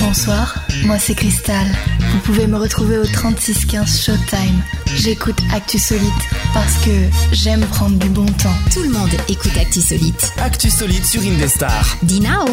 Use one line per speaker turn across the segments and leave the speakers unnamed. Bonsoir, moi c'est Cristal. Vous pouvez me retrouver au 3615 Showtime. J'écoute Actu Solite parce que j'aime prendre du bon temps.
Tout le monde écoute Actu Solite.
Actu solide sur Indestar.
Dinao.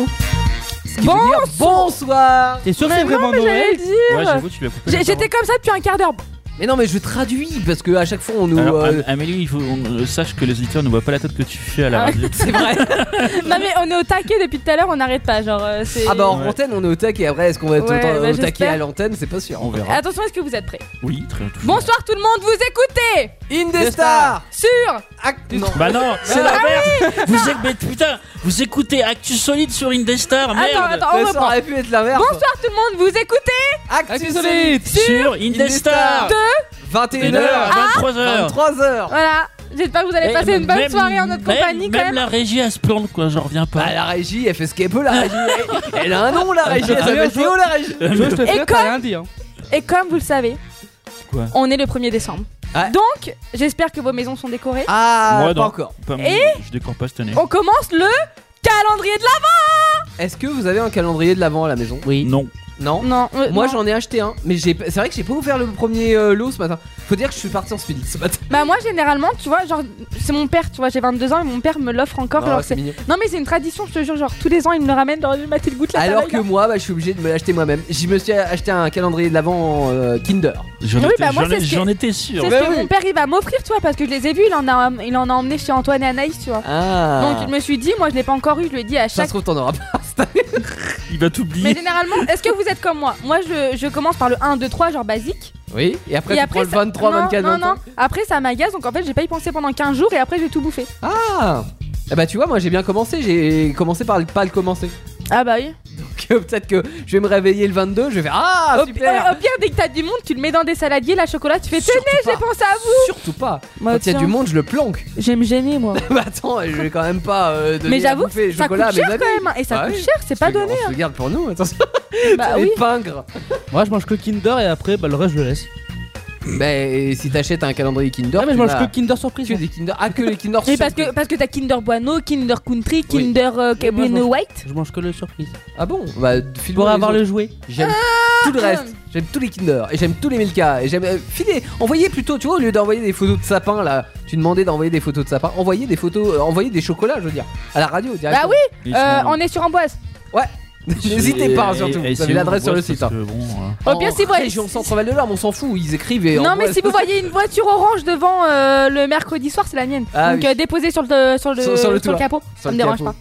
Bonsoir
T'es sûr que
Mais
c'est
non,
vraiment
mais j'allais
Noël
le dire
Ouais, j'avoue, tu lui as coupé
J'ai-
la
hein.
J'étais comme ça depuis un quart d'heure. Mais non, mais je traduis parce que à chaque fois on nous.
parole. Alors,
euh,
Am-
ah,
Amélie, il faut on, euh, sache que les auditeurs ne voient pas la tête que tu fais à la
Ah,
radio.
C'est vrai.
Non Ah, mais on est au taquet depuis tout à l'heure, on n'arrête pas. Genre, euh, c'est...
Ah bah en
Ouais.
antenne on est au taquet. Après est-ce qu'on va être
Ouais,
autant
bah,
au taquet
j'espère.
à l'antenne C'est pas sûr.
On verra.
Attention, est-ce que vous êtes prêts
Oui, très bien. toujours.
Bonsoir tout le monde, vous écoutez
Ah, Indestar
sur
Actu. Ah, Non.
Bah
Ah
non, c'est l'inverse. Vous êtes mais putain, vous écoutez Actu Solide sur Indestar, merde.
Attends, attends, on
Mais ça
reprend.
aurait pu être l'inverse.
Bonsoir tout le monde, vous écoutez
Actu solide
Sur Indestar.
Indestar.
21h
21h
à 23h.
23h
Voilà, j'espère que Ah, vous allez
Eh,
passer une bonne
même-
soirée en notre
même-
compagnie quand
Même
même.
la régie, elle se plante, quoi, j'en reviens
Bah
pas.
la régie elle fait ce qu'elle peut la régie. Elle- Elle a un nom la régie. Elle
Ah,
s'appelle
merde.
Théo la régie.
Jo, je te fais,
comme-
t'as rien dit. Hein.
Et comme vous le savez,
Quoi
on est le 1er décembre.
Ouais.
Donc, j'espère que vos maisons sont décorées.
Ah
Moi,
pas
non.
encore.
Pas mal, je décore pas cette année.
On commence le calendrier de l'avant
Est-ce que vous avez un calendrier de l'avant à la maison
Oui.
Non.
Non.
Non, euh,
Moi
non.
j'en ai acheté un, mais j'ai c'est vrai que j'ai pas ouvert le premier euh, lot ce matin. Faut dire que je suis parti en speed ce matin.
Bah moi généralement, tu vois, genre c'est mon père, tu vois, j'ai 22 ans et mon père me l'offre encore.
Non,
alors
c'est
c'est...
mignon.
non mais c'est une tradition, je te jure, genre tous les ans il me le ramène, genre j'ai maté le goût de la
Alors
tabac,
que
là.
moi, bah, je suis obligé de me l'acheter moi-même. Je me suis acheté un calendrier de l'avant euh, Kinder.
J'en
Oui,
étais,
bah, moi,
j'en
c'est
ai-
ce que-
j'en étais sûr.
C'est
Bah
ce que
oui.
mon père il va m'offrir, tu vois, parce que je les ai vus, il en a, il en a emmené chez Antoine et Anaïs, tu vois.
Ah.
Donc je me suis dit, moi je l'ai pas encore eu, je lui ai dit à
Ça
chaque.
se trouve t'en auras pas. cette année.
Il va
Mais
t'oublier.
généralement, est-ce que vous êtes comme moi Moi je, je commence par le 1, 2, 3, genre basique.
oui. Et après
et
tu
après,
prends le
ça-
23,
non,
24,
Non,
25.
non, après ça m'agace, donc en fait j'ai pas y pensé pendant 15 jours et après j'ai tout bouffé.
Ah. Eh bah tu vois, moi j'ai bien commencé. J'ai commencé par le- pas le commencer.
Ah bah oui.
Donc euh, peut-être que je vais me réveiller le 22. Je vais faire ah
Au
super.
pire, au pire, dès que t'as du monde, tu le mets dans des saladiers, la chocolat, tu fais tenez, j'ai
pas.
pensé à vous.
Surtout pas.
Bah,
Quand il y a
tiens.
du monde, je le planque.
Je vais me gêner moi.
bah attends, je vais quand même pas euh, donner
Mais
à
j'avoue,
bouffer le
ça coûte
chocolat à mes
cher
amis.
quand même. hein, Et ça
Bah
coûte
oui.
cher, c'est pas
Parce que
donné. hein.
On se le garde pour nous, hein. attention.
Bah
Les
oui.
pingres.
Moi, je mange que Kinder et après, bah, le reste, je le laisse.
Bah, si t'achètes un calendrier Kinder,
Ah, mais je
tu
mange
vas-
que Kinder surprise.
que
moi.
des Kinder. Ah, que les Kinder
Mais parce que,
surprise.
parce que t'as Kinder Bueno, Kinder Country, Kinder
Oui,
euh,
moi, je
Cabino
mange-
White.
Je mange que le surprise.
Ah bon Bah,
Je
filme
pourrais avoir le jouet.
J'aime
Ah,
tout le reste. J'aime tous les Kinder. Et j'aime tous les Milka. Et j'aime. euh, filez Envoyez plutôt, tu vois, au lieu d'envoyer des photos de sapin là, tu demandais d'envoyer des photos de sapin. Envoyez des photos. euh, envoyez des chocolats, je veux dire. À la radio, direct.
Bah oui,
Ils sont-
euh, on est sur Amboise.
N'hésitez pas, surtout.
Et- et
Vous
c'est
avez
où,
l'adresse sur le
parce
site.
que,
hein.
bon, euh,
Au pire, si vous
En Région Centre-Val de l'Orme, on s'en fout. Ils écrivent et
Non, mais
envoient-
si vous voyez une voiture orange devant euh, le mercredi soir, c'est la mienne.
Ah
Donc
oui.
euh, déposez sur le, sur le,
Sur- sur le toit.
capot.
Sur
Ça me
le
dérange
capot.
pas.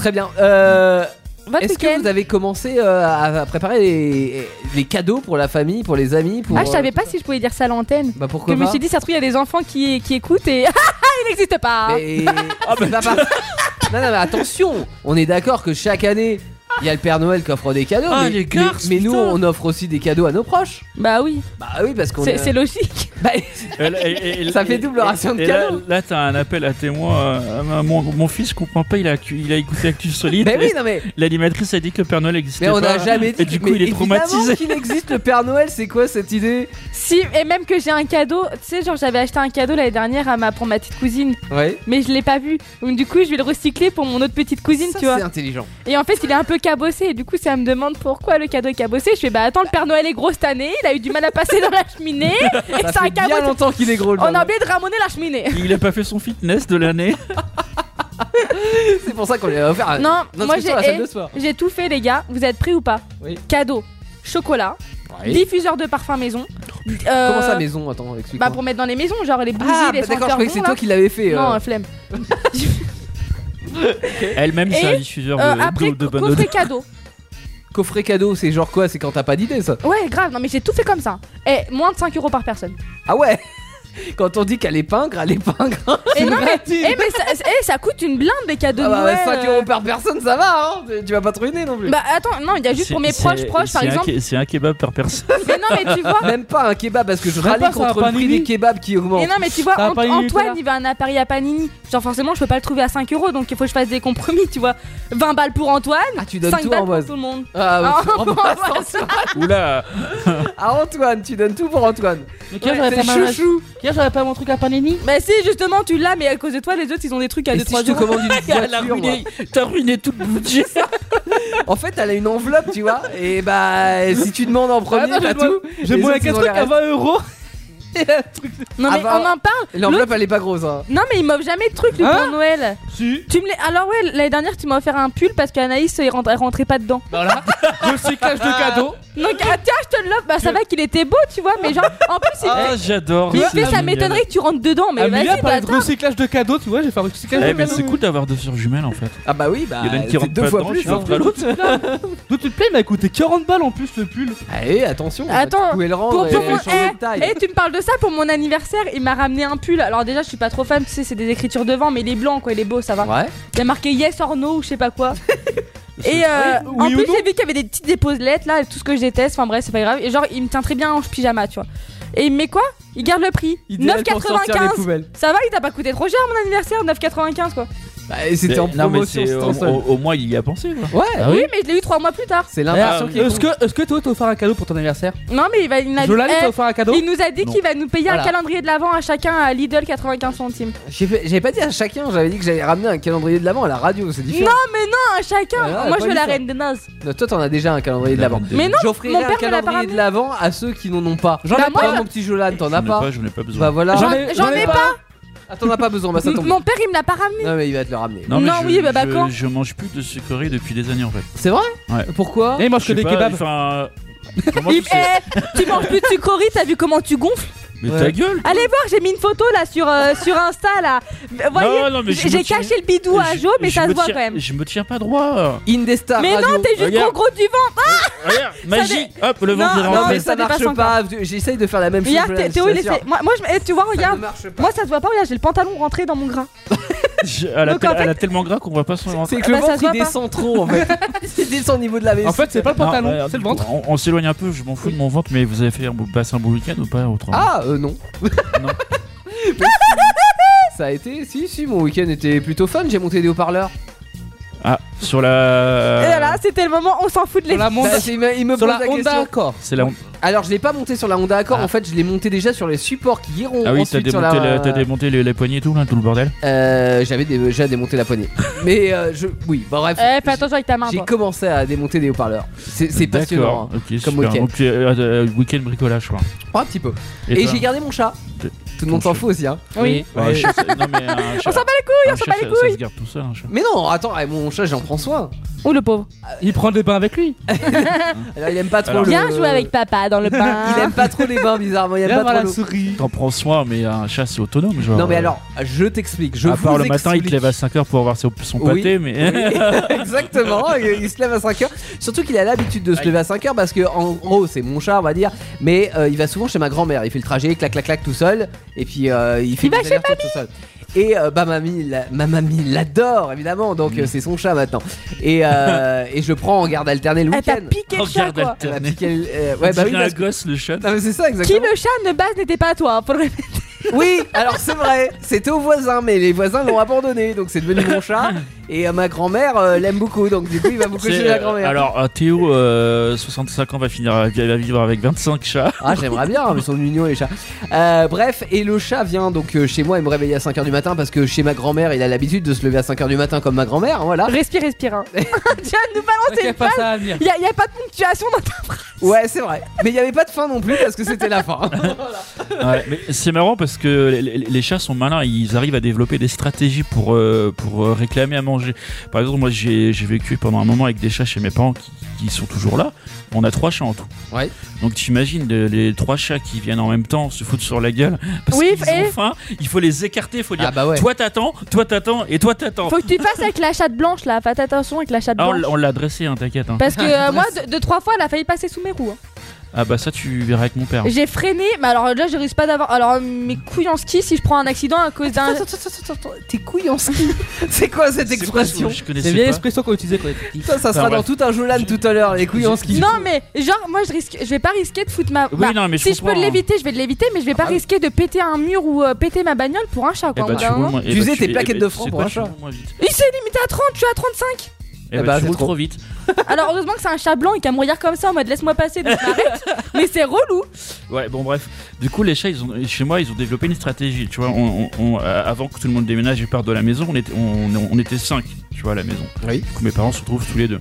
Très bien. Euh.
Votre
Est-ce que
week-end.
vous avez commencé euh, à préparer les, les cadeaux pour la famille, pour les amis pour,
Ah, je savais
euh,
pas si je pouvais dire ça à l'antenne.
Bah pourquoi
Que je me
pas
suis dit, ça se trouve, il y a des enfants qui, qui écoutent et. Ah, il n'existe pas.
Mais- C'est pas par- Non, non, mais attention On est d'accord que chaque année, il y a le Père Noël qui offre des cadeaux.
Ah,
mais,
les garces,
mais- mais nous,
putain.
on offre aussi des cadeaux à nos proches.
Bah oui,
Bah oui, parce qu'on
c'est
est-
c'est logique.
Bah,
et là- et- et-
Ça
et-
fait double
et-
ration de
et là-
cadeaux.
Là, t'as un appel à témoin. euh, euh, Mon, mon fils comprend pas, il a, accu- il a écouté Actu Solide.
bah oui,
et
non, mais,
L'animatrice a dit que le Père Noël existait
mais on
pas.
n'a jamais dit.
Et du coup,
mais
il est
évidemment
traumatisé.
qu'il existe le Père Noël, c'est quoi cette idée
Si, et même que j'ai un cadeau, tu sais, genre j'avais acheté un cadeau l'année dernière à ma, pour ma petite cousine,
Ouais.
mais je l'ai pas vu. Donc du coup, je vais le recycler pour mon autre petite cousine,
Ça,
tu vois.
C'est intelligent.
Et en fait, il est un peu cabossé, et du coup, ça me demande pourquoi le cadeau est cabossé. Je fais, bah attends, le Père Noël est gros cette année, il a eu du mal à passer dans la cheminée, et
Ça
c'est un
fait bien
cabossé.
longtemps qu'il est gros. le Père
On a
Noël.
oublié de ramoner la cheminée.
Il a pas fait son fitness de l'année.
C'est pour ça qu'on lui a offert. un-
Non,
une
moi j'ai
inscription à la salle
eh,
de sport.
j'ai tout fait, les gars. Vous êtes prêts ou pas
Oui.
Cadeau, chocolat,
Ouais.
diffuseur de parfum maison. euh,
Oh, Comment ça maison Attends, explique.
Bah pour mettre dans les maisons, genre les bougies,
Ah,
les
bah, d'accord, je
senteurs
croyais que c'est
bons,
toi
là.
qui l'avais fait. euh.
Non, euh, flemme.
Elle-même, c'est
Et,
un diffuseur de,
Euh,
de-
après,
de, de bonne
coffret
odeur.
cadeau.
Coffret cadeau, c'est genre quoi C'est quand t'as pas d'idée, ça
Ouais, grave, non mais j'ai tout fait comme ça. Et moins de 5 euros par personne.
Ah ouais Quand on dit qu'elle est pingre, elle est pingre. hein,
Et non, mais, eh, mais ça, eh, ça coûte une blinde des cadeaux
Ah
de
bah,
Noël.
5 euros par personne, ça va, hein Tu vas pas te ruiner non plus.
Bah attends, non, il y a juste pour mes
C'est-
proches
c'est-
proches par
c'est un
exemple.
ke- C'est un kebab par personne.
Mais non, mais tu vois.
Même pas un kebab parce que je
Même
râlais
pas, ça
contre le
va pas
prix
Nini
des kebabs qui
Et
augmente.
non, mais tu vois,
Ça va
Ant-
pas eu,
Antoine
Nicolas
il va à un appareil à Panini. Genre, forcément, je peux pas le trouver à 5 euros donc il faut que je fasse des compromis, tu vois. 20 balles pour Antoine,
Ah, tu donnes
5
tout
balles
en
pour
base.
tout le monde.
Ah,
Ah,
ouais,
pour
Ambroise.
Ambroise.
Oula,
Ah, Antoine, tu donnes tout pour Antoine.
Ok, j'aurais
C'est
pas mal.
chouchou.
Hier, j'aurais pas mon truc à Panini
Bah si, justement, tu l'as, mais à cause de toi, les autres, ils ont des trucs à
Et
2
si je
3
te commande une
T'as la
voiture, moi
ruiné- t'as ruiné tout le budget.
En fait, elle a une enveloppe, tu vois. Et bah, si tu demandes en premier,
Ah, non,
t'as
je dois-
tout.
J'ai
Les
moins
autres, ils
qu'un
ont
truc
les
à
restes.
20 euros.
Non,
Ah
mais
bah,
on en parle.
L'enveloppe, elle est pas grosse. Hein.
Non, mais ils m'offrent jamais de trucs, le
Hein
Père Noël.
Si.
Tu me l'as- Alors, ouais, l'année dernière, tu m'as offert un pull parce qu'Anaïs, il rentrait, elle rentrait pas dedans.
Voilà. Recyclage de cadeaux.
Donc, ah, tiens, je te l'offre. Bah, ça va qu'il était beau, tu vois, mais genre, en plus, il
Ah, j'adore.
il
c'est
fait, ça
génial.
m'étonnerait que tu rentres dedans, mais
Amélia
vas-y, bah,
parlait de
bâtard.
recyclage de cadeaux, tu vois, j'ai fait un recyclage
Eh,
de
mais
cadeaux.
c'est cool d'avoir deux sœurs jumelles en fait.
Ah bah oui, bah.
Il y en a une qui
c'est
rentre
deux
pas
fois
dedans,
plus.
tu vois.
hein.
Après l'autre.
D'où tu te plains, il m'a coûté 40 balles en plus le pull.
Allez, Ah, eh, attention. on va
Attends,
te couper le rendre
Pour,
et
pour
changer
mon...
de
eh,
taille.
eh, tu me parles de ça pour mon anniversaire, il m'a ramené un pull. Alors déjà, je suis pas trop fan, tu sais, c'est des écritures devant, mais il est blanc, quoi, il est beau, ça va.
Ouais.
Il y a marqué yes or no ou je sais pas quoi. et euh,
Oui,
en
oui ou
plus,
non
j'ai vu qu'il y avait des petites épaulettes là, tout ce que je déteste, enfin bref, c'est pas grave. Et genre, il me tient très bien en pyjama, tu vois. Et il met quoi Il garde le prix.
Idéal pour sortir les
9,95
poubelles.
Ça va, il t'a pas coûté trop cher mon anniversaire, 9,95 quoi.
Bah, et C'était en
Non, mais
promotion,
c'est-
c'était en
au,
solde.
au- au Ah, moins il y a pensé. quoi.
Ouais,
Ah oui
Oui, mais je l'ai eu 3 mois plus tard.
c'est l'inversion qui
Est-ce que, est-ce que toi t'as offert un cadeau pour ton anniversaire
Non, mais il va. Il, nous a dit-
Jolan, il
eh,
t'a offert un cadeau
il nous a dit
Non.
qu'il va nous payer un
Voilà.
calendrier de l'avant à chacun à Lidl 95 centimes.
J'ai fait- J'avais pas dit à chacun, j'avais dit que j'allais ramener un calendrier de l'avant à la radio, c'est différent.
Un chacun
Ah,
Moi
pas
je veux
dit
la
ça.
reine des nazes.
Non, toi, t'en as déjà un calendrier de l'avant.
Mais non, mon
J'offrirai un
père me l'a pas
calendrier
ramené.
de l'avant à ceux qui n'en ont pas. J'en
Bah,
ai
moi,
pas,
je-
mon petit Jolan, t'en
J'en
as
ai
pas.
pas, j'en ai pas besoin.
Bah voilà.
J'en ai- j'en ai pas.
Ah, t'en as pas besoin, bah ça tombe.
Mon père il me l'a pas ramené.
Non, mais il va te le ramener.
mais
Non,
je-
oui, bah, bah,
je-
quand
Je mange plus de sucreries depuis des années en fait.
C'est vrai
Ouais.
Pourquoi
Et il mange
Je
que
sais
des
pas,
kebabs.
enfin, euh,
Ah,
comment tu
Il-
sais
eh, tu manges plus de sucreries, t'as vu comment tu gonfles
Mais
Ouais.
ta gueule
Allez voir, j'ai mis une photo là sur, euh, sur Insta là. Vous voyez,
Non, non, mais je
j'ai
me
j'ai
tiens-
caché le bidou à
Je-
Jo, mais
je
ça
me
se voit quand
tiens-
même.
Je me tiens pas droit.
Indestar
Mais
Radio.
non, t'es juste trop
Regarde.
gros du ventre.
Regarde, magie, hop, le
Non,
ventre est
non,
Non,
rentré.
mais
mais ça
ça
dépasse
marche
encore.
pas. J'essaye de faire la même chose.
Regarde,
Jolan,
Théo, il
je
est
t'assure.
fait- Moi, moi, je- eh, tu vois,
Ça ne
regarde.
marche pas.
Moi, ça se voit pas, regarde, j'ai le pantalon rentré dans mon gras.
Je- Elle a
Donc,
tel-
en fait-
elle a tellement gras qu'on voit pas son ventre.
C'est que
Bah,
le
ça
ventre
se voit
il
pas.
descend trop en fait. Il descend au niveau de la vessie.
En fait, c'est pas le
Non,
pantalon,
ouais,
c'est le
du
ventre.
coup, On, on s'éloigne un peu, je m'en fous de mon ventre, mais vous avez fait un beau- passer un beau week-end ou pas autrement
Ah, euh, non.
Non.
Ça a été, si, si, mon week-end était plutôt fun. J'ai monté des haut-parleurs.
Ah, sur
Et voilà,
la.
c'était le moment, on s'en fout de
Sur
les.
la Honda,
Bah, c'est- il me, il me
sur
pose
la
la
Honda
question.
Accord.
C'est la.
Alors, je l'ai pas monté sur la Honda Accord.
Ah.
En fait, je l'ai monté déjà sur les supports qui iront
Ah oui, t'as
ensuite sur
démonté,
la.
le- t'as démonté les, les poignées et tout, là, tout le bordel.
Euh, J'avais dé- déjà démonté la poignée. Mais euh, je, oui, bah, bref.
Eh, fais attention avec ta main.
J'ai
toi.
commencé à démonter des haut-parleurs. C'est c'est
D'accord,
passionnant. hein.
Ok,
Comme
super.
week-end.
Donc, tu- euh, euh, week-end bricolage, quoi.
Un petit peu. Et,
Et toi
j'ai gardé mon chat.
T'es-
Tout le monde
ton
s'en
chat.
fout aussi. Hein.
Oui.
Ouais, un chat, c'est- non, mais un chat-
On s'en bat les
un
couilles, on s'en
chat,
bat les
ça- Ça
couilles.
se garde tout seul, un chat.
Mais non, attends, eh, mon chat, j'en prends soin.
Oh le pauvre.
Il prend des bains avec lui.
Alors, il aime pas trop
Alors-
le.
Bien joué avec papa dans le bain.
Il aime pas trop les bains, bizarrement. Il
Il
aime
va
pas
la
trop l'eau.
souris.
T'en prends soin, mais un chat c'est autonome, genre. euh,
Non, mais alors, je t'explique. Je
à part
vous
le matin, il te
explique.
lève à 5h pour avoir son, son
Oui.
pâté, mais.
Oui, Exactement, il il se lève à 5h. Surtout qu'il a l'habitude de se lever à 5h parce que, en gros, c'est mon chat, on va dire. Mais euh, il va souvent chez ma grand-mère. Il fait le trajet, clac, clac, clac, tout seul. Et puis, euh, il fait
Il va
des
chez
allers-retours tout seul. Et euh, bah, mamie, la- ma mamie l'adore, évidemment. Donc, euh, c'est son chat maintenant. Et, euh, et je prends en garde alternée le
Elle t'a
week-end.
Eh, piqué le
Oh,
chat
garde
quoi.
Elle m'a
alternée.
piqué le- euh, ouais, bah oui,
un
parce que-
gosse, le chat.
Non, mais c'est ça,
Qui
exactement.
le chat de base n'était pas toi, hein, faut le répéter.
Oui, alors c'est vrai, c'était aux voisins, mais les voisins l'ont abandonné, donc c'est devenu mon chat. Et euh, ma grand-mère euh, l'aime beaucoup, donc du coup il va beaucoup
C'est,
chez ma
euh,
grand-mère.
alors, euh, Théo, euh, 65 ans, va finir à, va vivre avec 25 chats.
Ah, j'aimerais bien, mais ils sont mignons les chats. Euh, bref, et le chat vient donc euh, chez moi et me réveiller à 5h du matin parce que chez ma grand-mère, il a l'habitude de se lever à 5h du matin comme ma grand-mère, hein, voilà.
Respire, respire. hein. tu viens de nous balancer
T'inquiète
une
pas,
phrase.
ça va venir.
Il y, a- y a pas de ponctuation dans ta
Ouais, c'est vrai. Mais il n'y avait pas de fin non plus parce que c'était la fin.
Ouais, mais c'est marrant parce que les, les- les chats sont malins, ils arrivent à développer des stratégies pour, euh, pour euh, réclamer à manger. Par exemple, moi j'ai j'ai vécu pendant un moment avec des chats chez mes parents qui, qui sont toujours là. On a trois chats en tout.
Ouais.
Donc t'imagines le- les trois chats qui viennent en même temps se foutre sur la gueule parce
Oui,
qu'ils
et-
ont faim. Il faut les écarter, il faut dire
Ah bah ouais.
toi t'attends, toi t'attends et toi t'attends.
Faut que tu fasses avec la chatte blanche là, fais attention avec la chatte
Ah, on
blanche.
l'a- on l'a dressé, hein, t'inquiète. hein.
Parce que euh, moi, deux, deux, trois fois, elle a failli passer sous mes roues. hein.
Ah bah ça tu verras avec mon père.
J'ai freiné, mais alors là, je risque pas d'avoir. Alors, euh, mes couilles en ski si je prends un accident à cause d'un.
Attends, attends, attends, attends, t'es couille en ski. C'est quoi cette
C'est
expression
quoi, Je
C'est
connaissais
une vieille
pas.
expression qu'on utilisait quand on était petit.
Ça, ça sera
Enfin,
dans tout un Jolan tout à l'heure, les couilles en ski.
Non, mais genre, moi, je risque, je vais pas risquer de foutre ma.
Oui,
bah,
non, mais je
si je peux
comprends, hein.
l'éviter, je vais l'éviter, mais je vais pas risquer de péter un mur ou euh, péter ma bagnole pour un chat
Eh
quoi.
bah,
au bout
tu
d'un
roules
moment.
moins- eh
Tu
bah,
faisais tes
eh
plaquettes
bah,
de
tu
francs
sais
pour
pas,
un
tu
chat.
roules moins vite.
Il s'est limité à 30, je suis à 35.
Eh
Eh
bah,
bah,
tu
c'est
roules
trop.
trop vite.
Eh bah,
tu
c'est
roules
trop.
trop vite.
Alors heureusement que c'est un chat blanc et qu'à me regarde comme ça en mode laisse-moi passer, donc m'arrête. Mais c'est relou.
Ouais, bon, bref. Du coup, les chats, ils ont, chez moi, ils ont développé une stratégie. Tu vois, on, on- on- euh, avant que tout le monde déménage et parte de la maison, on était, on, on était cinq, tu vois, à la maison.
Oui.
Du coup, mes parents se retrouvent tous les deux.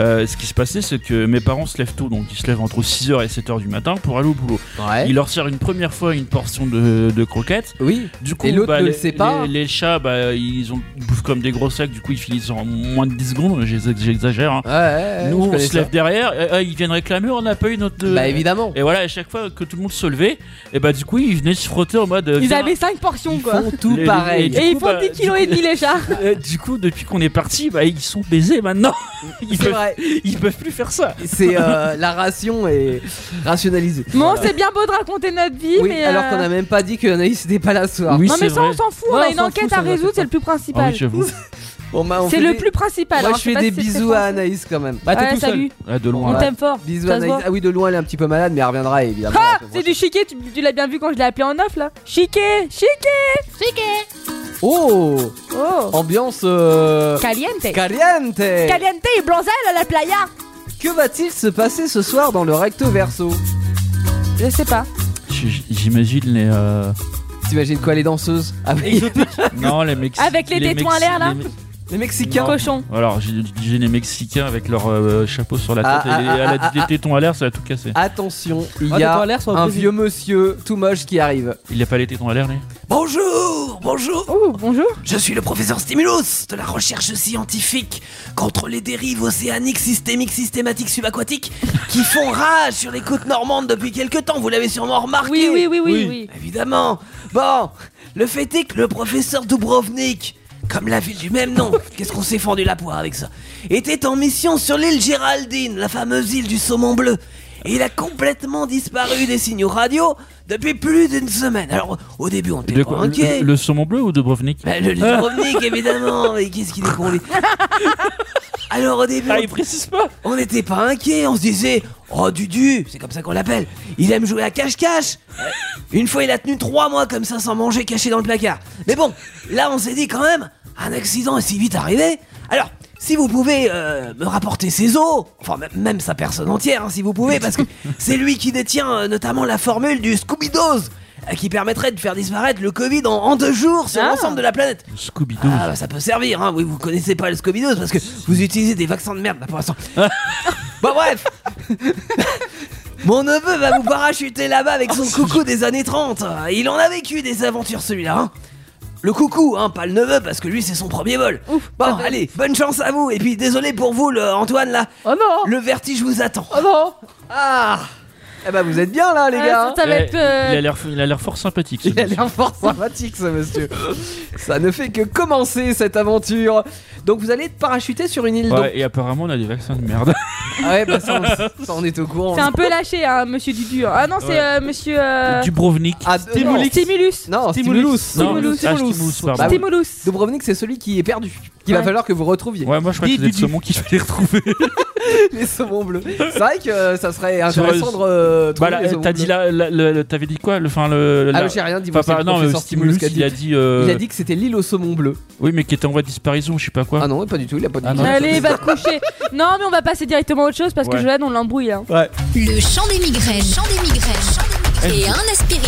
Euh, ce qui se passait, c'est que mes parents se lèvent tôt, donc ils se lèvent entre 6h et 7h du matin pour aller au boulot.
Ouais.
Ils leur servent une première fois une portion de, de croquettes.
Oui.
Du coup,
Et l'autre
bah,
ne le
les,
sait pas.
les- les chats, bah, ils, ont, ils bouffent comme des gros sacs, du coup, ils finissent en moins de 10 secondes. J'ex- J'exagère. hein.
Ouais, ouais, ouais,
Nous,
Eh, je
on
connais
se
ça.
lève derrière, euh, euh, ils viennent réclamer, on n'a pas eu notre. euh,
Bah évidemment.
Et voilà, à chaque fois que tout le monde se levait, et bah du coup, ils venaient se frotter en mode. euh,
Ils
viens.
avaient 5 portions
Ils
quoi.
font tout
Les- les-
pareil.
les-
Et
Du
ils
coup,
font
bah,
10 kilos et demi les chats.
Euh, du coup, depuis qu'on est parti, bah ils sont baisés maintenant. Ils
C'est
peuvent,
vrai.
ils peuvent plus faire ça.
C'est euh, la ration est rationalisée.
Bon, c'est bien beau de raconter notre vie,
Oui,
mais.
alors
euh,
qu'on a même pas dit que Anaïs n'était pas là ce soir.
Oui,
Non, mais
c'est
ça,
vrai.
on s'en fout.
Ouais,
on a
on
une
s'en
enquête
fout,
à
ça, on va faire
résoudre, c'est le plus
Ah
principal.
oui, j'avoue.
Bon, bah, on
c'est
fait
le
des-
plus principal.
Moi,
alors
je fais
sais pas
des
si c'est
bisous
très
à
français.
Anaïs quand même.
Bah, t'es
Ouais,
tout seul.
salut.
Ah, de loin.
On
Voilà.
t'aime fort.
Bisous
Ça
à
se
Anaïs.
voit. Ah,
Ah oui, de loin, elle est un petit peu malade, mais elle reviendra évidemment. la semaine
C'est du chiquet, tu, tu l'as bien vu quand je l'ai appelé en off là. Chiquet, chiquet.
prochaine. Oh
Oh.
Ambiance. euh,
Caliente.
Caliente
Caliente et Blanzel à la playa.
Que va-t-il se passer ce soir dans le recto verso
Je sais pas.
J- J'imagine les. euh,
T'imagines quoi les danseuses Ah avec
Non, les Mexicains.
Avec les tétons à l'air, là.
les Mexicains
Cochon.
Alors, j'ai j'ai les Mexicains avec leur euh, chapeau sur la
Ah,
tête et les,
ah, ah,
à la-
ah,
les
ah.
tétons à l'air, ça a tout cassé.
Attention, il
Ah,
y
t'as
a
pas l'air sur le
un
plaisir.
vieux monsieur tout moche qui arrive.
Il a pas les tétons à l'air, lui
Bonjour, bonjour.
Oh, bonjour.
Je suis le professeur Stimulus de la recherche scientifique contre les dérives océaniques, systémiques, systématiques, subaquatiques qui font rage sur les côtes normandes depuis quelque temps. Vous l'avez sûrement remarqué.
Oui, oui, oui, oui,
Oui.
oui.
Évidemment. Bon, le fait est que le professeur Dubrovnik, comme la ville du même nom, qu'est-ce qu'on s'est fendu la poire avec ça, était en mission sur l'île Géraldine, la fameuse île du saumon bleu. Et il a complètement disparu des signaux radio depuis plus d'une semaine. Alors, au début, on était
De
pas
quoi
inquiet.
le, le saumon bleu ou de Brovnik
Bah, le Dubrovnik, évidemment. Mais qu'est-ce qu'il est con, lui Alors, au début,
Ah,
on
il précise pas
on n'était pas inquiet, on se disait Oh Dudu, c'est comme ça qu'on l'appelle, il aime jouer à cache-cache Une fois il a tenu trois mois comme ça sans manger caché dans le placard. Mais bon, là on s'est dit quand même, un accident est si vite arrivé. Alors, si vous pouvez euh, me rapporter ses os, enfin m- même sa personne entière hein, si vous pouvez, parce que c'est lui qui détient euh, notamment la formule du Scooby-Dose euh, qui permettrait de faire disparaître le Covid en, en deux jours sur
Ah.
l'ensemble de la planète.
Scooby-Doo.
Ah bah ça peut servir, hein. Oui, vous connaissez pas le scooby parce que vous utilisez des vaccins de merde là pour l'instant. bon bref. Mon neveu va vous parachuter là-bas avec son coucou des années 30. Il en a vécu des aventures celui-là. hein. Le coucou, hein, pas le neveu parce que lui c'est son premier vol.
Ouf.
Bon, allez, bonne chance à vous. Et puis désolé pour vous, le Antoine là.
Oh non.
Le vertige vous attend. ben,
Oh non. Ah,
Ah Eh bah vous êtes bien là les
Ouais,
gars hein.
Ça va être. euh,
Eh, Il a l'air- il a l'air fort sympathique. ce
Il a
monsieur.
l'air fort sympathique ce monsieur. Ça ne fait que commencer cette aventure. Donc vous allez être parachuté sur une île. donc-
Ouais, et apparemment, on a des vaccins de merde.
Ah ouais, bah ça, on, ça, on est au courant.
C'est un peu lâché, hein, monsieur Dudu. Ah non, c'est
Ouais.
euh, monsieur. euh,
Dubrovnik.
Ah, euh, non,
Stimulus.
non, Stimulus.
Non,
Stimulus.
ah, Stimulus, pardon.
Ah oui.
Stimulus.
Dubrovnik, c'est celui qui est perdu. Qu'il va
Ouais.
falloir que vous retrouviez.
Ouais, moi je crois que
Dis,
c'est le
dis, dis.
saumon qu'il fallait retrouver.
Les saumons bleus. C'est vrai que euh, ça serait
Sur-
intéressant de euh,
bah,
trouver
là,
les saumons
t'as dit
bleus.
là, là, le- le- t'avais dit quoi le, Enfin, le.
Ah,
la-
le j'ai rien dit.
enfin,
moi, c'est
pas-
le
non, le
professeur
Stimulus,
qui a
il a
dit.
dit. euh,
Il a dit que c'était l'île aux saumons bleus.
Oui, mais qui était en voie de disparition, je sais pas quoi.
Ah non, pas du tout, il a pas dit.
Ah non.
Allez, va te coucher. Non, mais on va passer directement à autre chose parce que
Ouais.
Joanne, on l'embrouille. hein.
Le chant des migraines. Chant des migraines. Chant des migraines. Et un aspirine.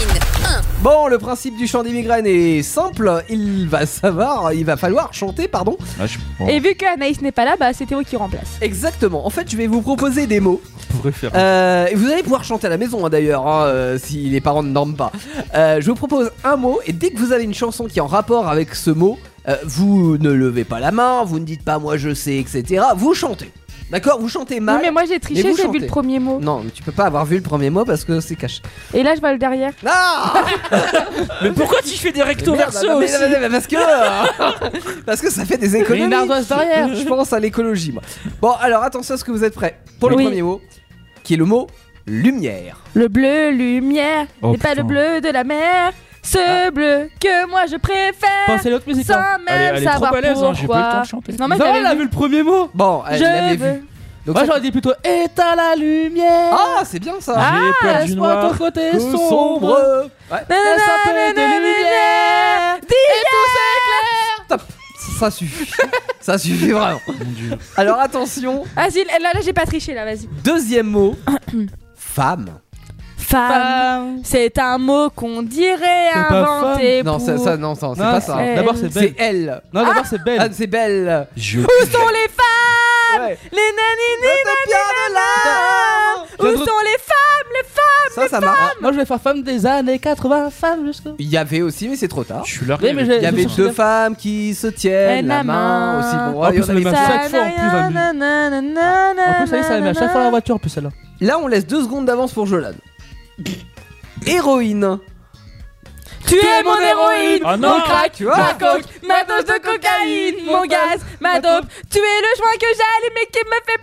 Bon, le principe du chant des migraines est simple. Il va savoir, il va falloir chanter, pardon,
Ah, je- bon,
Et vu qu'Anaïs n'est pas là, bah c'est Théo qui remplace.
Exactement. En fait, je vais vous proposer des mots.
on pourrait faire.
Euh, et vous allez pouvoir chanter à la maison, hein, d'ailleurs, hein, euh, si les parents ne dorment pas. Euh, je vous propose un mot, et dès que vous avez une chanson qui est en rapport avec ce mot, euh, vous ne levez pas la main, vous ne dites pas moi je sais, etc. Vous chantez. D'accord Vous chantez
Oui,
mal.
mais moi j'ai
Mais
triché,
Bah, vous
j'ai
chantez.
vu le premier mot.
Non, mais tu peux pas avoir vu le premier mot parce que c'est caché.
Et là, je vois le derrière.
Ah
Mais pourquoi tu fais des recto
Mais merde,
verso
non, mais-
aussi
mais- mais parce que parce que ça fait des économies.
une ardoise derrière.
Je pense à l'écologie. Moi. Bon, alors attention, est-ce que vous êtes prêts pour le
Oui.
premier mot, qui est le mot lumière.
Le bleu lumière,
Oh,
et pas
putain. Ah.
le bleu de la mer. Ce bleu que moi je préfère.
Pensez à l'autre musique. hein.
sans
Elle est-
même
elle est trop
savoir
à l'aise, hein, j'ai pas eu le temps
pourquoi.
de chanter.
Non, moi
Ça va, elle a
j'avais
vu
vu.
le premier mot.
Bon, elle l'avait
Je
vu.
veux.
Donc
Moi
ça-
j'aurais dit plutôt éteins la lumière.
Ah, c'est bien ça.
J'ai peur du
Laisse-moi
noir.
ton côté
Que
sombre.
Ouais.
Laisse un peu de lumière.
Dis-le.
Stop. ça suffit. ça suffit vraiment.
Mon dieu.
Alors attention,
Vas-y, Ah, là, là j'ai pas triché, là, vas-y.
deuxième mot. Femme.
Femme.
Femme.
C'est un mot qu'on dirait
C'est pas
inventé
Non,
pour...
ça, ça, non, ça, c'est
Non,
pas ça.
Elle.
D'abord, c'est
C'est
belle.
elle.
Non, d'abord, c'est
Ah,
belle.
c'est belle.
Je-
Où sont les femmes
Ouais.
Les nanini Où
J'ai
sont les
un truc-
femmes Les femmes
Ah,
Ça, ça marche.
Moi, je vais faire femme des années 80, femme jusqu'au.
Il y avait aussi, mais c'est trop tard.
Je suis largué.
Oui, mais j'ai-
Il y avait
je me
deux
souviens.
femmes qui se tiennent la main aussi. Bon,
En
ouais, il y
plus,
en avait
elle m'a
ça.
chaque fois, en plus,
Nanana,
elle me
nanana,
En plus, ça y est, ça la met à chaque fois dans la voiture, en plus, celle-là.
Là, on laisse deux secondes d'avance pour Jolan. Héroïne.
Tu es mon héroïne
Ah non.
Mon crack,
Tu vois
ma coke, ma dose de cocaïne Mon gaz, ma dope Tu es le joint que j'allume et qui me fait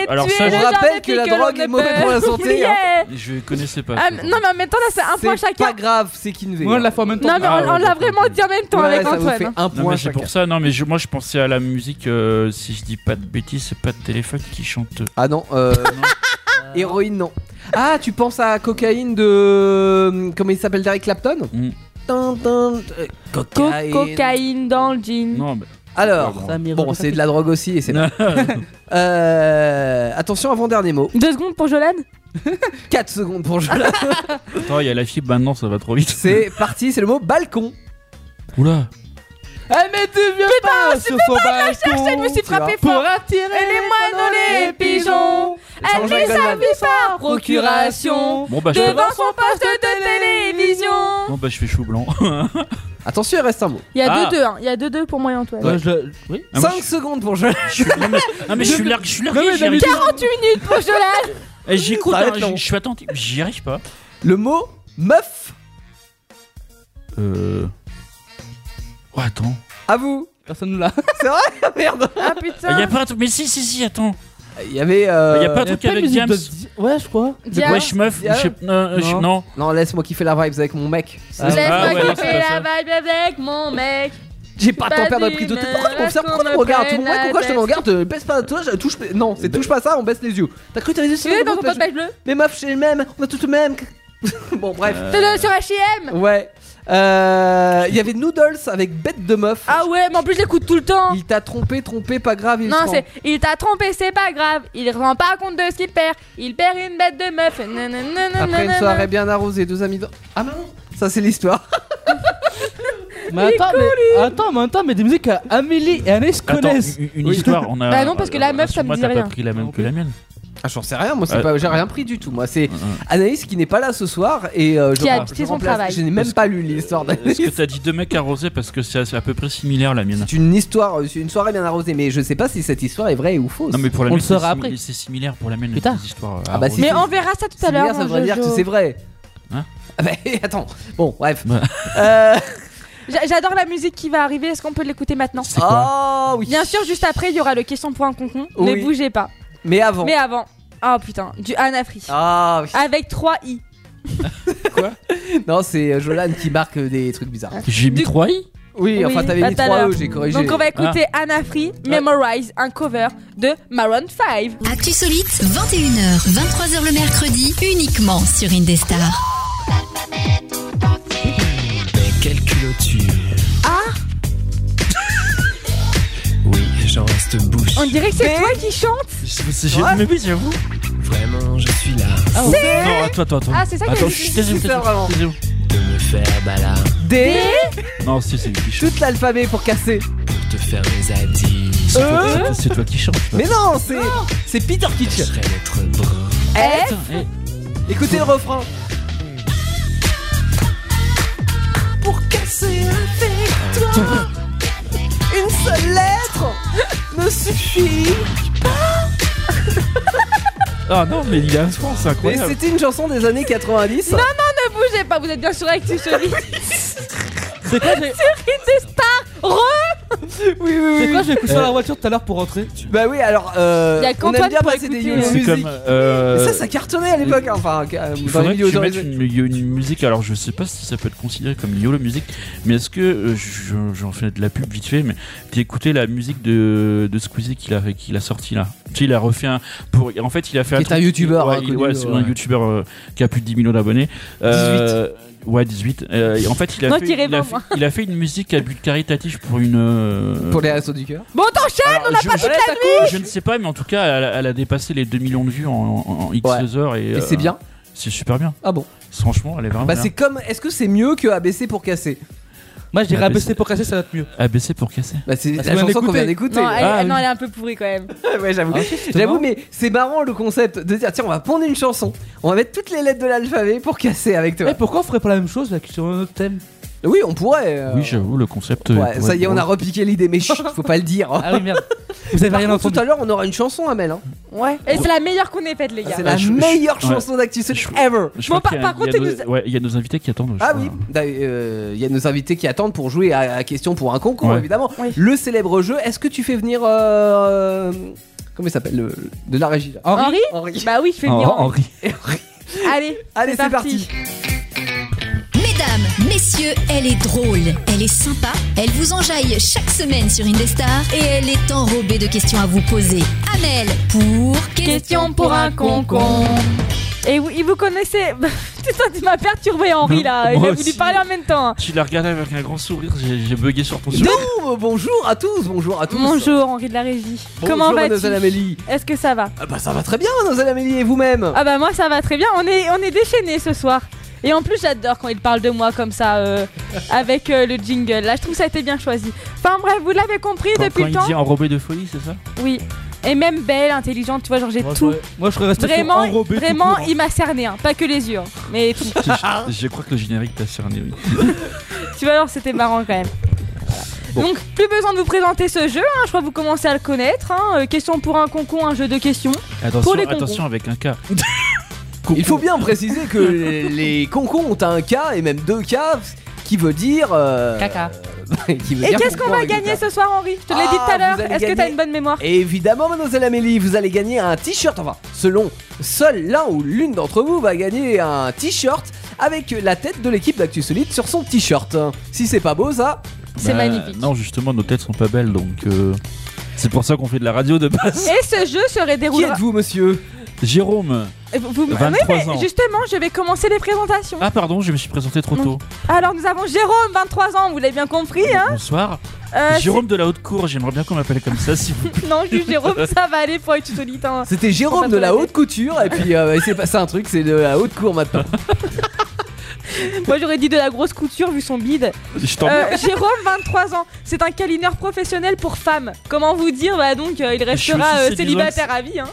planer
Alors
Tu
ça,
es
je
le genre
rappelle
de
que
fille
la
l'on
drogue
ne
est mauvaise
peut
pour la santé,
oublier.
Je connaissais pas.
Ah,
ça.
Non, mais en même temps, là, c'est un point
C'est
chacun
pas grave, c'est Kinvé.
Moi, on l'a fait en même temps.
Non, mais
Ah,
on, on
ouais,
l'a
d'accord.
vraiment dit en même temps
Ouais,
avec
ça vous
Antoine.
fait
hein.
un
Non,
point
mais c'est
chacun.
pour ça, non, mais je- moi je pensais à la musique, euh, si je dis pas de bêtises, c'est pas de téléphone qui chante.
Ah non, euh, héroïne non. Ah, tu penses à cocaïne de comment il s'appelle Derek Clapton
Mm.
Tin, tin, euh,
Co-
Cocaïne.
cocaïne dans le jean.
Non, mais.
Alors,
Ça m'y
bon,
revoit.
c'est de la drogue aussi et c'est.
Non.
Euh, attention avant dernier mot.
Deux secondes pour Jolan
4 secondes pour Jolan.
Attends, il y a la fibre maintenant, ça va trop vite.
c'est parti, c'est le mot balcon.
Oula
Eh, mais tu viens pas sur son balcon.
Je me suis
tu vois.
frappé
Pour
fort.
attirer
Et les
moineaux,
moineaux, les pigeons. Elle
Jean-Jacques
vit sa
Goldman.
vie par procuration.
Bon bah je,
Devant son poste de télévision.
bon, bah, je fais chou blanc.
Attention, il reste un mot.
Il y a
Ah.
2-2, hein. il y a 2-2 pour moi et Antoine.
Ouais, Euh, je- Oui.
Ah, moi,
5 secondes pour Jolan.
je, je- non, mais, non, mais je suis largué, je suis largué,
Non, mais
j'y arrive-
40 minutes pour Jolan.
Eh, J'écoute,
Ça va
hein,
être long.
je je suis attentif, j'y arrive pas.
Le mot meuf.
Euh. Oh, attends.
À vous.
Personne ne l'a.
C'est vrai Ah, Merde.
Ah
Il y a
putain.
pas un truc, mais si, si, si, attends.
Il y avait. euh,
Il y a pas- Un
Y a
truc
pas de
avec
musique
James.
de- Ouais, je crois.
Dia,
Wesh meuf,
Dia-
je sais- euh, je-
Non.
non.
Non, laisse-moi kiffer la vibes avec mon mec.
Ah,
ouais,
Laisse-moi
non,
kiffer
c'est pas
la vibe avec mon mec.
J'ai pas de temps à
Vas-y,
perdre de prise de tête.
mais
Pourquoi tu me regardes Pourquoi tu me regardes
raconte-moi
Tout le monde,
la
pourquoi je te
tête.
regarde euh, Baisse pas, toi, je touche. Non, c'est touche pas ça, on baisse les yeux. T'as cru que t'avais les yeux sur
Tu es
le
dans ton
dos, toi,
pote beige bleu.
je- Mais meuf, j'ai le même, on a tous le même. Bon, bref.
T'es sur H&M.
Ouais. Euh, Il y avait Noodles avec bête de meuf.
Ah ouais, mais en plus je l'écoute tout le temps.
Il t'a trompé, trompé, pas grave. Il
Non,
se
c'est il t'a trompé, c'est pas grave. Il rend pas compte de ce qu'il perd. Il perd une bête de meuf. Nananana.
rend. Après une soirée bien arrosée, deux amis. dans- Ah, mais non, ça c'est l'histoire.
Mais attends, mais attends, mais attends, mais des musiques à Amélie et Anaïs
Attends,
connaissent.
une, une
Oui.
histoire, on a.
Bah non, parce que la
euh,
meuf, ça
sur
me
moi,
dit
t'as
rien.
pas pris la même
Non
que la mienne.
Ah, j'en sais rien, moi, c'est
Euh,
pas- j'ai rien pris du tout. Moi, c'est Anaïs qui n'est pas là ce soir et euh, je,
Qui a
je
quitté son
remplace-
travail.
Je n'ai même pas lu l'histoire d'Anaïs.
Est-ce que t'as dit deux mecs arrosés parce que c'est à- c'est à peu près similaire la mienne
C'est une histoire, c'est une soirée bien arrosée, mais je sais pas si cette histoire est vraie ou fausse.
Non mais pour la
On
mienne,
le saura
c'est
après.
simi- c'est similaire pour la mienne
Plus tard.
les histoires. euh,
Ah bah,
arrosées.
si.
Mais on verra ça tout à
C'est
l'heure.
bizarre, ça voudrait dire que
Jojo.
c'est vrai.
Hein
ah bah, attends, bon, bref.
Ouais.
Euh,
J'a- J'adore la musique qui va arriver. Est-ce qu'on peut l'écouter maintenant
C'est quoi
oh oui.
Bien sûr, juste après, il y aura le question pour un concon. Ne
Oui.
bougez pas.
Mais avant.
Mais avant, oh putain, du Anafri.
Ah oui.
Avec 3 i.
Non, c'est euh, Jolan qui marque euh, des trucs bizarres.
J'ai mis
Du-
3 i
Oui,
Ah. Oui,
enfin, t'avais
à
mis
tout à
3 E,
l'heure.
j'ai corrigé. Ah.
Donc on va écouter Anafri Memorize, un cover de Maroon 5.
Actu Solite, 21h, 23h le mercredi, uniquement sur Indestar.
Mais quelle tu Ah Oui, j'en reste bouche.
On dirait que c'est toi qui chante.
C'est j'ai- Mais oui, j'avoue.
Vraiment, je suis là
Non, attends, attends, attends.
Ah, c'est ça qu'elle
Attends,
dit.
chut, taisez-vous,
Super,
taisez-vous,
vraiment.
taisez-vous.
de me faire balade
D,
Non, si, c'est lui qui chante.
toute l'alphabet pour casser.
pour te faire mes adis.
C'est toi- C'est toi qui chante.
Mais non, c'est c'est Peter
Je
Kitsch.
serai notre bras.
Eh
F,
eh.
Écoutez le refrain. Pour casser avec toi, une seule lettre ne suffit.
Ah non, mais il est à France, c'est
Mais
incroyable.
c'était une chanson des années 90.
ne bougez pas, vous êtes bien sûr avec Solide.
C'est quoi, j'ai-
oui, oui,
c'est
oui.
quoi, j'ai écouté ça dans la voiture tout à l'heure pour rentrer.
Bah oui, alors, euh,
Y a
on
qu'Antoine
aime bien
pour
passer des
écouter,
musiques.
euh.
C'est comme.
Mais
euh,
ça, ça cartonnait à l'époque, hein, enfin, euh,
Il
dans les
faudrait
milieux
que tu mettes
autorisés.
une, une musique, alors je sais pas si ça peut être considéré comme YOLO musique, mais est-ce que, euh, je- j'en fais de la pub vite fait, mais t'as écouté la musique de, de Squeezie qu'il a, qu'il a sorti là Tu sais, il a refait un. Pour, en fait, il a fait
Qui est
truc-
un youtubeur,
Ouais,
hein,
il-
connu,
ouais, c'est
ouais.
un youtubeur euh, qui a plus de 10 millions d'abonnés. Euh, Ouais, 18. Euh, et en fait, il a,
Non,
fait,
tirez
il, a
vingt,
fait,
moi.
il a fait une musique à but caritatif pour une. euh,
Pour les restos du cœur.
Bon, t'enchaînes
alors, je, je-
Voilà, ça couche.
je ne sais pas, mais en tout cas, elle, a- elle a dépassé les 2 millions de vues en, en- en X
Ouais.
heures. Et,
Et
euh,
c'est bien.
C'est super bien.
Ah bon.
Franchement, elle est vraiment
Bah
bien.
c'est comme. Est-ce que c'est mieux que ABC pour casser
Moi, je dirais
Ah,
abaisser
mais
pour casser, ça va être mieux.
ABC pour casser.
Bah c'est
Parce
la
qu'on vient
chanson qu'on vient
d'écouter.
d'écouter.
Non, elle,
Ah,
non,
oui.
elle est un peu pourrie quand même.
ouais, j'avoue.
Ah, justement.
J'avoue, mais c'est marrant le concept de dire tiens, on va prendre une chanson, on va mettre toutes les lettres de l'alphabet pour casser avec toi.
Eh, pourquoi on ferait pas la même chose là, sur un autre thème
Oui, on pourrait. euh,
Oui, j'avoue, le concept.
ouais,
pourrait
ça y est,
être
on a
drôle.
repiqué l'idée, mais chut, faut pas le dire.
Ah oui, merde. Vous avez
Par
rien
contre,
entendu.
tout à l'heure, on aura une chanson à Mel. Hein. Ouais.
Et c'est la meilleure qu'on ait faite, les gars.
Ah, C'est la
Ah, je- je-
meilleure
ouais.
chanson d'actu Sud
Je-
ever.
Je
Bon,
crois
par-
qu'il y a-
par
il y a
contre,
nos- ouais, il y a nos invités qui attendent. je
Ah
crois.
oui, d'ailleurs, euh, il y a nos invités qui attendent pour jouer à, à question pour un concours,
Ouais.
évidemment. Le célèbre jeu, est-ce que tu fais venir. euh, comment il s'appelle le- le- De la régie, là.
Henri
Henri.
Bah oui, je fais
Oh,
venir. Henri.
Henri.
Allez,
Allez, c'est parti.
Mesdames, messieurs, elle est drôle, elle est sympa, elle vous enjaille chaque semaine sur Indestar et elle est enrobée de questions à vous poser. Amel pour
Question pour un concon. Et vous, vous connaissez. Putain, tu m'as perturbé, Henri, là. Il
Moi
a voulu
aussi.
parler en même temps. hein.
Tu l'as regardé avec un grand sourire, j'ai j'ai bugué sur ton sourire.
Nous, bonjour à tous, bonjour à tous.
Bonjour, Henri de la Régie.
Bonjour,
Comment vas-tu
mademoiselle Amélie.
Est-ce que ça va
Ah bah ça va très bien, mademoiselle Amélie, et vous-même
Ah bah moi, ça va très bien. On est, on est déchaînés ce soir. Et en plus, j'adore quand il parle de moi comme ça, euh, avec euh, le jingle. Là, je trouve ça a été bien choisi. Enfin bref, vous l'avez compris
Quand,
depuis
quand
le
il
temps.
dit enrobé de folie, c'est ça
Oui. Et même belle, intelligente, tu vois, genre j'ai
Moi, je
tout.
serais- Moi, je serais resté sur
Vraiment,
enrobé tout
vraiment,
court, hein.
il m'a cerné, hein. pas que les yeux, hein. mais tout.
je, je crois que le générique t'a cerné. oui.
tu vois alors c'était marrant quand même. Voilà.
Bon.
Donc plus besoin de vous présenter ce jeu, hein. je crois que vous commencez à le connaître. hein. Euh, question pour un concours, un jeu de questions.
Attention,
Pour les concours.
attention avec un cas.
Il faut bien préciser que les, les concons ont un K et même deux K, qui veut dire. euh,
Caca.
qui veut
Et
dire
qu'est-ce qu'on
concon
va
avec
gagner
un K.
ce soir Henri Je te l'ai
Ah,
dit tout à
vous
l'heure,
allez
est-ce que t'as
gagner.
une bonne mémoire
Et évidemment, mademoiselle Amélie, vous allez gagner un t-shirt. Enfin, selon seul l'un ou l'une d'entre vous va gagner un t-shirt avec la tête de l'équipe d'Actu Solide sur son t-shirt. Si c'est pas beau, ça.
C'est
Bah,
magnifique.
Non, justement, nos têtes sont pas belles, donc euh, c'est pour ça qu'on fait de la radio de base.
Et ce jeu se
Qui
déroulera...
êtes-vous, monsieur
Jérôme.
Vous, vous-
23
oui, mais
ans.
justement, je vais commencer les présentations.
Ah pardon, je me suis présenté trop tôt.
Alors nous avons Jérôme, 23 ans, vous l'avez bien compris. Hein
Bonsoir.
Euh,
Jérôme de la haute cour, j'aimerais bien qu'on m'appelle comme ça si vous.
c'est- Non, juste Jérôme, ça va aller pour être solide. hein.
C'était
On
Jérôme
va
de la
trouver.
haute couture, et puis euh, il s'est passé un truc, c'est de la haute cour maintenant.
Moi j'aurais dit de la grosse couture vu son bide.
Je t'en
Euh, Jérôme, 23 ans, c'est un câlineur professionnel pour femmes. Comment vous dire Bah donc, euh, il restera
aussi
euh,
célibante.
célibataire à vie. Hein.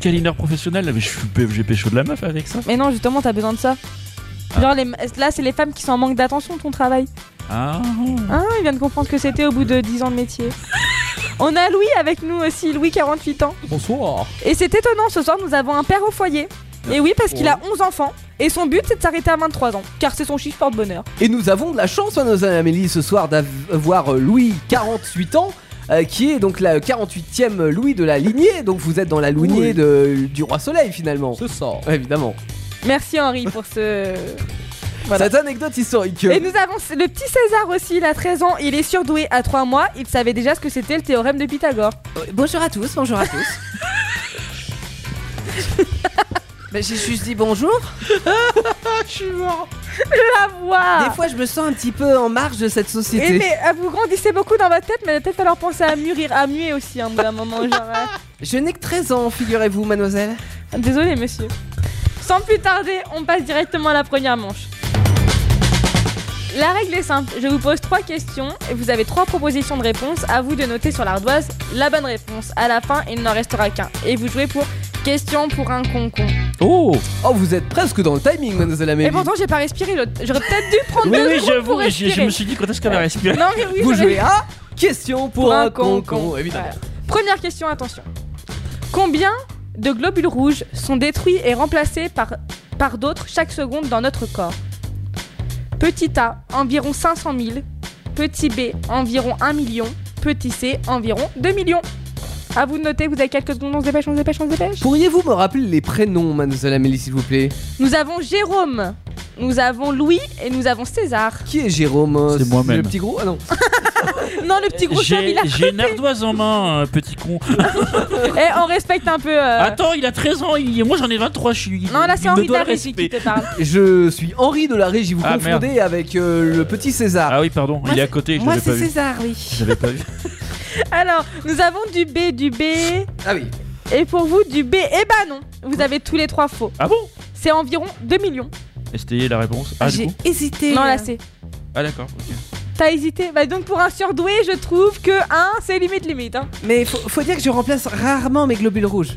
câlineur professionnel, mais je suis j'ai pécho de la meuf avec ça.
Mais non, justement, t'as besoin de ça. Genre, les- là, c'est les femmes qui sont en manque d'attention de ton travail.
Ah.
Hein, il vient de comprendre ce que c'était au bout de 10 ans de métier. On a Louis avec nous aussi, Louis, 48 ans.
Bonsoir.
Et c'est étonnant, ce soir, nous avons un père au foyer. Et oui, parce qu'il a 11 enfants. Et son but, c'est de s'arrêter à 23 ans, car c'est son chiffre porte-bonheur.
Et nous avons de la chance, mademoiselle Amélie, ce soir d'avoir euh, Louis, 48 ans. euh, qui est donc la 48e Louis de la lignée, donc vous êtes dans la lignée de- du roi soleil finalement.
Ce sort.
Évidemment.
Merci Henri pour ce. Voilà.
Cette anecdote historique.
Et nous avons le petit César aussi, il a 13 ans, il est surdoué à 3 mois, il savait déjà ce que c'était le théorème de Pythagore.
Bonjour à tous, bonjour à tous. Bah, j'ai juste dit bonjour.
La voix
Des fois, je me sens un petit peu en marge de cette
Ah. Eh,
société.
mais euh, vous grandissez beaucoup dans votre tête, mais il va peut-être falloir penser à mûrir, à muer aussi hein, au bout d'un moment. Genre, euh,
Je n'ai que 13 ans, figurez-vous, mademoiselle.
Désolé monsieur. Sans plus tarder, on passe directement à la première manche. La règle est simple, je vous pose trois questions et vous avez trois propositions de réponse. À vous de noter sur l'ardoise la bonne réponse. À la fin, il n'en restera qu'un. Et vous jouez pour question pour un concon.
Oh.
Oh, vous êtes presque dans le timing, mademoiselle Amélie.
Et pourtant, j'ai pas respiré. l'autre. J'aurais peut-être dû prendre
Oui
deux
oui,
secondes pour
j'avoue. Je, je
respirer.
me suis dit quand est-ce qu'elle va respirer.
Non, mais oui,
vous
j'aurais-
jouez à question pour, un con con, évidemment.
Voilà. Première question, attention. Combien de globules rouges sont détruits et remplacés par, par d'autres chaque seconde dans notre corps Petit A, environ 500 000. Petit B, environ 1 million. Petit C, environ 2 millions. À vous de noter, vous avez quelques secondes, on se dépêche, on se dépêche, on se dépêche.
Pourriez-vous me rappeler les prénoms, mademoiselle Amélie, s'il vous plaît
Nous avons Jérôme, nous avons Louis et nous avons César.
Qui est Jérôme euh,
C'est moi-même.
Le petit gros Ah non.
Non, le petit gros chum,
J'ai
il a.
j'ai une ardoise en main, euh, petit con.
Eh, on respecte un peu. euh,
Attends, il a 13 ans, il- moi j'en ai 23, je suis.
Non, là,
il
c'est
me
Henri
doit le
Darry qui
respect.
te parle.
Je suis Henri de la Régie, vous
Ah,
confondez avec euh, le petit César.
Ah oui, pardon, il est à côté, je
Moi,
l'avais pas
c'est
vu.
César, oui.
J'avais pas vu.
Alors, nous avons du B, du B.
Ah oui.
Et pour vous, du B, eh ben non. Vous avez tous les trois faux.
Ah bon
C'est environ 2 millions.
Essayez la réponse. Ah, du
J'ai
coup
hésité.
Non, là, c'est.
Ah, d'accord. ok.
T'as hésité Bah, donc, pour un surdoué, je trouve que 1, c'est limite limite. hein.
Mais faut, faut dire que je remplace rarement mes globules rouges.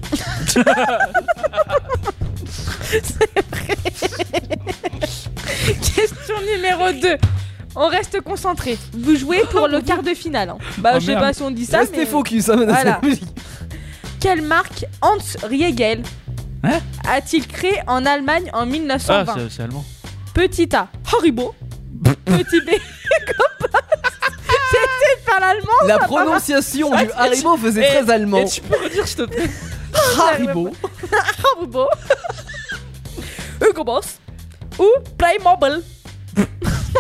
Question numéro 2. On reste concentré. Vous jouez pour le quart de finale. hein. Bah,
Oh,
je sais
merde.
pas si on dit ça,
Restez
mais.
focus, hein, madame.
Voilà. Quelle marque Hans Riegel
Hein
a-t-il créé en Allemagne en
Ah,
1920
c'est- c'est allemand.
Petit A, Haribo. Petit B, Copa. J'essaie de parler allemand.
La prononciation du Haribo faisait très allemand.
Et tu peux redire, s'il te plaît
Haribo.
Haribo. Hugo Boss. Ou Playmobil. non,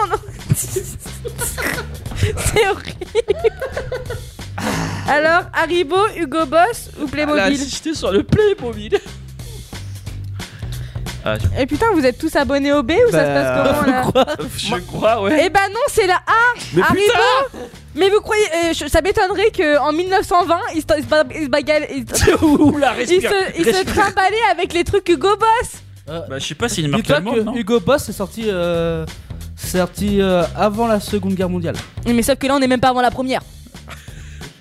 non. C'est horrible. Alors, Haribo, Hugo Boss ou
Elle a
Playmobil
insisté sur le Playmobil. Ah, je,
Et putain, vous êtes tous abonnés au B ou ça se
Bah,
passe comment là
je crois, ouais.
Eh ben non, c'est la A Haribo Mais vous croyez, euh, je- ça m'étonnerait qu'en 1920, ils se, ils se ba- ils se bagalaient- ils se-
Oula,
ils
respire.
se- ils se
respire.
trimbalaient avec les trucs Hugo Boss
Bah, je sais pas s'il est marqué
Dis-toi
allemand, non
que Hugo Boss est sorti, euh, c'est sorti euh, avant la Seconde Guerre mondiale.
Mais sauf que là, on est même pas avant la première.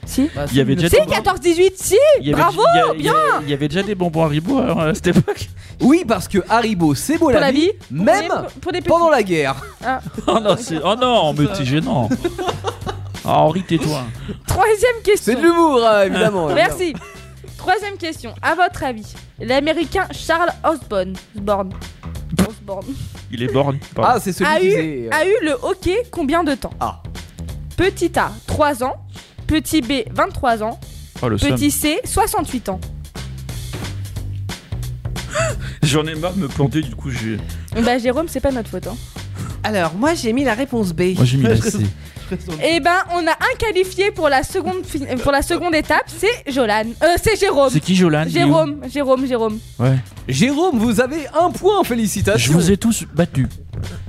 Si
Bah,
Il y avait
c'est
déjà
Si,
des
14-18, si
il y avait-
bravo,
il y a- il y a- Il y avait déjà des bonbons Haribo alors, à cette époque.
Oui, parce que Haribo, c'est beau la,
Pour la vie,
même
Pour des- pour des petits.
pendant la guerre.
Oh non, c'est... Oh non, mais t'es gênant. Ah, Henri, tais-toi.
Troisième
C'est
question.
de l'humour, hein, évidemment.
Merci. Troisième question. À votre avis, l'américain Charles Osborne, Osborne, Osborne
Il est borgne.
Ah, c'est celui
A
qui
eu-
faisait, euh,
a eu le hockey combien de temps
Ah.
Petit A, 3 ans. Petit B, 23 ans.
Oh, le seum.
Petit C, 68 ans.
J'en ai marre de me planter, du coup, j'ai...
Bah Jérôme, c'est pas notre faute. Hein.
Alors, moi, j'ai mis la réponse B.
Moi, j'ai mis la C.
Eh ben, on a un qualifié pour la seconde, fi- euh, pour la seconde étape, c'est Jolan. Euh, c'est Jérôme.
C'est qui,
Ah,
Jolan Il est où
Jérôme, Jérôme, Jérôme.
Ouais.
Jérôme, vous avez un point, félicitations.
Je vous ai tous battus.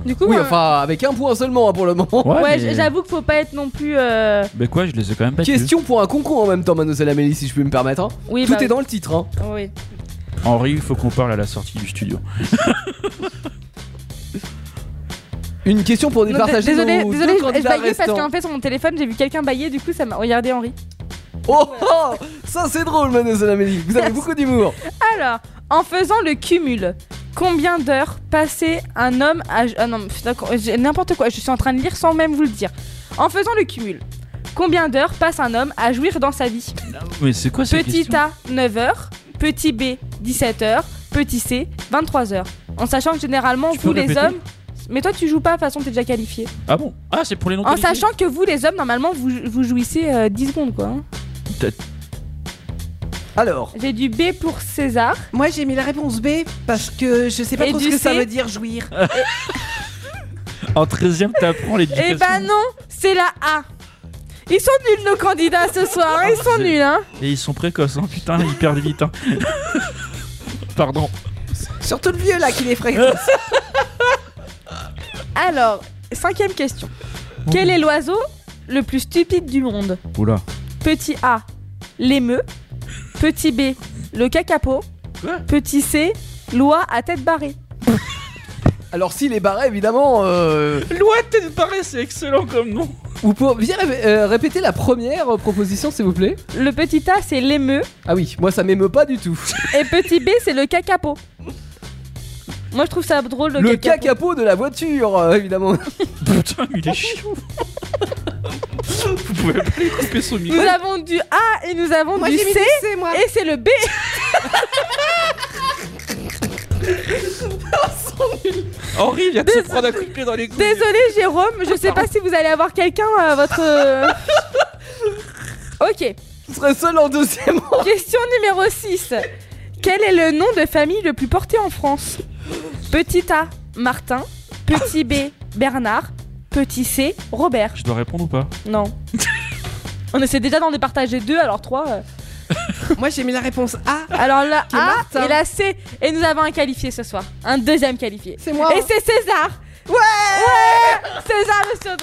Du coup,
Oui,
ben,
enfin, avec un point seulement hein, pour le moment.
ouais,
mais-
j- j'avoue qu'il faut pas être non plus. euh,
Mais quoi, je les ai quand même battus.
Question pour un concours en même temps, mademoiselle Amélie, si je peux me permettre. hein.
Oui,
Eh
Tout
ben
bah,
est dans le titre. hein.
oui.
Henri, il faut qu'on parle à la sortie du studio.
Une question pour
Non, d-
départager
désolé,
nos
désolé,
deux
je- je
candidats
baillais parce
restants.
qu'en fait sur mon téléphone j'ai vu quelqu'un bailler, du coup ça m'a regardé Henri.
Oh, oh, ça c'est drôle, mademoiselle Amélie. Vous avez beaucoup d'humour.
Alors, en faisant le cumul, combien d'heures passait un homme à... Ah non, pff, d'accord, j'ai- n'importe quoi, je suis en train de lire sans même vous le dire. En faisant le cumul, combien d'heures passe un homme à jouir dans sa vie
Mais c'est quoi cette
Petit
question
A, 9 heures. Petit B, 17 heures. Petit C, 23 heures. En sachant que généralement,
Tu peux
vous les
répéter
hommes... Mais toi, tu joues pas, de toute façon, t'es déjà qualifié.
Ah bon Ah, c'est pour les noms
En sachant que vous, les hommes, normalement, vous, vous jouissez euh, 10 secondes, quoi. hein.
Alors,
J'ai du B pour César.
Moi, j'ai mis la réponse B parce que je sais pas
Et
trop ce
du
que ça
C.
veut dire jouir.
En 13 e t'apprends l'éducation.
Eh ben non, c'est la A. Ils sont nuls nos candidats ce soir, hein, ils sont nuls hein.
Et ils sont précoces, hein, putain, ils perdent vite. Hein. Pardon.
Surtout le vieux là qui les frais.
Alors, cinquième question. Quel est l'oiseau le plus stupide du monde
Oula.
Petit A, l'émeu. Petit B, le cacapo.
Quoi
Petit C, l'oie à tête barrée.
alors s'il est barré, évidemment, euh,
Loin de paraît, c'est excellent comme nom.
vous pouvez bien ré- euh, répéter la première euh, proposition, s'il vous plaît.
Le petit A, c'est l'émeu.
Ah oui, moi ça m'émeut pas du tout.
Et petit B, c'est le cacapo. Moi, je trouve ça drôle le,
Le
cacapo.
cacapo de la voiture, euh, évidemment.
Putain, il est chiant. Vous pouvez pas lui couper son micro.
Nous avons du A et nous avons
Moi,
du
j'ai mis
C.
du C, moi.
Et c'est le B.
Henri vient de se prendre un coup de pied dans les couilles.
Désolé Jérôme, je sais pas si vous allez avoir quelqu'un à votre. euh, Ok,
Je serais seul en deuxième.
question numéro 6. Quel est le nom de famille le plus porté en France Petit A, Martin. Petit B, Bernard. Petit C, Robert.
Je dois répondre ou pas
Non. On essaie déjà d'en départager deux, alors trois. euh.
Moi j'ai mis la réponse A.
Alors la
Qui est hein.
A
Martin.
et la C. Et nous avons un qualifié ce soir. Un deuxième qualifié.
C'est moi. hein.
Et c'est César. Ouais, César, monsieur.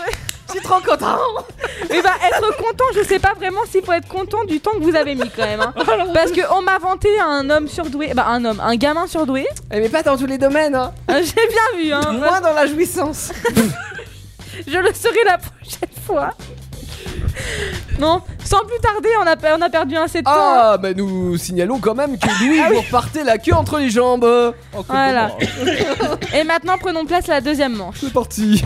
Je suis trop content.
Et bah être content, je sais pas vraiment s'il faut être content du temps que vous avez mis quand même.
Oh
hein. Parce que on m'a vanté un homme surdoué, bah un homme, un gamin surdoué.
Eh, Mais pas dans tous les domaines. Hein.
J'ai bien vu, hein.
Moins dans la jouissance.
Je le serai la prochaine fois. Non, sans plus tarder, on a, on a perdu un
Oh.
assez de temps. hein.
Ah, mais nous signalons quand même
Ah
que Louis vous repartez la queue entre les jambes. Oh, que
Voilà.
bon.
Et maintenant, prenons place à la deuxième manche.
C'est parti.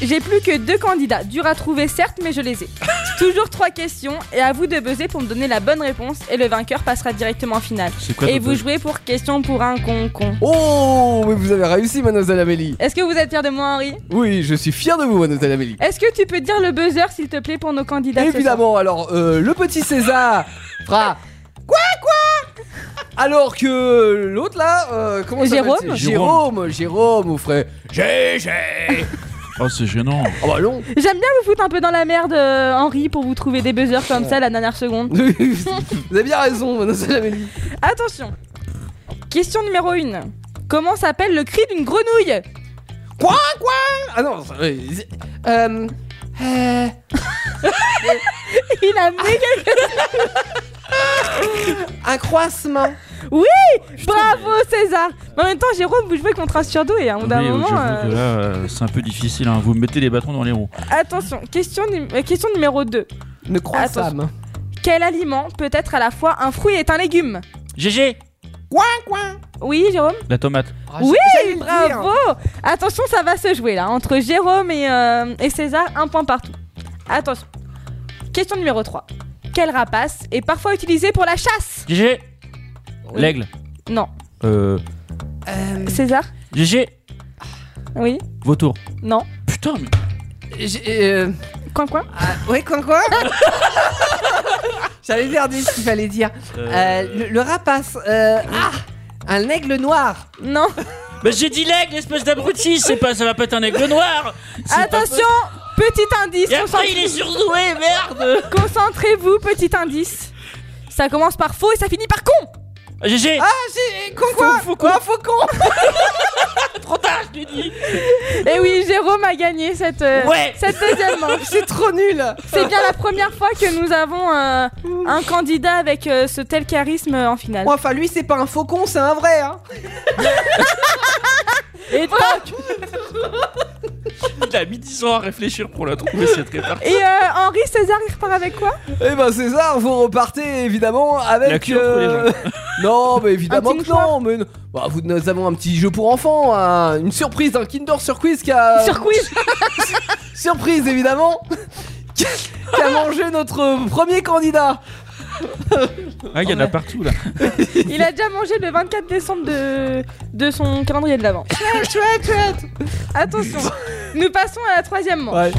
J'ai plus que deux candidats, dur à trouver certes, mais je les ai. Toujours trois questions, et à vous de buzzer pour me donner la bonne réponse, et le vainqueur passera directement en finale.
C'est quoi
et
ton-
vous jouez pour question pour un con con.
Oh, mais vous avez réussi, mademoiselle Amélie.
Est-ce que vous êtes fier de moi, Henri
Oui, je suis fier de vous, mademoiselle Amélie.
Est-ce que tu peux dire le buzzer, s'il te plaît, pour nos candidats ce
Évidemment, alors euh, le petit César fera quoi quoi Alors que euh, l'autre là, euh, comment ça
Jérôme
s'appelle-t-il Jérôme, Jérôme, vous ferez GG
Oh, c'est gênant.
Ah bah non
soir J'aime bien vous foutre un peu dans la merde, euh, Henri, pour vous trouver des buzzers comme ça à la dernière seconde.
Vous avez bien raison, mademoiselle Amélie.
Attention Question numéro 1. Comment s'appelle le cri d'une grenouille
Ah non, ça- euh, c'est-
Euh, euh,
Il a amené
un croissement.
Bravo César Mais En même temps, Jérôme, vous jouez contre un surdoué. Hein. Au bout d'un
Oui,
moment,
j'avoue
euh,
que là, euh, c'est un peu difficile. hein. Vous me mettez les bâtons dans les roues.
Attention, question, num- euh, question numéro 2.
ne crois
Attention.
pas. main.
Quel aliment peut être à la fois un fruit et un légume
GG
Oui, Jérôme
La tomate.
Ah,
Oui,
j'allais le dire.
Bravo Attention, ça va se jouer là. Entre Jérôme et, euh, et César, un point partout. Attention. Question numéro 3. Quel rapace est parfois utilisé pour la chasse
GG L'aigle.
Non.
Euh.
Euh,
César
GG
Oui
Vautour.
Non.
Putain, mais.
j'ai- euh,
Coin coin
ouais, quoi, quoi J'avais perdu ce qu'il fallait dire. Euh, le, le rapace. euh, ah Un aigle noir.
Non.
Bah, j'ai dit l'aigle, espèce d'abruti. C'est pas, ça va pas être un aigle noir.
Attention Petit indice concentré-
surdoué, merde.
Concentrez-vous, petit indice. Ça commence par faux et ça finit par con
GG
Con quoi Un faucon
Et Eh oui, Jérôme a gagné cette, euh,
Ouais.
cette deuxième manche.
C'est trop nul
C'est bien la première fois que nous avons euh, un candidat avec euh, ce tel charisme euh, en finale.
Bon, Enfin, lui, c'est pas un faucon, c'est un vrai. Hein.
Et, toc
Il a mis 10 ans à réfléchir pour la trouver cette répartie.
Et, euh, Henri César, il repart avec quoi
Eh ben César, vous repartez évidemment
La
avec.
queue
euh,
entre les
non, mais évidemment
Un petit
que non. Mais non. Bah, vous, nous avons un petit jeu pour enfants, un- une surprise, un Kinder sur quiz qui a.
Sur quiz
Surprise évidemment Qui a mangé notre premier candidat
Ah, il y en a partout là.
Il a déjà mangé le 24 décembre de, de son calendrier de l'avant. Chouette, chouette Attention, nous passons à la troisième manche.
Ouais.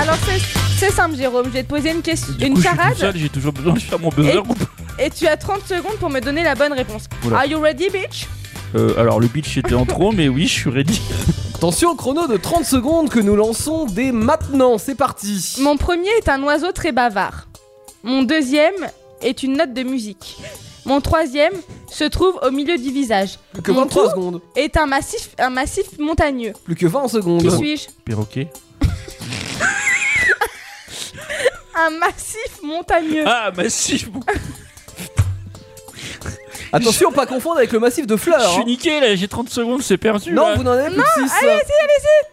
Alors, c'est- c'est simple, Jérôme, je vais te poser une question,
Du
une
coup, je suis tout
charade.
seul, j'ai toujours besoin de faire mon buzzer. ou pas
Et tu as 30 secondes pour me donner la bonne réponse.
Oula.
Are you ready, bitch
Euh, alors, le pitch était en trop, mais oui, je suis ready.
Attention chrono de 30 secondes que nous lançons dès maintenant, c'est parti
Mon premier est un oiseau très bavard. Mon deuxième est une note de musique. Mon troisième se trouve au milieu du visage.
Plus que
mon
23
tour
secondes,
Est un massif, un massif montagneux.
plus que 20 secondes.
Qui suis-je
Perroquet.
Un massif montagneux.
Ah, massif, beaucoup.
Attention, pas confondre avec le massif de
Je
fleurs.
suis
hein.
niqué là, j'ai 30 secondes, c'est perdu.
Non,
là.
vous n'en avez plus que 6.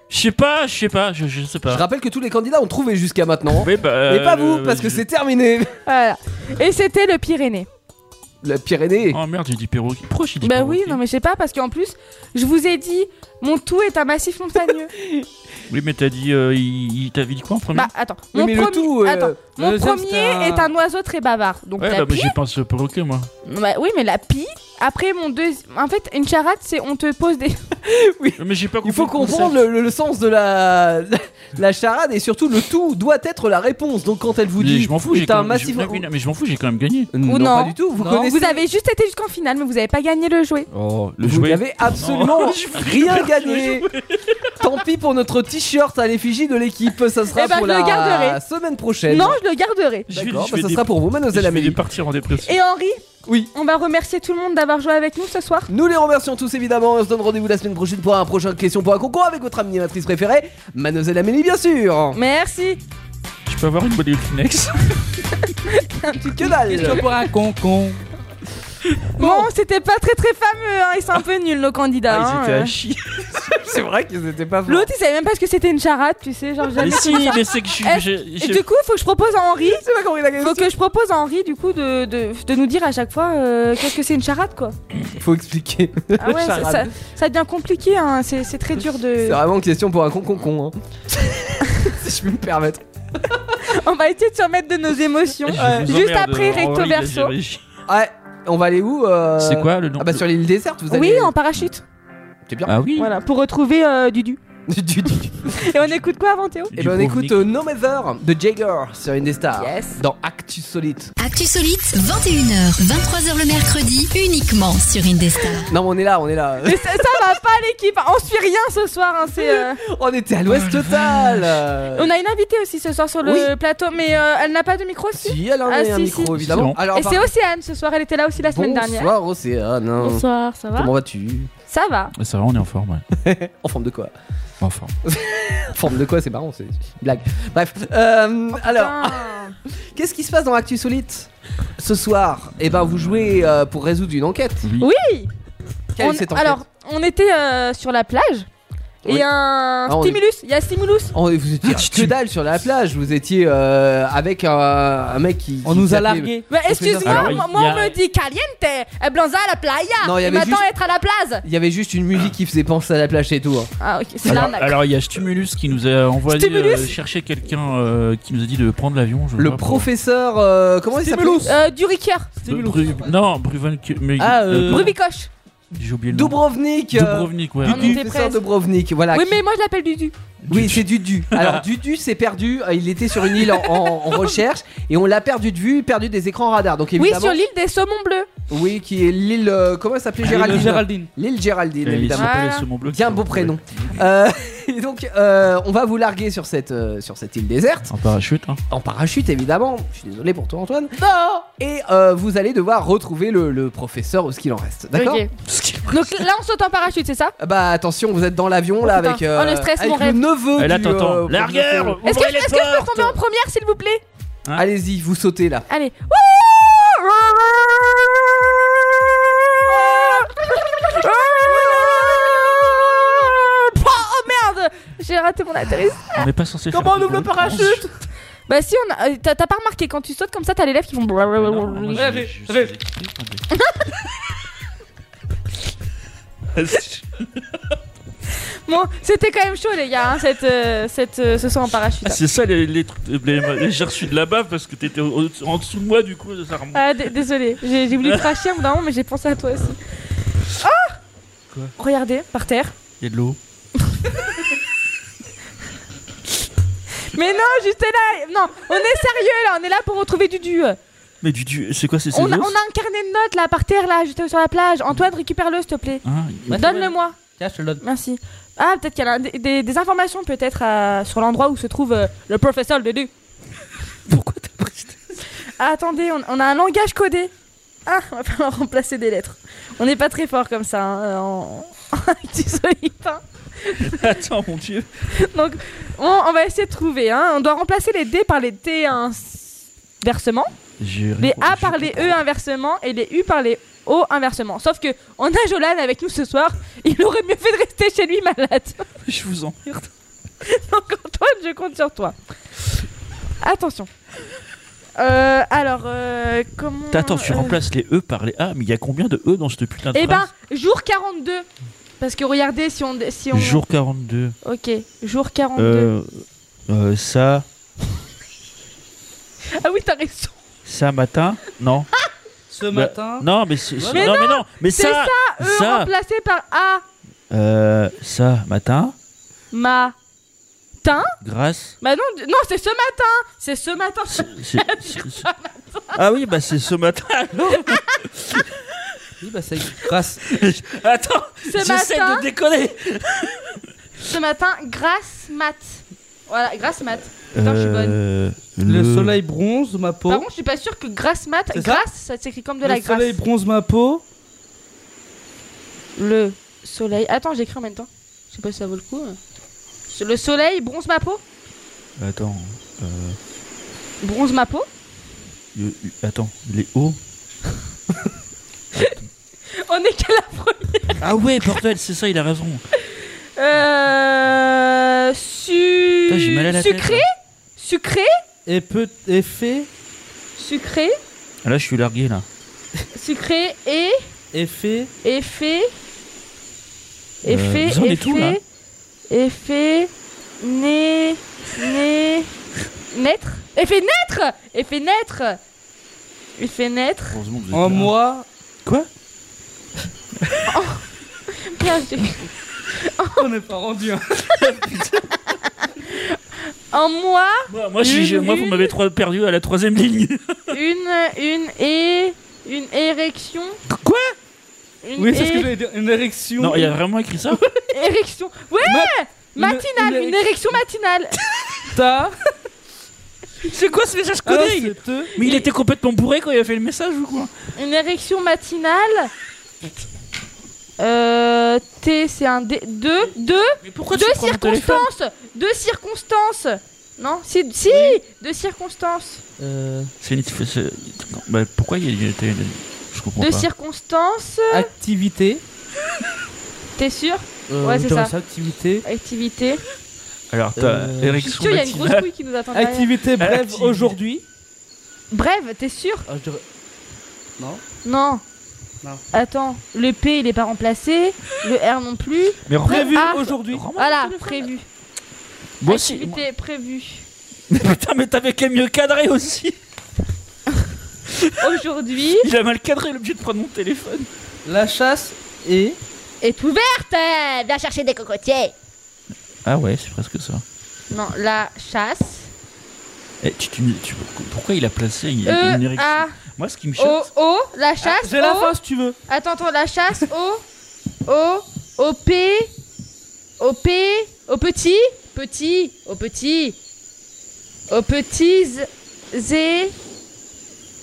Je sais pas, je sais pas, je, je sais
Je
pas.
rappelle que tous les candidats ont trouvé jusqu'à maintenant.
Mais, bah,
Mais pas
euh,
vous, parce que
je-
c'est terminé
Voilà. Et c'était le Pyrénées.
La Pyrénées
Oh merde, j'ai dit perroquet. Pourquoi j'ai dit
Bah
perroquet
oui, non mais je sais pas parce qu'en plus, je vous ai dit mon tout est un massif montagneux.
Oui, mais t'as dit. euh, il, il- t'avait dit quoi en premier
bah attends,
Oui,
mon
mais
premier
le tout... euh,
attends, mon
deuxième,
premier
c'est un-
est un oiseau très bavard. Donc
Ouais,
la
bah, mais
pie
j'ai pensé au perroquet moi.
Bah oui, mais la pie Après mon deuxième. En fait, une charade, c'est on te pose des.
Euh, Mais j'ai pas compris.
Il faut
le concept.
comprendre le, le- le sens de la, la charade et surtout le tout doit être la réponse. Donc quand elle vous
Mais
dit,
je m'en fous,
et
j'ai
t'as
quand
un
même-
massif. Oh,
je- mais je m'en fous, j'ai quand même gagné.
Ou non.
pas du tout. Vous
Non.
connaissez.
Vous avez juste été jusqu'en finale, mais vous avez pas gagné le jouet.
Oh, le
Vous
jouet.
n'avez absolument rien gagné. Tant pis pour notre t-shirt à l'effigie de l'équipe. Ça sera
Eh ben,
pour
je
la
le garderai.
semaine prochaine.
Non, je le garderai.
Je vais-
D'accord,
je
bah,
vais
ça
dé-
sera pour vous,
je
mademoiselle
vais
Amélie.
partir en dépression.
Et Henri
Oui.
On va remercier tout le monde d'avoir joué avec nous ce soir.
Nous les remercions tous évidemment et on se donne rendez-vous la semaine prochaine pour un prochain question pour un concours avec votre animatrice préférée, mademoiselle Amélie bien sûr.
Merci.
Je peux avoir une boîte de
Ah,
Kleenex
Que dalle
pour un con-con.
Bon, c'était pas très très fameux, hein. ils sont un peu nuls nos candidats.
Ah,
hein,
ils étaient
euh.
à chier.
C'est vrai qu'ils n'étaient pas forts.
L'autre, il savait même pas ce que c'était une charade, tu sais, genre
Mais
jamais
si,
compris ça.
mais c'est que je suis.
Est-ce-
j'ai-
Et
j'ai-
du coup, faut que je propose à Henri,
C'est pas compris la question.
faut que je propose à Henri du coup de, de, de nous dire à chaque fois euh, qu'est-ce que c'est une charade quoi.
Faut expliquer.
Ah ouais, ça,
Charade.
ça- ça devient compliqué, hein. c'est c'est très dur
C'est
de.
vraiment une question pour un con con con. hein. si je peux me permettre.
On va essayer de se remettre de nos émotions. Euh,
Je vous
Juste
emmerde,
après,
Henri
recto verso.
Lazeri.
Ouais, on va aller où euh,
C'est quoi le nom
Ah bah sur l'île déserte, vous allez.
Oui, en parachute.
C'est bien.
Ah oui
Voilà, pour retrouver euh, Dudu.
Du- du- du-
Et on écoute quoi avant Théo
Et ben on écoute euh, No Matter de Jagger sur une des stars
Yes.
dans Actu Solide.
Actu Solite, 21h, 23h le mercredi, uniquement sur Indestar.
Non mais on est là, on est là.
Mais ça, ça va pas l'équipe, on se fait rien ce soir. hein, c'est, euh,
on était à l'ouest
Oh,
total. euh.
On a une invitée aussi ce soir sur le
Oui.
plateau, mais euh, elle n'a pas de micro aussi.
Si elle en a
Ah,
un
si,
micro
si.
évidemment.
Sinon.
Alors
Et c'est Océane ce soir, elle était là aussi la semaine dernière.
Bonsoir Océane.
Bonsoir, ça va
Comment vas-tu
Ça va.
C'est vrai, Ah, on est en forme, ouais.
En forme de quoi
Enfin.
En forme de quoi C'est marrant, c'est une blague. Bref, euh, alors
Putain.
Qu'est-ce qui se passe dans Actu Solite Ce soir, eh ben, vous jouez euh, pour résoudre une enquête.
Oui
Quelle
On-
est cette enquête
Alors, on était euh, sur la plage.
Oui.
Et
Ah,
un
on-
stimulus, il y a stimulus.
Oh, vous étiez
Ah,
que dalle sur la plage, vous étiez euh, avec un, un mec qui.
On
qui
nous a
s'appelait-
largués.
Bah,
fait
excuse-moi,
ça. Alors,
moi,
il
moi,
y a-
on me dit caliente, eh, blanza à la playa.
Non, il y
et
avait
maintenant
juste-
être à la plage.
Il y avait juste une musique qui faisait penser à la plage et tout. hein.
Ah, ok, c'est
Alors,
l'arnaque.
alors, il y a Stimulus qui nous a envoyé
Stimulus
euh, chercher quelqu'un euh, qui nous a dit de prendre l'avion. je
Le
crois,
professeur. euh, comment il s'appelle
Euh, du Ricoeur,
pour- Bru- Bru- Non, Bruvan. mais-
Ah, euh,
Bru-
Rubicoche.
J'ai oublié le nom.
Dubrovnik. euh,
Dubrovnik, ouais. Ah,
Dudu.
Professeur
Ah, On était presque.
Dubrovnik, voilà.
Oui,
qui-
mais moi je l'appelle Dudu.
Oui, c'est Dudu. Alors Dudu s'est perdu, euh, il était sur une île en, en- en recherche et on l'a perdu de vue, perdu des écrans radar. Donc
Oui,
évidemment,
sur l'île des saumons bleus.
oui, qui est l'île euh, comment elle s'appelait
Géraldine.
Géraldine.
Géraldine.
L'île Géraldine,
Et il
évidemment.
s'appelle
Voilà.
Saumon Bleu.
Bien beau prénom. Euh, et donc, euh, on va vous larguer sur cette, euh, sur cette île déserte,
En parachute, hein.
en parachute évidemment. Je suis désolé pour toi, Antoine. Et euh, vous allez devoir retrouver le, le professeur ou ce qu'il en reste. D'accord
Ok. Donc là, on saute en parachute, c'est ça
Ah Bah attention, vous êtes dans l'avion là
Oh, putain.
avec, euh,
Oh, le stress,
avec
mon
le
rêve.
neveu.
Elle
du,
attend, attends.
euh, professeur.
Largueur
Est-ce que,
Ouvrez les
est-ce que je peux
portes
tomber en première, s'il vous plaît
Allez-y, vous sautez là.
Allez. Oh merde J'ai raté mon atterrissage.
On n'est pas censé faire
Comment on ouvre le
concours.
Ah,
parachute
Bah si, on a- euh, t'as t'as pas remarqué, quand tu sautes comme ça, t'as les lèvres qui font...
Ah Non, moi, je-
Allez,
je-
allez.
Attendez.
Bon, c'était quand même chaud les gars, hein, cette, euh, cette, euh, ce saut en parachute.
Ah, c'est ça les, les trucs. les- les- J'ai reçu de la bave parce que t'étais au- au- en dessous de moi, du coup, ça remonte.
Ah, dé- désolé, j'ai j'ai voulu cracher au bout d'un moment, mais j'ai pensé à toi aussi. Ah
Quoi
Regardez, par terre.
Il y a de l'eau.
Mais non, juste là Non, on est sérieux là, on est là pour retrouver Dudu.
Mais du, du c'est quoi ces
On a, on a un carnet de notes là, par terre là, juste sur la plage. Antoine, récupère-le s'il te plaît.
Hein,
Bah,
Bah,
Donne-le-moi,
Tiens, je te le donne.
merci. Ah, peut-être qu'elle a des, des- des informations peut-être euh, sur l'endroit où se trouve euh, le professeur Dudu.
Pourquoi t'as pris
Ah, attendez, on, on a un langage codé. Ah, on va falloir remplacer des lettres. On n'est pas très fort comme ça hein, en, en actu solide, hein.
Attends, mon dieu.
Donc, on, on va essayer de trouver. Hein. On doit remplacer les D par les T inversement,
J'ai rien
les A
compris.
par les E inversement et les U par les O inversement. Sauf que on a Jolan avec nous ce soir. Il aurait mieux fait de rester chez lui malade.
Je vous emmerde.
Donc, Antoine, je compte sur toi. Attention. Euh, alors, euh, comment.
Attends, tu
euh,
remplaces les E par les A, mais il y a combien de E dans cette putain de
Eh ben,
phrase
jour 42. Parce que regardez si on. Si on...
Jour 42.
Ok, jour 42.
Euh, euh, ça,
Ah oui, t'as raison.
ça matin Non.
ce matin.
Non, mais, ce- ce-
Mais
non, mais non, mais
c'est
ça,
E remplacé par A.
euh, ça, matin,
Ma. Tin
grâce.
Bah non, d- non c'est ce matin C'est ce matin
c'est- c'est- c'est- c'est- Ah oui, bah c'est ce matin.
Oui, bah ça y est. Grâce.
Attends,
Ce
j'essaie
matin
de décoller.
Ce matin, grâce mat. Voilà, grâce mat. Putain, je suis bonne.
Euh,
Le soleil bronze ma peau.
Par contre, je suis pas sûre que grâce mat,
C'est ça
grâce, ça s'écrit comme de
le
la grâce.
soleil bronze ma peau.
Le soleil. Attends, j'écris en même temps. Je sais pas si ça vaut le coup. hein. Le soleil bronze ma peau
Attends, euh,
Bronze ma peau
le- attends, les hauts.
On est qu'à la
Ah ouais, bordel, c'est ça, il a raison.
Euh. Su...
Putain, j'ai mal à la tête,
sucré Sucré
Et peut et fait
Sucré
Ah, là, je suis largué là.
Sucré et.
et fait
Effet. Effet.
Euh,
vous en avez tout, là
hein.
effet. Effet. Né. Né. Naître. Effet naître Effet naître Effet naître.
Heureusement que vous êtes
en
là.
moi.
Merde, j'ai-
On n'est pas rendu. hein.
En moi,
Moi, moi, j'ai- j'ai- moi, vous m'avez trois- perdu à la troisième ligne.
une. Une. Et. Une érection.
Quoi
Une
Oui, c'est ce
é-
que j'allais dire. Une érection.
Non, il a vraiment écrit ça
érection. Ouais
une-
Matinale
une
Une érection matinale
Ta.
C'est quoi ce message
Ah,
codé
c'est te-
Mais il était complètement bourré quand il a fait le message ou quoi
Une érection matinale. Euh, T, c'est un D. 2, 2,
Mais pourquoi
deux
tu prends mon téléphone
circonstances. Deux circonstances. Non, si, si, deux circonstances.
Euh,
C'est une- c'est- c'est- non, bah, pourquoi il y a était Je comprends
Deux
pas.
circonstances.
activité.
T'es sûr
Euh,
Ouais, c'est
dans
ça.
sa Activité.
Activité.
Alors, t'as
Euh,
Je suis
érection
sûr, il y a une grosse
matinale.
couille qui nous attend. derrière.
Activité brève
Activité.
aujourd'hui.
Bref, t'es sûr
Ah, je dirais-
Non.
Non.
Attends, le P il est pas remplacé, le R non plus.
Mais remarque,
Prévu
Ah.
aujourd'hui.
Voilà, prévu.
moi aussi. moi-
Activité prévue.
Mais putain, mais t'avais qu'à mieux cadrer aussi.
Aujourd'hui
Il a mal cadré l'objet de prendre mon téléphone.
La chasse et
est ouverte.
Martin, viens chercher des cocotiers.
Ah ouais, c'est presque ça.
Non, la chasse.
Eh, tu, tu- tu- pourquoi il a placé une,
Euh,
une
E,
érection
ah.
A,
Moi, ce qui me
O,
Oh.
choque.
O, la chasse.
Ah, J'ai la
O.
fin si tu veux.
Attends, attends, la chasse au. Au. Au P. Au P. Au petit. Petit. Au petit. Au petit. Z. Zé.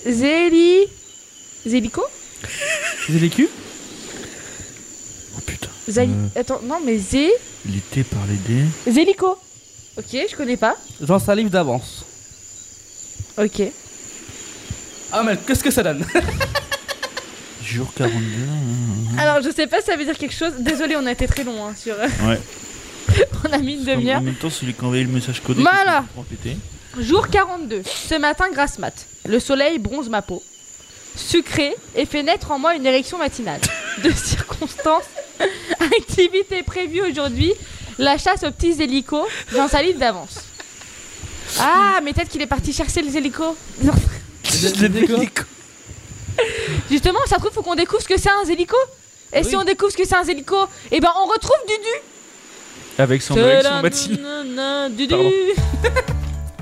Zéli. Zélico
J'ai vécu.
Oh putain.
Zali-
Euh.
Attends, non, mais Zé.
Il était par les dés.
Zélico. Ok, je connais pas.
J'en salive d'avance.
Ok.
Ah mais qu'est-ce que ça donne
Jour hein. 42.
Alors, je sais pas si ça veut dire quelque chose. Désolé, on a été très long hein, sur.
Ouais.
on a mis une
En-
demi-heure.
En même temps, celui qui a envoyé le message codé.
Voilà.
qu'est-ce qu'on peut péter
Jour 42. Ce matin, grasse mat. Le soleil bronze ma peau. Sucré et fait naître en moi une érection matinale. De circonstances. Activité prévue aujourd'hui. La chasse aux petits hélicos. J'en salive d'avance. Ah, mais peut-être qu'il est parti chercher les hélicos. Non.
Des- des quoi
Justement, ça se trouve, faut qu'on découvre ce que c'est un hélico. Et si
Oui.
on découvre ce que c'est un hélico, eh ben on retrouve Dudu.
Avec son érection matinale.
Tadadadada, Dudu.
Pardon.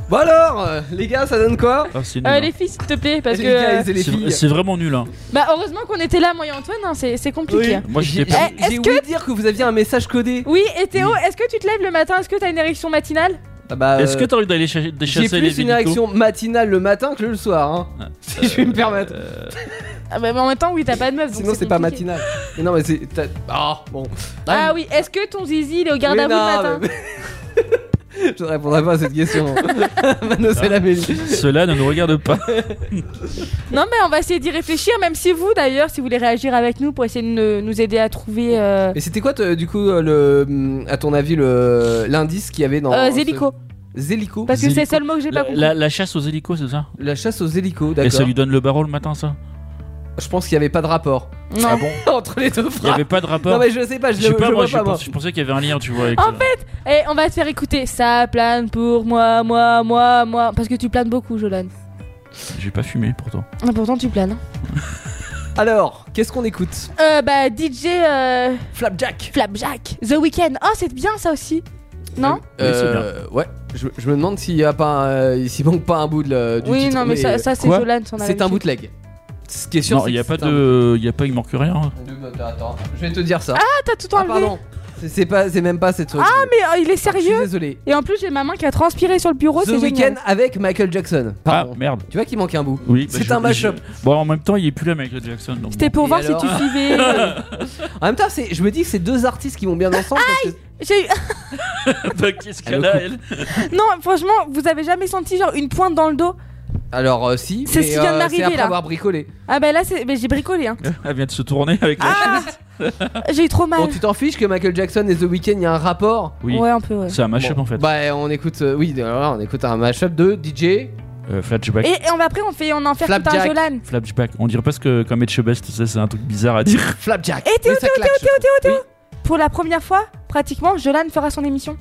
Bon alors, euh, les gars, ça donne quoi
Ah, c'est nul,
Euh,
hein.
les filles, s'il te plaît, parce
Les
que.
gars,
euh,
et les
C'est-
filles.
C'est vraiment nul. Hein.
Bah, heureusement qu'on était là, moi et Antoine, hein, c'est c'est compliqué.
Moi, j'étais
J'ai
pas.
Eh, est-ce
j'ai oublié de dire que vous aviez un message codé.
Oui, et Théo, est-ce que tu te lèves le matin Est-ce que t'as une érection matinale
Ah bah,
Est-ce
euh,
que t'as envie d'aller chasser, de
j'ai
chasser
plus
les
une
hélicos
érection matinale le matin que le soir, hein,
Ah,
si je vais me permettre.
Euh,
ah bah, mais En même temps, oui, t'as pas de meuf. donc
Sinon, c'est pas
compliqué.
matinal. Mais non, mais c'est. t'as- Ah, bon.
Ah oui, est-ce que ton zizi il est au garde
Oui,
à vous le
non,
matin
mais- Je ne répondrai pas à cette question. Manos
Ah.
et la Belgique.
Cela ne nous regarde pas.
Non, mais on va essayer d'y réfléchir, même si vous d'ailleurs, si vous voulez réagir avec nous pour essayer de ne- nous aider à trouver. Euh...
Mais c'était quoi, te- du coup, euh, le, hum, à ton avis, le l'indice qu'il y avait dans.
euh, Zélico.
ce- Zélico.
Parce que c'est le
Zélico.
seul mot que j'ai pas
La,
compris.
la- la chasse aux hélicos, c'est ça
La chasse aux hélicos,
Et ça
d'accord.
lui donne le barreau le matin, ça
Je pense qu'il n'y avait pas de rapport
Non.
Ah bon
entre les deux
Il n'y
phrases.
avait pas de rapport
Ah Non, mais je sais pas, je,
Je sais pas, moi,
je vois
je,
pas, moi.
pense- je pensais qu'il y avait un lien, tu vois. avec,
En
euh,
Et Eh, on va te faire écouter Ça plane pour moi, moi, moi, moi. Parce que tu planes beaucoup, Jolan.
J'ai pas fumé pourtant.
Ah, Pourtant, tu planes.
Alors, qu'est-ce qu'on écoute
Euh, bah, DJ euh,
Flapjack
Flapjack, The Weeknd. Oh, c'est bien ça aussi. Non
Oui, c'est
Euh, Ouais, je, je me demande s'il y a pas, un- euh, s'il manque pas un bout de, la- Euh, du
Oui,
titre,
non, mais ça, ça, c'est
Quoi
Jolan. son
c'est
album.
un bootleg. Ce qui est sûr,
Non,
c'est
il y a
que
pas
c'est un
de, il y a pas, il manque rien. hein.
bootleg. Attends, je vais te dire ça.
Ah, t'as tout
Ah,
enlevé.
pardon. C'est- C'est pas, c'est même pas cette.
Ah, mais oh, il est
Je suis
sérieux.
désolé.
Et en plus, j'ai ma main qui a transpiré sur le bureau.
The
c'est
Weeknd
génial.
avec Michael Jackson.
Ah
Pardon.
merde.
Tu vois qu'il manque un bout.
Oui. bah,
C'est
je-
un mashup.
je- Bon, en même temps, il est plus là, Michael Jackson. donc
C'était
bon.
pour
Et
voir
alors
si tu suivais. euh,
En même temps, c'est- je me dis que c'est deux artistes qui vont bien ensemble. parce que-
J'ai eu-
Bah, Qu'est-ce
Elle
qu'elle a, elle
Non, franchement, vous avez jamais senti genre une pointe dans le dos
Alors euh, si,
C'est
mais,
ce qui vient de
euh,
m'arriver,
c'est après
là.
avoir bricolé.
Ah, bah là, c'est- mais j'ai bricolé. Hein.
Elle vient de se tourner avec
Ah,
la
Ah
chaise.
J'ai eu trop mal.
Bon, tu t'en fiches que Michael Jackson et The Weeknd, il y a un rapport.
Oui.
Ouais, un peu, ouais.
C'est un mashup
Bon,
en fait.
Bah on écoute, euh, oui, alors là, on écoute un mashup de DJ.
Euh, Flashback.
Et, et on va après, on fait on en fait tout un
Flapjack.
Jolan.
Flashback. On dirait presque comme Etchebest, ça c'est un truc bizarre à dire.
Flapjack.
Et Théo,
Mais ça claque, je trouve.
Pour la première fois, pratiquement, Jolan fera son émission.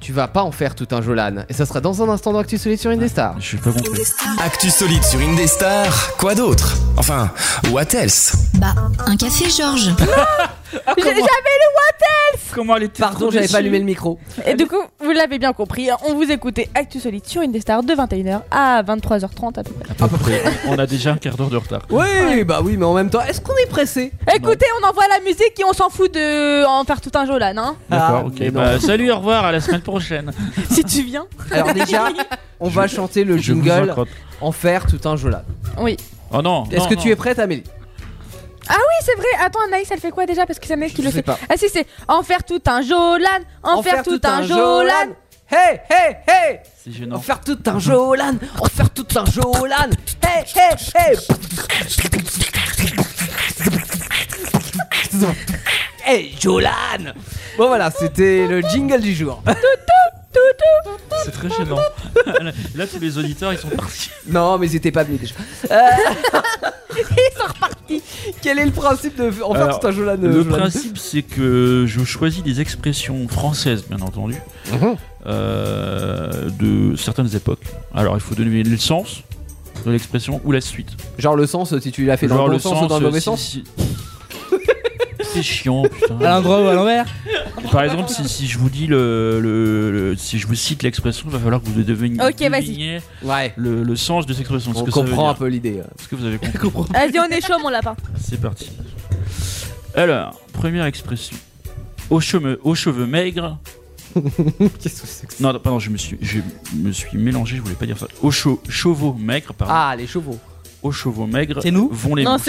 Tu vas pas en faire tout un Jolan. Et ça sera dans un instant dans Actu Solide sur Indestar.
Je suis pas compris.
Actu solide sur Indestar, quoi d'autre Enfin, what else
Bah, un café, Georges.
J'ai- j'ai-
Comment elle était
Pardon, j'avais pas allumé le micro.
Et du coup, vous l'avez bien compris, hein, on vous écoutait Actu Solide sur Indestar de 21h à 23h30 à peu près.
À peu près. On a déjà un quart d'heure de retard.
Oui, bah oui, mais en même temps, est-ce qu'on est pressé
Écoutez, on envoie la musique et on s'en fout de en faire tout un Jolan, hein.
D'accord,
Ah, mais
ok.
non.
Bah, salut, au revoir, à la semaine prochaine.
si tu viens.
Alors déjà, on va chanter le
Je vous
jingle
accroche.
en faire tout un Jolan.
Oui.
Oh non.
Est-ce
non,
que
non.
tu es prête, Amélie
Oui, c'est vrai. Attends, Anaïs, elle fait quoi déjà Parce que c'est Anaïs qui
Je
le
sais
fait.
pas.
Ah si, c'est en faire tout un Jolan, en, faire, tout, un Jolan.
Hey, hey, hey
C'est
En
gênant.
faire tout un Jolan En faire tout un Jolan Hey, hey, hey Hey, Jolan Bon voilà, c'était le jingle du jour.
C'est très gênant. Là, tous les auditeurs, ils sont partis.
Non, mais ils étaient pas venus déjà. Euh,
Ils sont repartis.
Quel est le principe de en faire
Alors,
tout un Jolan euh,
Le
Jolan
principe, c'est que je choisis des expressions françaises, bien entendu,
Mhm.
euh, de certaines époques. Alors, il faut donner le sens de l'expression ou la suite.
Genre le sens, si tu l'as fait dans
Genre
le bon sens, ou dans le mauvais
si-
sens
si- C'est chiant, putain.
À l'endroit ou à l'envers
Par exemple, si, si je vous dis le, le- le- si je vous cite l'expression, il va falloir que vous deveniez
Ok, vas-y.
deviniez
Ouais.
le, le sens de cette expression. ce
On
que ça veut
comprend un
dire.
peu l'idée.
Est-ce que vous avez compris
Vas-y, on est chaud, mon lapin.
C'est parti. Alors, première expression. Aux cheveux, aux cheveux maigres.
Qu'est-ce que c'est que ça
Non, non, pardon, je me suis, je me suis mélangé. Je voulais pas dire ça. Aux chevaux chevaux maigres, pardon.
Ah, les chevaux.
Aux chevaux maigres.
C'est nous
Vont les
Non,
mouches.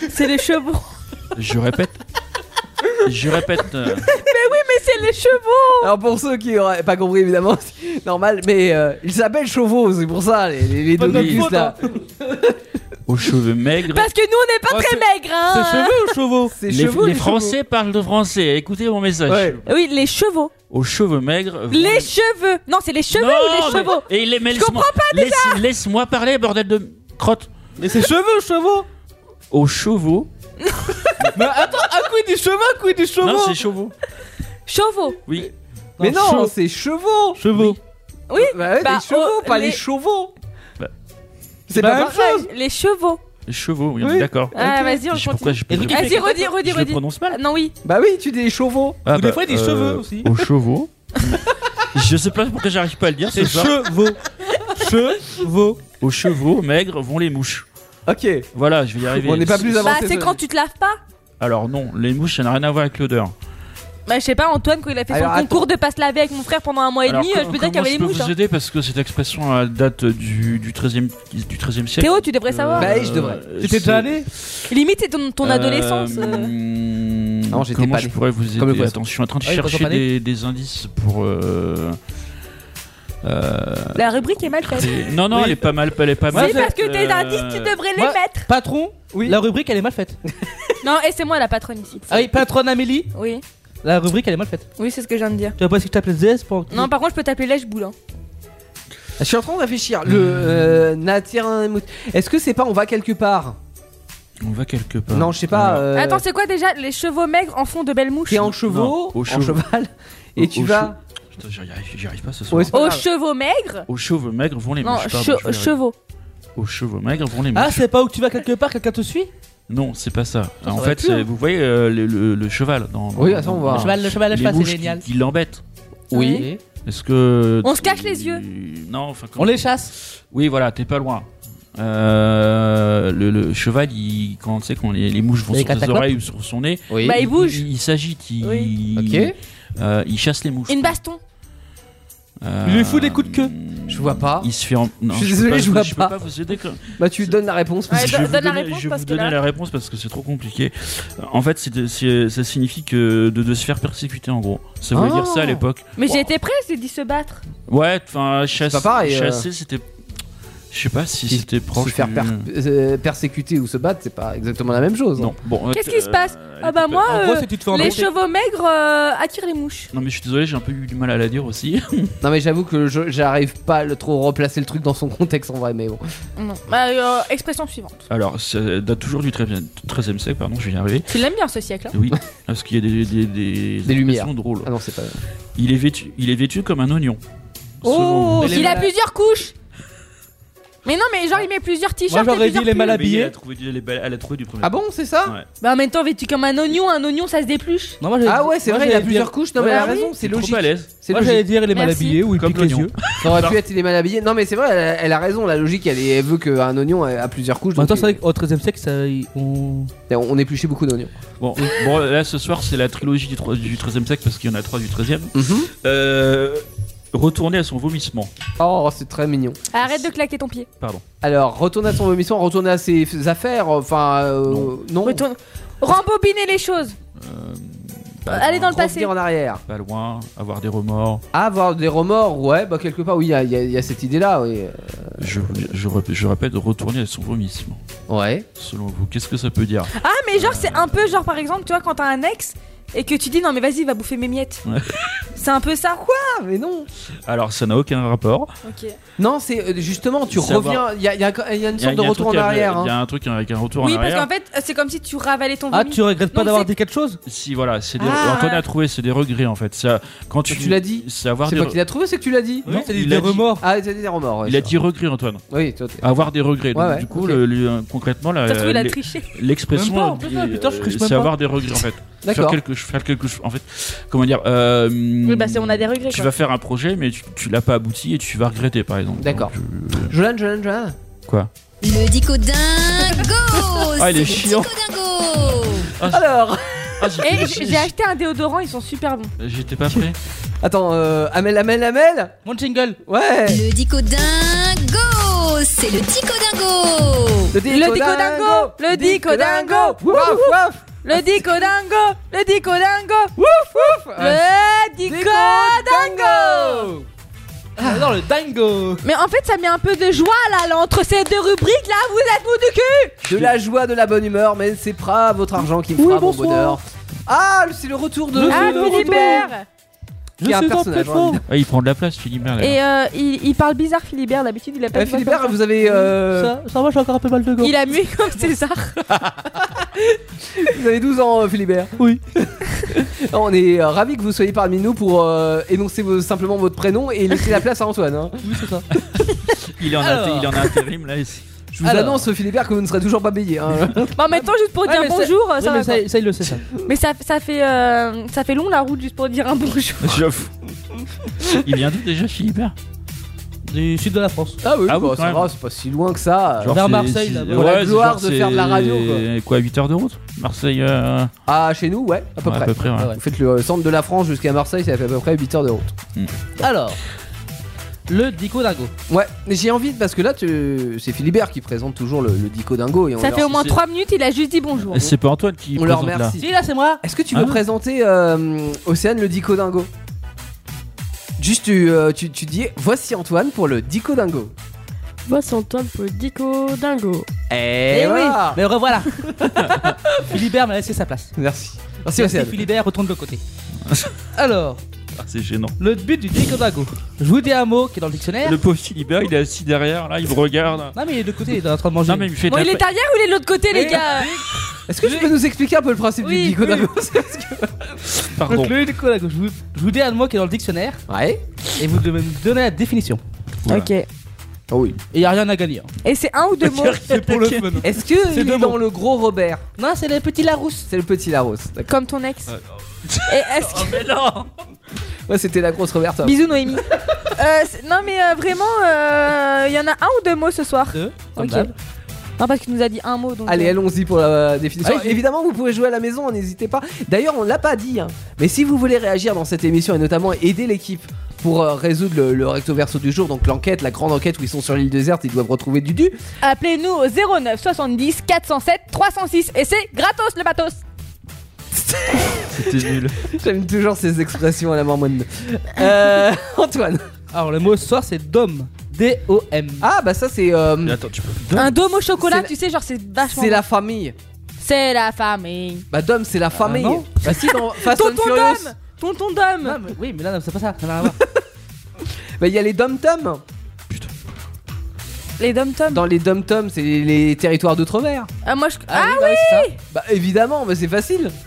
c'est. c'est les chevaux.
Je répète. Je répète. euh,
Mais c'est les chevaux.
Alors pour ceux qui auraient pas compris évidemment, c'est normal, mais euh, ils s'appellent chevaux, c'est pour ça les, les, les
Pas
deux
de notre
gauchistes,
faute,
là.
hein. aux cheveux maigres.
Parce que nous, on n'est pas
Ouais,
très
c'est-
maigres, hein.
C'est cheveux ou chevaux
C'est
Les,
chevaux.
les Français parlent de français. Écoutez mon message.
Ouais.
Oui, les chevaux.
Aux cheveux maigres.
Les cheveux. Non, c'est les cheveux ou les chevaux
Et il est mais
Je
laisse-moi- laisse- Laisse-moi parler, bordel de crotte.
Mais c'est cheveux ou chevaux
Aux chevaux.
Mais attends, à coup des cheveux, à coup des chevaux
Non, c'est chevaux.
Chevaux.
Oui.
Mais
Non,
non,
chevaux.
c'est chevaux.
Chevaux.
Bah ouais,
Bah,
les chevaux,
oh,
pas les,
les-
chevaux.
Bah.
C'est
Bah,
pas
même
pareil.
Les chevaux.
Les chevaux, oui, on
Oui.
est d'accord.
Ah, vas-y, on
Je sais pourquoi
continue.
je
Et donc,
je-
il fait
Vas-y, redis, redis,
je le
redis.
prononce mal.
Non, oui.
Bah oui, tu dis les chevaux.
Ah,
Ou des fois, des cheveux aussi.
Aux chevaux. Je sais pas pourquoi j'arrive pas à le dire,
C'est
c'est ça.
chevaux. Chevaux.
Aux chevaux maigres vont les mouches.
Ok.
Voilà, je vais y arriver.
On n'est pas plus
Bah,
avancé.
c'est quand tu te laves pas.
Alors non, les mouches, ça n'a rien à voir avec l'odeur.
Bah, je sais pas, Antoine, quand il a fait
Alors,
son concours de pas se laver avec mon frère pendant un mois et
Alors,
demi,
co-
euh, je peux dire qu'il y
comment
avait les
je peux
mouches.
vous
hein.
aider parce que cette expression elle date du, du 13e, du 13e siècle.
Théo, tu devrais savoir.
Bah, je devrais.
Euh,
T'étais
c'est-
déjà allé
Limite, c'est ton, ton
Euh,
adolescence.
mm.
euh.
hum,
Non, j'étais
Comment
pas
je
né.
pourrais vous
Comme le
aider
poisson.
Attention, je suis en train de
Ah oui, le poisson
chercher
pané.
des, des indices pour. euh, euh,
La rubrique est mal faite.
des- Non, non,
Oui.
elle est pas mal, elle est pas mal.
Si, parce que tes
Euh,
indices, tu devrais les
moi-
mettre.
Patron
Oui.
La rubrique, elle est mal faite.
Non, et c'est moi la patronne ici.
Ah oui, patronne Amélie
Oui,
La rubrique, elle est mal faite.
oui, c'est ce que je viens de dire.
Tu vas pas si je t'appelle ZS pour.
Non, par contre, je peux t'appeler lèche hein. boulin.
Je suis en train de réfléchir. Le euh, n'attire un mout- Est-ce que c'est pas on va quelque part
On va quelque part.
Non, je sais
Ah.
pas. euh,
Attends, c'est quoi déjà Les chevaux maigres en font de belles mouches.
T'es en chevaux,
Non, au
en
chevaux.
cheval, et
Au-
tu
au
vas.
Putain, j'y arrive, j'y arrive pas ce soir.
Ouais, c'est pas
Aux
grave.
chevaux maigres
Aux chevaux maigres vont les
Non,
mouches. Pardon,
che-
je vais y arriver.
chevaux.
Aux chevaux maigres vont les mouches.
Ah, c'est pas où tu vas quelque part, quelqu'un te suit
Non, c'est pas ça. en
aurait
fait,
pu,
c'est-
hein.
vous voyez euh, le, le- le cheval dans.
Oui,
dans-
attends, on
dans-
va.
dans-
Le
cheval- le cheval à
les
cheval, c'est
mouches
génial.
Qui, qui l'embête.
Oui.
Est-ce que.
On se cache les yeux.
Non, enfin.
On
comment-
les chasse
Oui, voilà, t'es pas loin. Euh, le, le cheval, il, quand tu sais quand les, les mouches vont
Les
sur ses
cataclopes.
oreilles ou sur son nez,
Oui.
Bah, il bouge.
Il, il s'agite, il,
Oui.
Ok.
euh, il chasse les mouches.
Une baston.
Euh,
Il lui fout des coups de queue.
Je vois pas.
Il se fait. en- Non,
Je suis désolé,
peux pas-
je vois
je
pas.
peux pas vous aider. quand-
Bah, tu donnes la réponse. parce
Ouais,
que-
je vais vous
donne la
donner-
réponse
je vais
parce
vous
que
donner
là-
la réponse parce que c'est trop compliqué. En fait, c'est de- c'est- ça signifie que de, de se faire persécuter en gros. Ça voulait
Ah.
dire ça à l'époque.
Mais
Wow.
j'ai été presse, j'ai dit se battre.
Ouais, enfin, chasser,
pas pareil, euh.
chasser c'était. Je sais pas si
Si-
c'était proche.
se faire
du-
per- euh, persécuter ou se battre, c'est pas exactement la même chose. hein.
Non, bon.
Qu'est-ce
euh,
qui se passe
elle
Ah
était
bah
pas-
moi,
En
euh,
gros, si tu te fais
les
embêter.
chevaux maigres euh, attirent les mouches.
Non, mais je suis désolé, j'ai un peu eu du mal à la dire aussi.
Non, mais j'avoue que je- j'arrive pas à le trop replacer le truc dans son contexte en vrai, mais bon.
Non. Bah, euh, expression suivante.
Alors, ça date toujours du 13e, 13e siècle, pardon, je vais y arriver.
Tu l'aimes bien ce siècle. hein
Oui, parce qu'il y a des. Des, des,
Des lumières.
appellations drôles.
Ah non, c'est pas.
Il est vêtu, il est vêtu comme un oignon.
Oh,
Selon-
les
Il a
malades.
plusieurs couches. Mais non, mais genre il met plusieurs
Moi,
t-shirts. et
j'aurais dit
plusieurs
les
pulls.
mal
Mais elle
habillés.
a trouvé du, elle a trouvé du premier.
Ah bon, c'est ça
Ouais.
Bah en même temps, vêtu comme un oignon, un oignon ça se dépluche.
Non, moi, j'allais-
Ah ouais, c'est
moi,
vrai, il a
j'allais
plusieurs
dire-
couches. Non, mais elle a raison, c'est
C'est logique.
logique.
Trop à l'aise.
C'est
Moi,
logique.
j'allais dire les mal
Merci.
habillés où ils
Comme
piquent les
l'oignon.
yeux.
Ça aurait pu être il est mal habillé. Non, mais c'est vrai, elle, elle a raison. La logique, elle, est- elle veut qu'un oignon a a plusieurs couches.
En même temps,
donc
c'est vrai qu'au 13 e siècle, ça, il- on...
on, on épluchait beaucoup d'oignons.
Bon, bon, là ce soir c'est la trilogie du, tro- du 13e siècle parce qu'il y en a 3 du 13e. Euh, retourner à son vomissement.
Oh, c'est très mignon.
Arrête de claquer ton pied.
Alors, retourner à son vomissement, retourner à ses f- affaires. Enfin, euh, non.
Retourne. Rembobiner les choses.
Euh,
Allez dans le passé.
Revenir en arrière. Ah,
Pas loin, avoir des remords.
Avoir des remords, ouais, bah quelque part, oui, il y, a- il y a- il y a cette idée-là, oui.
Je, je, rep- je répète, retourner à son vomissement.
Ouais.
Selon vous, qu'est-ce que ça peut dire
Ah mais genre c'est un peu genre par exemple, tu vois quand t'as un ex et que tu dis non mais vas-y va bouffer mes miettes.
Ouais.
C'est un peu ça. Quoi
Ah, mais non.
Alors ça n'a aucun rapport.
Ok.
Non, c'est euh, justement, tu
Savoir.
reviens. Il y a, il y a- il y a une
Il y a-
sorte
il
de
y a un
retour en
truc avec-
arrière.
Il y
hein.
a un truc avec un retour
Oui
en
parce
arrière.
qu'en fait c'est comme si tu ravalais ton
Ah,
vomi.
tu regrettes pas
Donc,
d'avoir
c'est-
dit quelque chose
Si voilà, c'est des...
Ah.
Antoine a trouvé, c'est des regrets en fait. Ça, quand tu,
Tu l'as dit
C'est avoir
C'est
des.
toi
re-
qui l'as trouvé, c'est que tu l'as dit.
Non,
Non, c'est des
il
des
a dit-
remords.
Ah, t'as dit des remords. ouais,
Il a
ça.
dit regrets, Antoine.
Oui, toi, t'es-
Avoir des regrets. Donc,
Ouais, ouais,
du coup,
ok.
le- le- concrètement, la-
Ça se trouve, il a
Euh, les-
triché.
l'expression
Même pas, on peut
dit,
pas, putain, je
euh,
triche
c'est
même pas.
avoir des regrets en fait faire
D'accord.
quelque chose faire quelque chose en fait comment dire euh,
Oui bah c'est on a des regrets.
tu
quoi.
vas faire un projet mais tu, tu l'as pas abouti et tu vas regretter par exemple
D'accord.
Donc, euh,
Jolan, Jolan, Jolan.
Le dico dingo
Ah, il est chiant.
Alors,
Ah, j'ai- j'ai-
Et j- j'ai acheté un déodorant, ils sont super bons.
euh, j'étais pas prêt
attends, euh, Amel, Amel, Amel
Mon jingle.
Ouais
Le dico dingo C'est le dico dingo
Le dico dingo, le dico dingo,
Waf, waf
Ah,
Le dico dingo, le dico dingo, le dico dingo.
Ah. J'adore le dingo.
Mais en fait, ça met un peu de joie là, là, entre ces deux rubriques là, vous êtes mou du cul.
De la joie, de la bonne humeur, mais c'est pas votre argent qui me fera mon bonheur. Ah, c'est le retour de...
Le
Ah,
retour.
Philibert.
Je
Il y a un
suis dans
personnage,
plateforme.
ah, il prend de la place Philibert là.
Et euh, il, il parle bizarre Philibert d'habitude, il a pas
Euh,
de voix
Philibert,
comme ça.
vous avez, euh,
Ça, ça va, j'ai encore un peu mal de gorge.
Il a mué comme César.
vous avez 12 ans, euh, Philibert.
Oui.
On est euh, ravis que vous soyez parmi nous pour euh, énoncer vos- simplement votre prénom et laisser la place à Antoine. hein.
Oui, c'est ça.
il est en
alors.
inté- il est en intérim là ici
Je vous
Alors.
annonce, Philibert, que vous ne serez toujours pas payé. hein.
Bah, en même temps, juste pour dire
mais Ah, ça-
bonjour, euh,
Ouais,
ça
mais
va. quoi.
ça, ça, il le sait, ça.
Mais ça, ça fait, euh, ça fait long la route juste pour dire un bonjour.
J'avoue. il vient d'où déjà Philibert
Du sud de la France.
ah oui,
Ah
bah,
oui,
ça
quand
va,
même.
c'est pas si loin que ça.
Genre- Vers Marseille, là-bas.
c'est-
Pour la
c'est
gloire
genre,
de faire de la
c'est-
radio, quoi.
quoi 8 heures de route Marseille euh,
Ah, chez nous, ouais, à peu
ouais,
près.
à peu près ouais.
Ah ouais.
Vous faites le euh, centre de la France jusqu'à Marseille, ça fait à peu près 8 heures de route.
Hmm.
Alors, le dico dingo.
Ouais, mais j'ai envie, parce que là, tu... c'est Philibert qui présente toujours le, le Dico Dingo. Et on
Ça
leur-
fait au moins
c'est-
3 minutes, il a juste dit bonjour.
Et c'est pas Antoine qui
on leur
présente là
remercie.
Si, là, c'est moi.
Est-ce que tu
Ah
veux
ouais.
présenter euh, Océane le Dico Dingo Juste, tu, euh, tu, tu dis voici Antoine pour le Dico Dingo.
Voici Antoine pour le Dico Dingo.
Eh, voilà.
Mais revoilà. Philibert m'a laissé sa place.
Merci. Merci
Merci
Océane.
Philibert, retourne de l'autre côté. Alors,
Ah, c'est gênant
le but du dico dingo. Je vous dis un mot qui est dans le dictionnaire.
le pauvre Philibert il est assis derrière là il me regarde
Non, mais il est de côté, il est en train de manger.
non mais il me fait de
Bon,
la
il est
peine.
derrière ou il est de l'autre côté, les gars
Est-ce que tu peux nous expliquer un peu le principe
Oui,
du dico
oui.
dingo Pardon.
Donc, le dico dingo, je vous, je vous dis un mot qui est dans le dictionnaire.
Ouais.
Et vous devez me donner la définition.
Oula. Ok.
Ah oui.
Et y a rien à gagner. hein.
Et c'est un ou deux mots
C'est pour le fun.
Est-ce que
C'est
il
deux
est
mots.
dans le gros Robert
Non, c'est le petit Larousse.
C'est le petit Larousse. d'accord.
comme ton ex. Et est-ce que...
Ouais, c'était la grosse Roberta.
Bisous Noémie. Euh, c'est- non mais euh, vraiment, euh, il y en a un ou deux mots ce soir.
Deux,
comme
Ok.
d'hab.
Non parce qu'il nous a dit un mot donc.
Allez,
euh,
allons-y pour la définition.
Allez-y.
Évidemment, vous pouvez jouer à la maison, n'hésitez pas. D'ailleurs, on l'a pas dit, hein, mais si vous voulez réagir dans cette émission et notamment aider l'équipe pour euh, résoudre le, le recto verso du jour, donc l'enquête, la grande enquête où ils sont sur l'île déserte, ils doivent retrouver Dudu.
Appelez-nous au 09 70 407 306 et c'est gratos le matos.
C'était nul.
J'aime toujours ces expressions à la mormone. Euh, Antoine.
Alors, le mot ce soir, c'est DOM. D-O-M.
Ah, bah ça, c'est. euh,
Mais attends, tu peux.
Un dôme au chocolat,
C'est la-
tu sais genre c'est vachement.
c'est la famille.
C'est la famille.
Bah, Dom, c'est la famille.
Ah non.
bah, si, dans Fast and
Tonton
Furious,
Dom, tonton Dom.
Non, Ah, mais- oui, mais là, non, c'est pas ça. Ça n'a rien à voir.
bah, il y a les Dom-Tom.
Les dom tom.
Dans les Dom-Tom, c'est les, les territoires d'outre-mer.
Ah moi je. Ah,
oui, non, mais c'est
Bah, évidemment, mais c'est facile.
ça.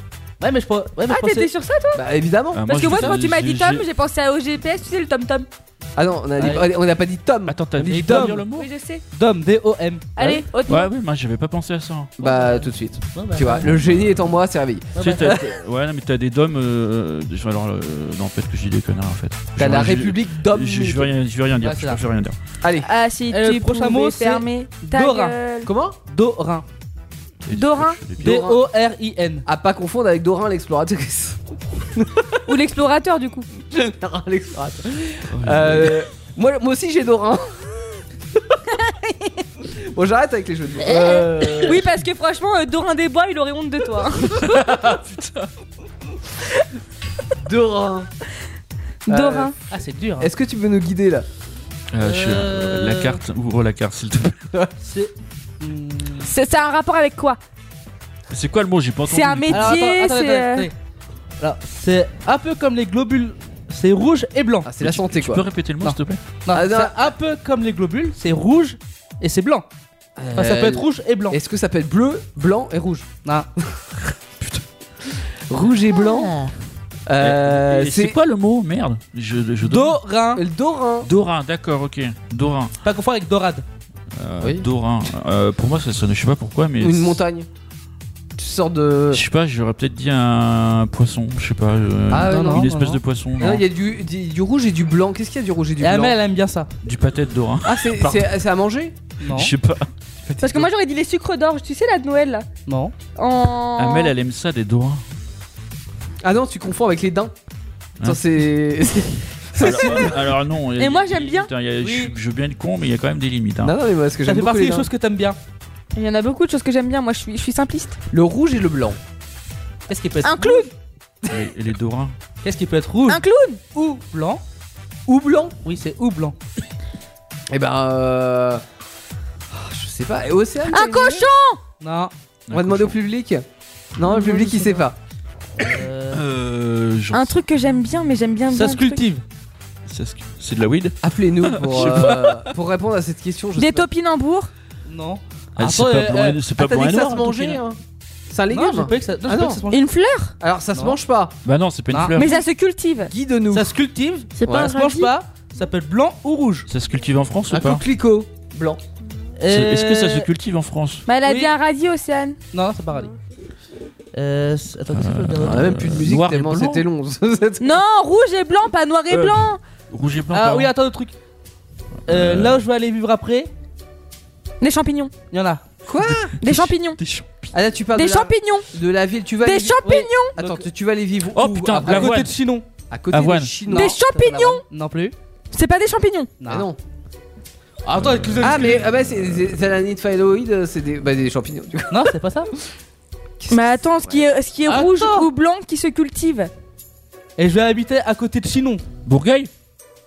Ouais, mais je crois. Ouais, mais
ah,
je pensais-
t'étais sur ça toi
Bah, évidemment.
Ah,
Parce que
je-
moi quand tu m'as dit
j'ai-
Tom, j'ai pensé au GPS, tu sais le Tom Tom.
Ah non, on a, dit-
Ouais.
on a pas dit Tom.
Attends, t'as
On dit
dit
Dom.
dire le mot
Oui je sais.
DOM. D-O-M.
Allez, autre
Ouais, ouais, moi j'avais pas pensé à ça. hein.
Bah, tout de suite.
Ouais, bah,
Tu vois, le génie est en moi, c'est réveillé.
Ouais,
Tu sais,
bah,
t'as- t'as- ouais, non, mais t'as des dômes. euh, je- alors, euh, non, peut-être que je dis des connards en fait.
T'as
Je-
la
je-
République d'hommes.
Je, je veux rien, je veux rien dire.
Ouais, c'est
je,
ça.
veux rien dire.
Allez,
Ah si
Euh,
tu
le prochain
pouvais
mot, c'est
fermer ta
Dora.
gueule.
comment
Dorin.
Dorin.
Je fais des pieds.
D-O-R-I-N.
À pas confondre avec Dorin l'exploratrice.
Ou l'explorateur du coup.
Dorin l'exploratrice. Euh, moi, moi aussi j'ai Dorin. bon, j'arrête avec les jeux de mots. Euh,
Oui, parce que franchement, euh, Dorin des Bois, il aurait honte de toi. hein.
Dorin.
Dorin.
Ah, c'est dur. hein.
Est-ce que tu peux nous guider là
Euh, je- euh, La carte, ouvre la carte s'il te plaît.
C'est. Hmm.
C'est ça a un rapport avec quoi
C'est quoi le mot J'ai pas entendu.
C'est un métier,
Alors, attends, attends,
c'est.
attends,
euh,
attends. Alors, c'est un peu comme les globules. C'est rouge et blanc.
Ah, c'est la
Tu-
santé
Tu peux
quoi.
répéter le mot
Non.
s'il te plaît
Non,
Ah,
c'est
non.
un peu comme les globules, c'est rouge et c'est blanc. Enfin, ça peut
Euh,
être rouge et blanc.
Est-ce que ça peut être bleu, blanc et rouge
Non.
Rouge et blanc. Euh,
Et C'est
c'est
quoi le mot Merde. Je, je
Dorin.
le Dorin.
Dorin, d'accord, ok. Dorin.
Pas confondre avec dorade.
Euh,
Oui.
Dorin. Euh, pour moi, ça sonne, je sais pas pourquoi, mais.
Une montagne. Tu sors de.
Je sais pas, j'aurais peut-être dit un poisson, je sais pas. euh,
Ah, ouais, non,
une
non,
espèce
non.
de poisson.
Non,
non.
il y a du, du, du rouge et du blanc. Qu'est-ce qu'il y a du rouge et du
Et Amel,
blanc
elle aime bien ça.
Du pâté de Dorin.
Ah, c'est-
Pardon.
c'est c'est à manger
Non.
Je sais pas.
Parce que moi, j'aurais dit les sucres d'orge, tu sais, là, de Noël, là.
Non.
En.
Amel, Ah, elle aime ça, des Dorins.
Ah non, tu confonds avec les daims. Ça
Hein
c'est.
Alors, alors non. il y a-
Et moi, j'aime bien.
Putain, il y a- je,
Oui.
je veux bien être con, mais il y a quand même des limites. hein.
non, non, mais moi, ce que
Ça
j'aime
fait
beaucoup
partie
les
des
daims.
choses que t'aimes bien.
Il y en a beaucoup de choses que j'aime bien. Moi, je suis, je suis simpliste.
Le rouge et le blanc.
Qu'est-ce qui peut être
Un clown
Et, et les Dorins.
Qu'est-ce qui peut être rouge
Un clown
ou blanc
Ou blanc
Oui, c'est ou blanc.
Eh ben. Euh... oh, je sais pas. Et Océane t'as
Un
une
cochon
Non.
idée On va demander au public. Non, le
Non,
public
je
il
sais
sait pas.
Euh,
Euh, genre,
Un truc que j'aime bien, mais j'aime bien. bien
ça se
le truc.
cultive.
ça se- C'est de la weed
Appelez-nous pour,
Je sais
euh, pour répondre à cette question. Je sais
Des
pas.
topinambours
Non.
Ah, C'est
Attends,
pas
euh,
blanc
euh,
et- c'est pas
Ah, t'as
blanc
dit
et
que ça
noir.
se
ton
mangeait
truc, hein.
hein. C'est un
Non, j'ai
légume.
pas que ça. non,
Ah,
j'ai pas
non.
que ça se mange.
Une fleur
Alors ça se
Non.
mange pas.
Bah non, c'est pas une
Non.
fleur.
Mais ça se cultive
Guide-nous.
Ça se cultive.
C'est
Ouais.
pas un
Ça se mange
radis
pas. Ça peut être blanc ou rouge.
Ça se cultive en France
Un
ou pas
coquelicot blanc.
C'est- Est-ce que ça
Euh,
se cultive en France
Bah, elle a
Oui.
dit un radis, Océane.
Non, c'est pas radis. Euh, c'est- attends, qu'est-ce que je peux
On
dire
a même plus de musique
noir et
tellement
blanc.
c'était long. Cette-
Non, rouge et blanc, pas noir et
Euh,
blanc
Rouge et blanc.
Ah
pardon.
oui, attends le truc. Euh,
Euh,
Là où je vais aller vivre après,
Des champignons
il y en a.
Des champignons
T'es chiant.
Ah là tu parles
Des
de, la...
champignons
de la ville. Tu vas
Des
aller vi-
champignons
Attends, tu- tu vas les vivre.
Oh,
où
putain,
après
À
L'avoine.
côté de Chinon.
À côté
Avoine.
des Chinois.
Des champignons
Non plus.
C'est pas des champignons
Ah non.
Attends, excusez
Ah mais ah bah c'est- c'est c'est la nitphyloïde, c'est des, bah, des champignons. du coup.
Ah, Non, c'est pas ça.
Mais attends, ce qui est, ce qui est
Attends.
rouge ou blanc qui se cultive
Et je vais habiter à côté de Chinon.
Bourgueil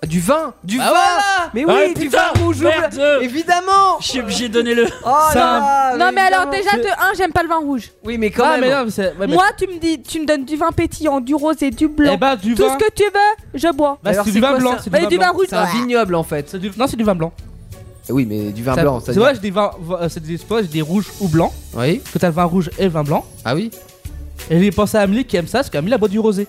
Ah, Du vin, du
Ah
vin.
voilà
mais oui,
Ah,
du
putain,
vin rouge. au blanc.
merde.
Évidemment.
Je suis obligé de donner le.
Oh là
Ça-
là,
Non mais alors
évidemment.
déjà de 1 j'aime pas le vin rouge.
Oui mais quand
ah,
même.
mais non, mais c'est. ouais, mais-
Moi tu me dis tu me donnes du vin pétillant, du rosé, du blanc,
Eh bah, du
tout
vin.
ce que tu veux, je bois.
Bah,
Alors,
c'est
c'est
du vin
quoi
blanc.
ça Eh,
C'est
Et du vin
blanc.
rouge.
C'est un
ouais.
vignoble en fait.
C'est du- Non, c'est du vin blanc.
Eh Oui, mais du vin
Ça-
blanc,
C'est
ça
vrai, j'ai des vins, euh, c'est des, c'est pour ça que j'ai des rouges ou blancs.
Oui.
Que t'as le vin rouge et le vin blanc.
Ah oui.
Et j'ai pensé à Amélie qui aime ça parce qu'Amélie a boit du rosé.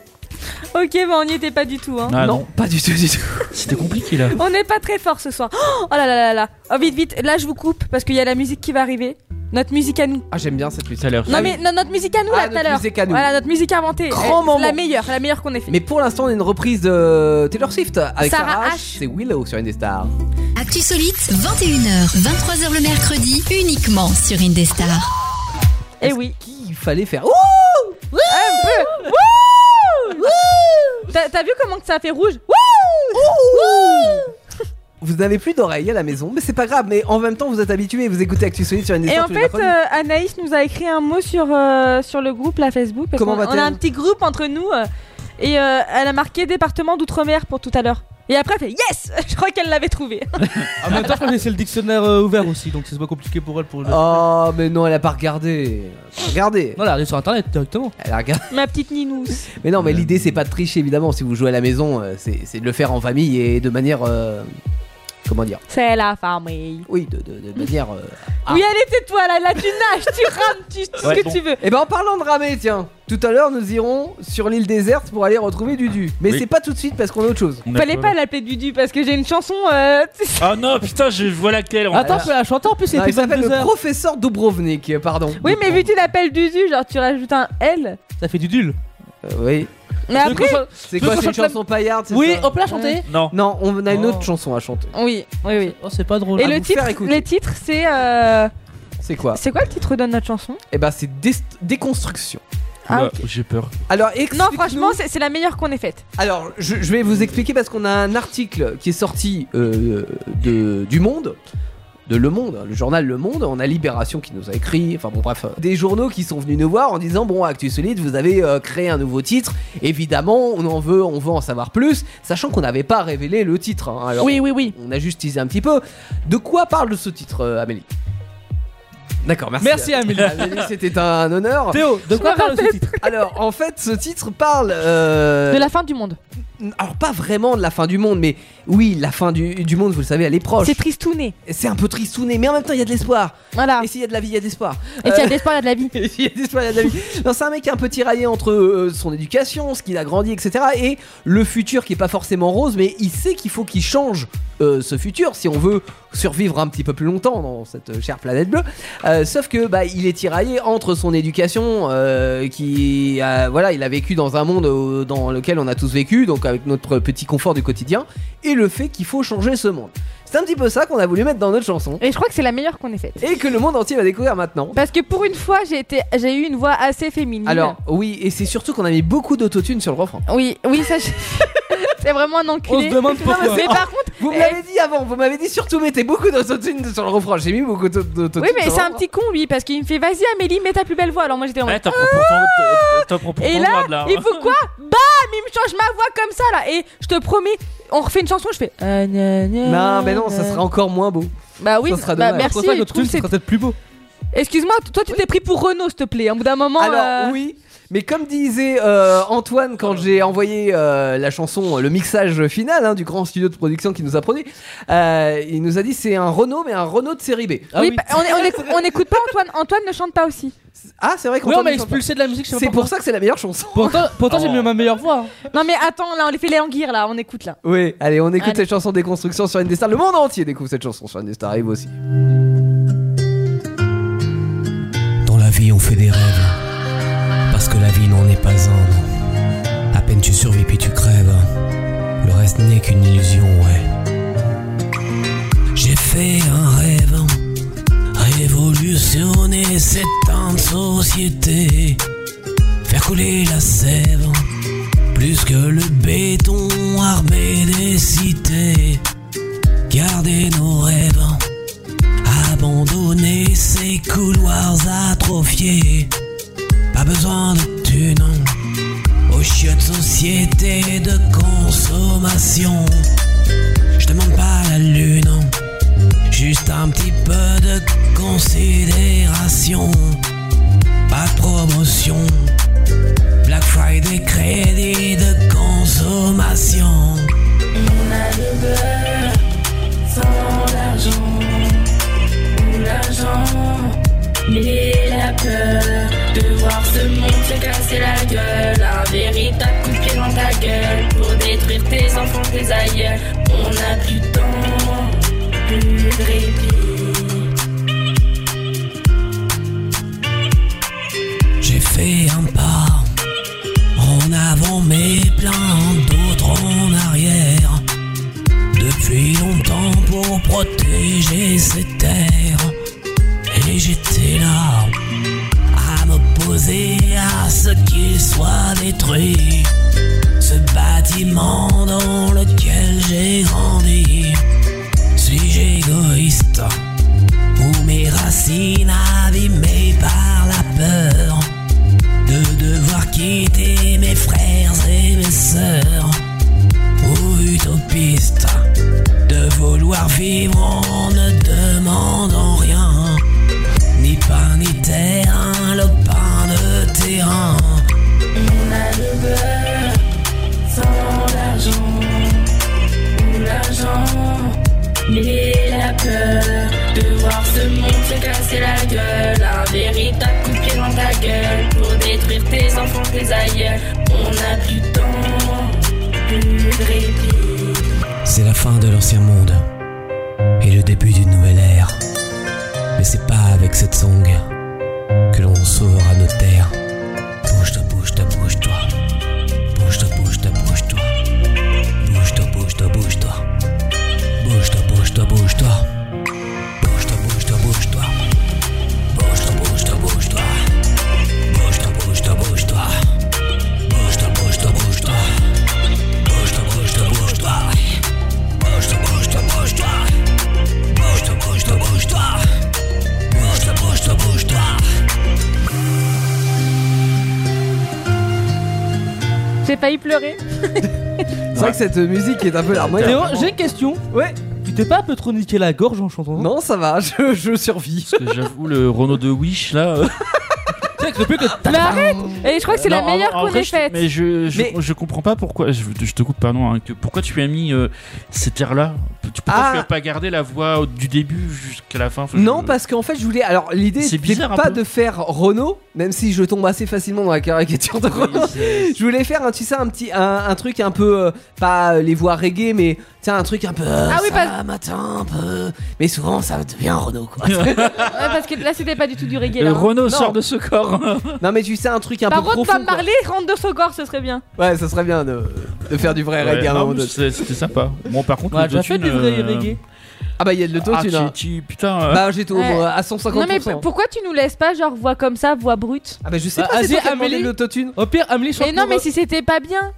Ok, bah on n'y était pas du tout. Hein.
pas du tout, du tout.
C'était compliqué là.
On n'est pas très fort ce soir. Oh là là là là. Oh vite vite, là je vous coupe parce qu'il y a la musique qui va arriver. Notre musique à nous.
Ah, j'aime bien cette musique.
Non mais no- notre musique à nous là tout à l'heure.
musique à nous.
Voilà notre musique inventée.
Grand
Eh,
moment.
La meilleure, la meilleure qu'on ait fait.
Mais pour l'instant, on a une reprise de Taylor Swift avec
Sarah
Sarah, H. C'est Willow sur Indestar.
Actu Solite, 21h, 23h le mercredi, uniquement sur Indestar.
Eh oui.
Il fallait faire. Oh
Un peu. Wouh T'as t'as vu comment que ça a fait rouge Wouh Wouh
Vous n'avez plus d'oreilles à la maison, mais c'est pas grave. Mais en même temps, vous êtes habitué. Vous écoutez Actu Solide sur
Et
Indestar.
en
tous les
fait,
mercredis.
euh, Anaïs nous a écrit un mot sur, euh, sur le groupe, la Facebook. parce
Comment
qu'on-
va-t-elle
On a un petit groupe entre nous. euh, et euh, elle a marqué département d'outre-mer pour tout à l'heure. Et après, elle fait Yes Je crois qu'elle l'avait trouvé.
Ah,
En même temps, je crois que j'ai laissé le dictionnaire euh, ouvert aussi, donc c'est pas compliqué pour elle. Pour le...
Oh, mais non, elle a pas regardé. Regardez.
Non, elle arrive sur internet directement.
Elle a regardé.
Ma petite ninousse.
Mais non, mais l'idée, c'est pas de tricher, évidemment. Si vous jouez à la maison, euh, c'est c'est de le faire en famille et de manière. euh, Comment dire
C'est la famille.
Oui, de, de- de manière. euh,
Oui, allez, tais-toi là, là, tu nages, tu rames, tu tu-
Ouais,
ce que
bon.
tu veux.
Eh ben en parlant de ramer, tiens, tout à l'heure nous irons sur l'île déserte pour aller retrouver Dudu. Mais
Oui.
c'est pas tout de suite parce qu'on a autre chose.
Fallait pas l'appeler Dudu parce que j'ai une chanson. euh, tu sais.
Ah non, putain, je vois laquelle.
Ah.
en
Attends,
fait.
je peux la chanter en plus,
Non,
c'était
Ah, Bah, il s'appelle
22
le
heures.
professeur Dubrovnik, pardon.
Oui, mais vu que tu l'appelles Dudu, genre tu rajoutes un L.
Ça fait du dul.
Euh, oui.
Mais
Tu veux
après. euh,
qu'on chante-
C'est
tu
quoi,
veux qu'on
c'est une
chante la-
chanson paillarde c'est
Oui,
ça
on peut la chanter
Non.
Non, on a une
Oh.
autre chanson à chanter.
Oui, oui, oui.
Oh, c'est pas drôle.
Et
Ah,
le
vous faire
titre,
écouter.
le titre c'est. euh,
C'est quoi
C'est quoi le titre de notre chanson
Eh ben c'est dest- déconstruction.
Ah,
Oula,
ok.
J'ai peur.
Alors explique
Non, franchement, c'est c'est la meilleure qu'on ait faite.
Alors je, je vais vous expliquer parce qu'on a un article qui est sorti euh, de du Monde. De Le Monde, hein, le journal Le Monde, on a Libération qui nous a écrit, enfin bon bref, euh, des journaux qui sont venus nous voir en disant bon Actu Solide, vous avez euh, créé un nouveau titre, évidemment on en veut, on veut en savoir plus, sachant qu'on n'avait pas révélé le titre. hein. Alors,
Oui, oui, oui.
On a juste teasé un petit peu. De quoi parle ce titre, euh, Amélie D'accord, merci.
Merci Amélie.
Amélie, c'était un honneur.
Théo, de quoi parle ce titre
Alors, en fait, ce titre parle. euh,
De la fin du monde.
Alors, pas vraiment de la fin du monde, mais oui, la fin du, du monde, vous le savez, elle est proche.
C'est tristouné.
C'est un peu tristouné, mais en même temps, il y a de l'espoir.
Voilà. Euh,
Et s'il y a de la vie, il y a de l'espoir.
Et s'il y a de l'espoir, il y a de la vie.
Et s'il y a de l'espoir, il y a de la vie. Non, c'est un mec qui est un peu tiraillé entre euh, son éducation, ce qu'il a grandi, etc. Et le futur qui est pas forcément rose, mais il sait qu'il faut qu'il change euh, ce futur si on veut survivre un petit peu plus longtemps dans cette euh, chère planète bleue. Euh, sauf que bah, il est tiraillé entre son éducation, euh, qui euh, voilà, il a vécu dans un monde euh, dans lequel on a tous vécu, donc avec notre petit confort du quotidien, et le fait qu'il faut changer ce monde. C'est un petit peu ça qu'on a voulu mettre dans notre chanson.
Et je crois que c'est la meilleure qu'on ait faite.
Et que le monde entier va découvrir maintenant.
Parce que pour une fois, j'ai été, j'ai eu une voix assez féminine.
Alors oui, et c'est surtout qu'on a mis beaucoup d'autotune sur le refrain.
Oui, oui, ça. je- c'est vraiment un
On se
enculé.
demande pourquoi.
mais par contre,
Vous me l'avez dit avant, vous m'avez dit surtout mettez beaucoup d'autotune sur le refrain. J'ai mis beaucoup d'au- d'autotune.
oui, mais
sur le
c'est un
refrain.
petit con lui parce qu'il me fait vas-y Amélie, mets ta plus belle voix. Alors moi j'étais en
Ouais,
mode.
t'en prends Eh, pour ton- t'en- t'en prends pour
Et
ton
là,
grade, là. hein.
il faut quoi Bam, il me change ma voix comme ça là. Et je te promets, on refait une chanson, je fais. euh, gna, gna,
Non, mais non, ça
gna.
sera encore moins beau.
Bah oui,
ça sera
bah,
dommage.
merci.
Ah, Pour ça,
je
notre
trouve
tune
que c'est-
sera peut-être plus beau.
Excuse-moi, t- toi tu t'es pris pour Renault, s'il te plaît. Au bout d'un moment.
Alors
euh,
oui, mais comme disait euh, Antoine quand j'ai envoyé euh, la chanson, le mixage final hein, du grand studio de production qui nous a produit, euh, il nous a dit c'est un Renault, mais un Renault de série B.
Ah
oui,
oui.
pa- on est- on écoute- on n'écoute pas Antoine. Antoine ne chante pas aussi.
Ah, c'est vrai qu'on
Oui, on
t'en
m'a
dit sur le-
expulsé de la musique, je sais
C'est
pas
pour ça que c'est la meilleure chanson.
pourquoi. Pourtant, pourtant j'ai
Oh.
mis ma meilleure voix.
Non mais attends, là on les fait les languir là, on écoute là.
Oui, allez, on écoute
Allez.
cette chanson Déconstruction sur Indestar. Le monde entier découvre cette chanson sur Indestar, et vous aussi.
Dans la vie, on fait des rêves. Parce que la vie n'en est pas un. À peine tu survis puis tu crèves. Le reste n'est qu'une illusion, ouais. J'ai fait un rêve. Révolutionner cette teinte société. Faire couler la sève. Plus que le béton armé des cités. Garder nos rêves. Abandonner ces couloirs atrophiés. Pas besoin de thunes. hein. Aux chiottes société de consommation. Je demande pas la lune. hein. Juste un petit peu de considération. Pas de promotion. Black Friday crédit de consommation.
On a le beurre sans l'argent. casser la gueule. Un véritable coup de pied dans ta gueule pour détruire tes enfants, tes aïeuls. On a plus de temps, plus de répit.
J'ai fait un pas en avant mais plein d'autres en arrière. Depuis longtemps pour protéger ces terres. Et j'étais là à m'opposer à ce qu'il soit détruit. Ce bâtiment dans lequel j'ai grandi. Suis-je égoïste ou mes racines abîmées par la peur de devoir quitter mes frères et mes sœurs ou utopiste de vouloir vivre en ne demandant rien ni pain ni terre un lopin de terrain
On a le beurre sans l'argent. Ou l'argent, mais la peur de voir ce monde se casser la gueule. Un véritable coup de pied dans ta gueule pour détruire tes enfants, tes aïeuls. On a plus de temps, plus de répit.
C'est la fin de l'ancien monde et le début d'une nouvelle ère. Mais c'est pas avec cette song que l'on sauvera nos terres. Bouge-toi, bouge-toi, bouge-toi. Bouge-toi, bouge-toi, bouge-toi. Bouge-toi, bouge-toi, bouge-toi. Bouge-toi, bouge-toi, bouge-toi. Bouge-toi, bouge-toi, bouge-toi. Bouge-toi, bouge-toi, bouge-toi. Bouge-toi, bouge-toi, bouge-toi. Bouge-toi, bouge-toi, bouge-toi. Bouge-toi, bouge-toi, bouge-toi. Bouge-toi, bouge-toi, bouge-toi. Bouge-toi, bouge-toi, bouge-toi. Bouge-toi, bouge-toi, bouge-toi.
J'ai failli pleurer.
C'est vrai que cette musique est un peu larmoyante.
Théo, j'ai une question.
Ouais.
Tu t'es pas un peu trop niqué la gorge en chantant
Oh.
Non, ça va, je, je survis.
Parce que j'avoue, le Renault de Wish là. euh,
Mais arrête Et je crois que Ah, c'est la
non, en-
meilleure
en
qu'on
vrai,
ait
je-
faite.
Mais je, je, je comprends pas pourquoi. Je, je te coupe, pardon. hein, que- pourquoi tu as mis euh, ces terres-là Tu- Pourquoi
Ah.
tu as pas gardé la voix du début jusqu'à la fin Enfin, je-
Non, parce qu'en fait, je voulais. Alors, l'idée,
C'est
c'était
bizarre, un
pas
peu.
de faire Renault, même si je tombe assez facilement dans la caricature de Renault.
Euh,
je voulais faire, un, tu sais, un petit. Un, un truc un peu. euh, pas euh, les voix reggae, mais. Tu sais, un truc un peu.
Ah oui,
ça
pas-
matin, un peu. Mais souvent, ça devient Renault, quoi.
Ouais, parce que là, c'était pas du tout du reggae. là, hein. Non.
de ce corps.
non, mais tu sais, un truc un
Par
peu
contre,
profond.
Bob Marley rentre de ce corps, ce serait bien.
quoi. Ouais, ça serait bien de, de faire du vrai
Ouais,
reggae à un
non,
moment
mais
donné.
c'est- C'était sympa. Bon, par contre,
Ouais,
le
j'ai fait
Dotune,
du vrai
euh,
reggae.
Ah bah, il y a de l'autotune.
Ah,
hein.
tu- tu- putain. euh,
Bah, j'étais au-
Ouais.
à 150%.
Non, mais p- pourquoi tu nous laisses pas, genre, voix comme ça, voix brute
Ah bah, je sais
Bah,
pas, c'est
vas-y,
toi qui as demandé
Amélie.
l'autotune.
Au pire, Amélie chante.
Mais non,
pour- euh,
mais si c'était pas bien.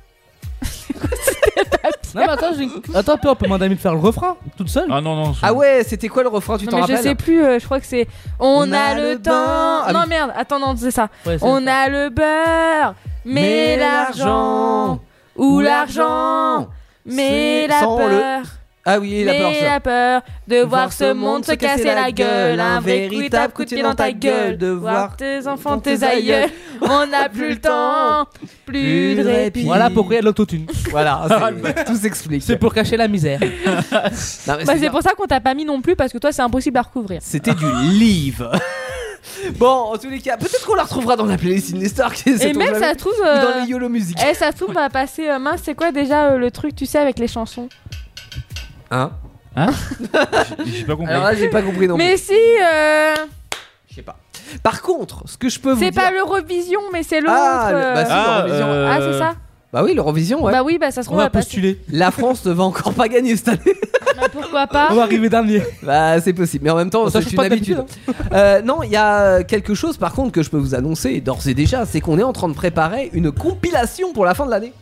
Non, mais attends, j'ai une- attends, un peu, on peut demander à Amélie de faire le refrain toute seule.
Ah non, non.
Ah ouais, c'était quoi le refrain Tu
Non,
t'en
mais je
rappelles
sais plus, euh, je crois que c'est. On, a, le temps.
Ah
non,
oui.
merde, attends, non, c'est ça.
Ouais, c'est
On a le beurre, mais, l'argent. Ou l'argent, mais
c'est
la
sans le-
peur.
Ah oui, la peur.
Mais
ça.
la peur de voir ce monde se casser la gueule, un véritable coup de pied dans ta gueule, de voir tes enfants, tes aïeuls. On n'a plus le temps, plus de répit.
Voilà pourquoi il y a de l'autotune.
Voilà, c'est- tout s'explique.
Ah, bah, C'est pour cacher la misère.
Non, mais
Bah,
c'est
c'est
bien.
pour ça qu'on t'a pas mis non plus parce que toi c'est impossible à recouvrir.
C'était du livre. bon, en tous les cas, peut-être qu'on la retrouvera dans la playlist Indestar.
Et même ça se trouve,
Ou
euh,
dans les YOLO Music.
eh, ça se trouve, on va passer. euh, mince, c'est quoi déjà euh, le truc, tu sais, avec les chansons
Hein
J'ai pas compris.
Alors là, j'ai pas compris non
eh, Mais
plus.
si, euh,
Je sais pas. Par contre, ce que je peux vous
c'est
dire.
pas l'Eurovision, mais c'est l'autre.
Ah, le-
euh,
bah, si.
Ah,
Eurovision.
euh,
ah, c'est ça
Bah oui, l'Eurovision, ouais.
Bah oui, bah ça se trouve,
On
on
va
va passer.
postuler.
La France ne va encore pas gagner cette année.
Bah, Pourquoi pas
Oh,
On va arriver dernier.
Bah, c'est possible, mais en même temps,
Ça
c'est
change
une
pas de
habitude. Euh, non, il y a quelque chose par contre que je peux vous annoncer d'ores et déjà, c'est qu'on est en train de préparer une compilation pour la fin de l'année.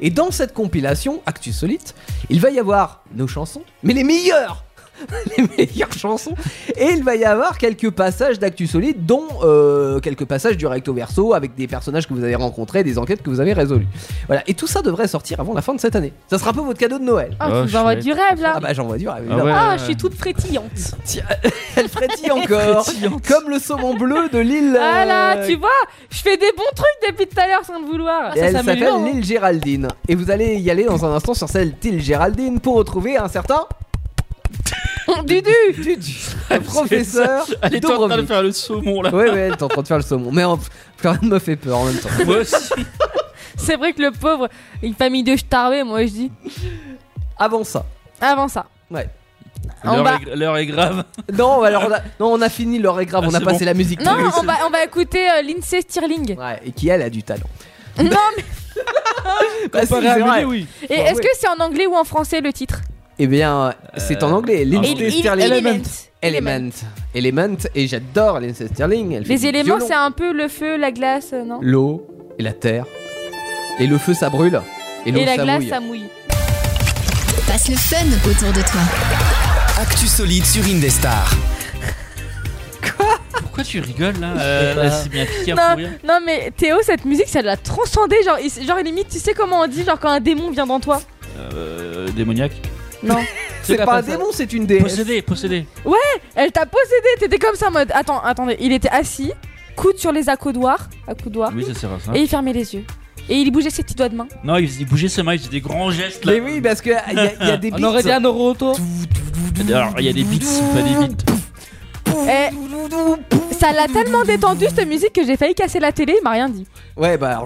Et dans cette compilation, Actu Solite, il va y avoir nos chansons, mais les meilleures les meilleures chansons et il va y avoir quelques passages d'actu solide dont euh, quelques passages du recto verso avec des personnages que vous avez rencontrés des enquêtes que vous avez résolues voilà et tout ça devrait sortir avant la fin de cette année ça sera un peu votre cadeau de Noël
Oh, tu
Oh,
nous envoies
chouette.
du rêve là
ah bah j'envoie du rêve
Ah
évidemment.
ouais,
Ah,
ouais,
je
ouais.
suis toute frétillante.
Tiens, elle frétille encore, comme le saumon bleu de l'île. euh,
Ah là, tu vois, je fais des bons trucs depuis tout à l'heure sans le vouloir.
elle s'appelle
hein.
l'île Géraldine. Et vous allez y aller dans un instant sur celle d'île Géraldine pour retrouver un certain.
hein. Dudu
Le professeur
Elle était en train de faire le saumon là.
Oui, oui, elle est en train de faire le saumon. Mais en- Florian me fait peur en même temps.
Moi aussi.
C'est vrai que le pauvre, une famille de starbés, moi je dis.
Avant ça.
Avant ça.
Ouais.
En
L'heure
bas.
est, gra- l'heure est grave.
Non, alors on a, non, on a fini l'heure est grave,
Ah,
on a
c'est
passé
bon.
la musique.
Non, on va, on va écouter euh, Lindsay Stirling.
Ouais, et qui elle a du talent.
Non,
Bah, si,
Comparé à
c'est
Amélie,
vrai.
oui.
mais. Et est-ce que c'est en anglais ou en français le titre
Eh bien, c'est en anglais.
Il-
Lindsay
il-
Sterling.
Element.
Element. Element. Et j'adore Lindsay Sterling. Elle fait
Les
du
éléments,
violon.
c'est un peu le feu, la glace, euh, non
L'eau et la terre. Et le feu, ça brûle. Et, l'eau,
la
ça
glace,
mouille.
ça mouille.
Passe le fun autour de toi.
Actu solide sur Indestar.
Pourquoi tu rigoles là euh,
pas.
là, C'est bien piqué à
Non,
pourrir.
non, mais Théo, cette musique, ça l'a transcendé. Genre, il- genre, limite, tu sais comment on dit, genre quand un démon vient dans toi
Euh, démoniaque.
Non.
C'est
la
pas un
face-
démon, c'est une déesse.
Possédé, possédé.
Ouais, elle t'a possédé. T'étais comme ça en mode. Attends, attendez, il était assis, coude sur les accoudoirs, accoudoirs
Oui, ça sert
hein.
à ça.
Ah. et il fermait les yeux. Et il bougeait ses petits doigts de main.
Non, il, il bougeait ses mains, il faisait des grands gestes là.
Mais oui, parce que il y, a- il y a des
On aurait dit un Naruto.
Alors, il y a des bits, pas des bits.
Eh, ça l'a tellement détendu cette musique que j'ai failli casser la télé, il m'a rien dit.
Ouais, bah alors.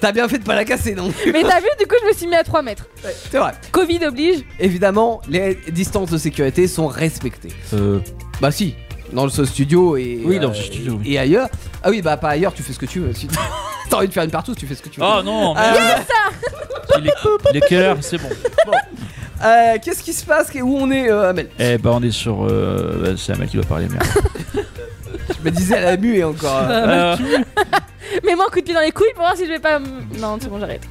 T'as bien fait de pas la casser, non
Mais t'as vu, du coup, je me suis mis à 3 mètres.
C'est vrai.
Covid oblige.
Évidemment, les distances de sécurité sont respectées.
Euh,
Bah si, dans ce studio et euh,
Oui, dans ce studio, oui.
et ailleurs. Ah oui, bah pas ailleurs, tu fais ce que tu veux. Si t'as envie de faire une partout, tu fais ce que tu veux.
Oh non, mais il, est, il est quelle heure C'est bon.
Euh, Qu'est-ce qui se passe Qu'est- Où on est, euh, Amel
Eh ben, on est sur. euh, bah, c'est Amel qui doit parler, merde.
Je me disais, elle a mué encore.
Euh,
Mais moi, coup de pied dans les couilles pour voir si je vais pas. m- Non, c'est bon, j'arrête.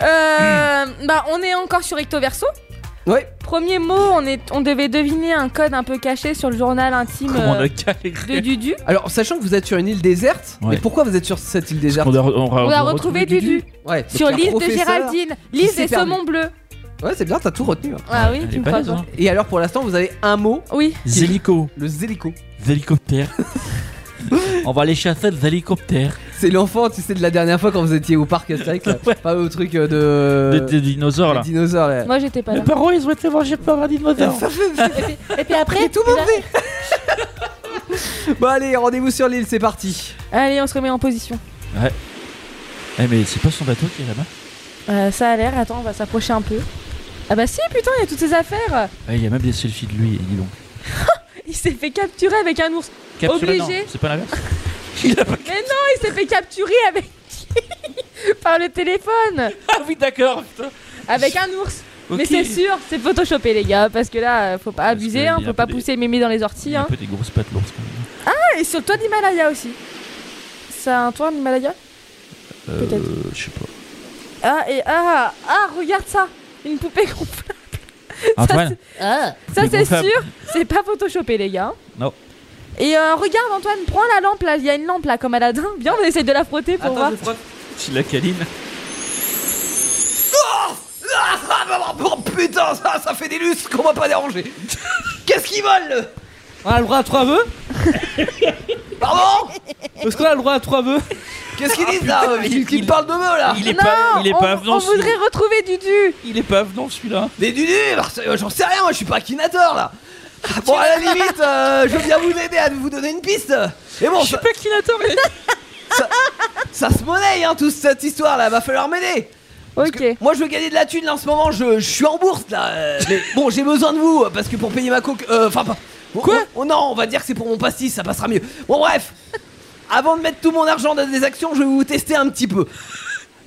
Euh, bah, on est encore sur Recto Verso.
Ouais.
Premier mot, on, est, on devait deviner un code un peu caché sur le journal intime
Comment on
euh,
a calé
de Dudu.
Alors, sachant que vous êtes sur une île déserte, mais
Ouais.
pourquoi vous êtes sur cette île déserte
on a, on a-
On a retrouvé Dudu
Ouais,
sur
donc il y a un
l'île de
professeur.
Géraldine,
qui
l'île
s'est
des
perdu.
saumons bleus.
Ouais, c'est bien, t'as tout retenu. hein.
Ah oui,
Elle
tu
est
me
pas
crois.
dedans.
toi.
Et alors, pour l'instant, vous avez un mot,
Oui,
Zélico.
le zélico.
Zélicoptère. on va aller chasser le zélicoptère.
C'est l'enfant, tu sais, de la dernière fois quand vous étiez au parc Astérix, là. pas au truc euh, de...
Des, des dinosaures
des
là.
dinosaures. là.
moi j'étais pas là.
parents ils ont été mangés par un dinosaure.
Et puis après,
Et tout mauvais Bon allez, rendez-vous sur l'île, c'est parti
allez, on se remet en position.
Ouais. Eh, mais c'est pas son bateau qui est là-bas
Euh, ça a l'air, attends, on va s'approcher un peu. Ah bah si, putain, il y a toutes ces affaires.
Eh, Il y a même des selfies de lui, dis donc.
Il s'est fait capturer avec un ours.
Capturé, non,
Obligé.
C'est pas l'inverse Il a pas-
Mais non, il s'est fait capturer avec par le téléphone.
Ah oui, d'accord, putain.
Avec un ours
Ok.
Mais c'est sûr, c'est photoshopé les gars, parce que là, euh, faut pas
Parce que
abuser,
il
hein,
y a un
faut pas
peu
pousser mémé dans les
Il
orties.
a un
Hein.
peu des grosses pattes l'ours quand même.
Ah, et sur le toit de l'Himalaya aussi. Ça a un toit l'Himalaya Peut-être.
Euh, je sais pas.
Ah, et ah, ah, regarde ça Une poupée gonflable.
Antoine
Ça,
Mais
c'est
gonflable.
sûr, c'est pas photoshopé les gars.
Non.
Et euh, regarde Antoine, prends la lampe là, il y a une lampe là comme Aladdin. Viens, on essaye de la frotter pour voir.
Tu la câline
Oh putain, ça, ça fait des lustres qu'on va pas déranger Qu'est-ce qu'ils volent
On a le droit à trois vœux
Pardon
Est-ce qu'on a le droit à trois vœux
Qu'est-ce qu'ils disent là
Ah, mais
Ils,
il-
ils parlent de me là
Il est
non,
pas, Bah, il est
on,
pas avenant
on
celui-là.
voudrait retrouver Dudu.
Il est pas avenant celui-là.
Des dudus alors, c'est- euh, J'en sais rien, moi je suis pas Akinator là
Ah,
Bon à la limite, euh, je viens vous aider à vous donner une piste Et bon, ça,
pas Kinator mais...
ça se monnaie hein, toute cette histoire là, va falloir m'aider Parce
Ok.
que Moi je veux gagner de la thune là en ce moment, je, je suis en bourse là. euh, mais bon, j'ai besoin de vous euh, parce que pour payer ma coque. euh, Enfin, pas. Quoi Non, on va dire que c'est pour mon pastis, ça passera mieux. Bon, bref. Avant de mettre tout mon argent dans des actions, je vais vous tester un petit peu.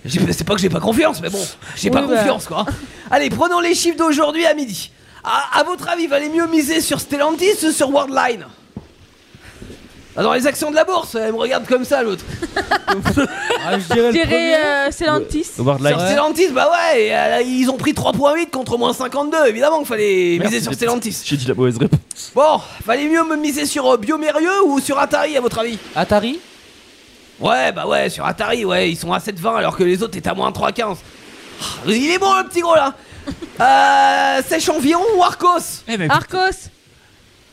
J'ai- C'est pas que j'ai pas confiance, mais bon, j'ai pas
Oui, bah.
confiance quoi. hein. Allez, prenons les chiffres d'aujourd'hui à midi. À, à votre avis, valait mieux miser sur Stellantis ou sur Worldline Ah, Dans les actions de la bourse, elle me regarde comme ça l'autre.
Ah, je dirais
Je
le premier.
dirais euh, Stellantis.
Au bord de
Sur
la.
Ouais.
Stellantis, bah ouais, et, euh, ils ont pris 3.8 contre moins 52, évidemment qu'il fallait
Merde,
miser sur
j'ai-
Stellantis.
J'ai dit la mauvaise réponse.
Bon, fallait mieux me miser sur euh, Biomérieux ou sur Atari à votre avis
euh,
Atari
Ouais, bah ouais, sur Atari, ouais, ils sont à 7,20 alors que les autres étaient à moins 3,15. Ah, Il est bon le petit gros là Euh. Sèche Environ ou Arcos
Eh,
Ah.
mais
Arcos.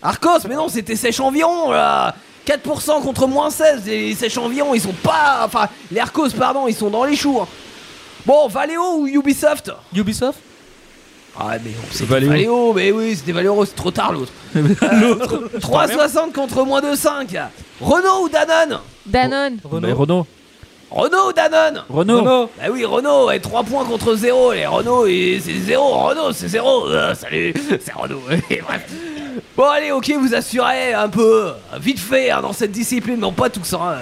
Arcos, mais non, c'était Sèche Environ là 4% contre moins 16, les Sèche Environ ils sont pas. Enfin, les Arcos, pardon, ils sont dans les choux. hein. Bon, Valeo ou Ubisoft
Ubisoft
Ah, mais on
C'est
c'est
Valero.
Valéo, mais oui, c'était Valéro, c'est trop tard l'autre.
L'autre.
3,60 contre moins de 5. Renault ou Danone
Danone.
Mais Renault.
Renault ou Danone
Renault. Renault.
Bah oui, Renault, et 3 points contre 0. Les Renault, et c'est 0. Renault, c'est 0. Euh, salut, c'est Renault. Et bref. Bon, allez, ok, vous assurez un peu, euh, vite fait, hein, dans cette discipline. Non, pas tous. Hein.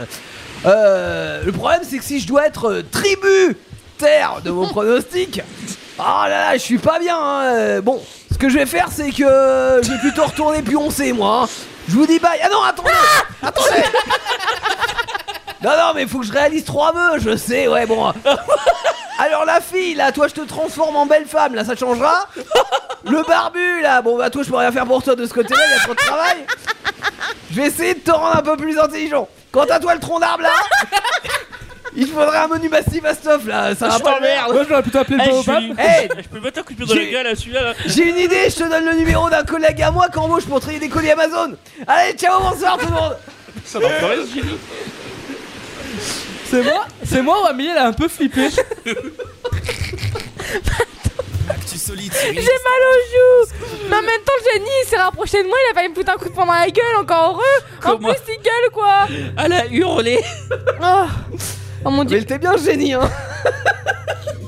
Euh, le problème, c'est que si je dois être euh, tributaire de vos pronostics, ah là là, je suis pas bien. hein. Euh, Bon, ce que je vais faire, c'est que je vais plutôt retourner pioncer, moi. hein. Je vous dis bye. Ah non, attendez Attendez non, non, mais faut que je réalise trois vœux, je sais, ouais, bon. Alors la fille, là, toi, je te transforme en belle femme, là, ça te changera. Le barbu, là, bon, bah, toi, je peux rien faire pour toi de ce côté-là, il y a trop de travail. Je vais essayer de te rendre un peu plus intelligent. Quant à toi, le tronc d'arbre, là, il te faudrait un menu massif à stuff, là, ça va
Je
pas le
t'emmerde.
faire.
Moi, j'aurais plutôt appelé le
Eh, je
baobab.
suis- Eh,
Je peux mettre un coup de pied dans la gueule à celui-là. là.
j'ai une idée, je te donne le numéro d'un collègue à moi quand vous je pour trier des colis Amazon. Allez, ciao, bonsoir
Ah,
tout le monde.
Ça va pas mal, Jimmy.
C'est moi C'est moi ou Amélie, elle a un peu flippé
J'ai mal aux joues Mais en même temps, le génie, il s'est rapproché de moi, il a failli me foutre un coup de poing dans la gueule, encore heureux En
Comment
plus, il gueule, quoi
Elle a hurlé.
Oh, Oh mon dieu
Mais t'es bien génie, hein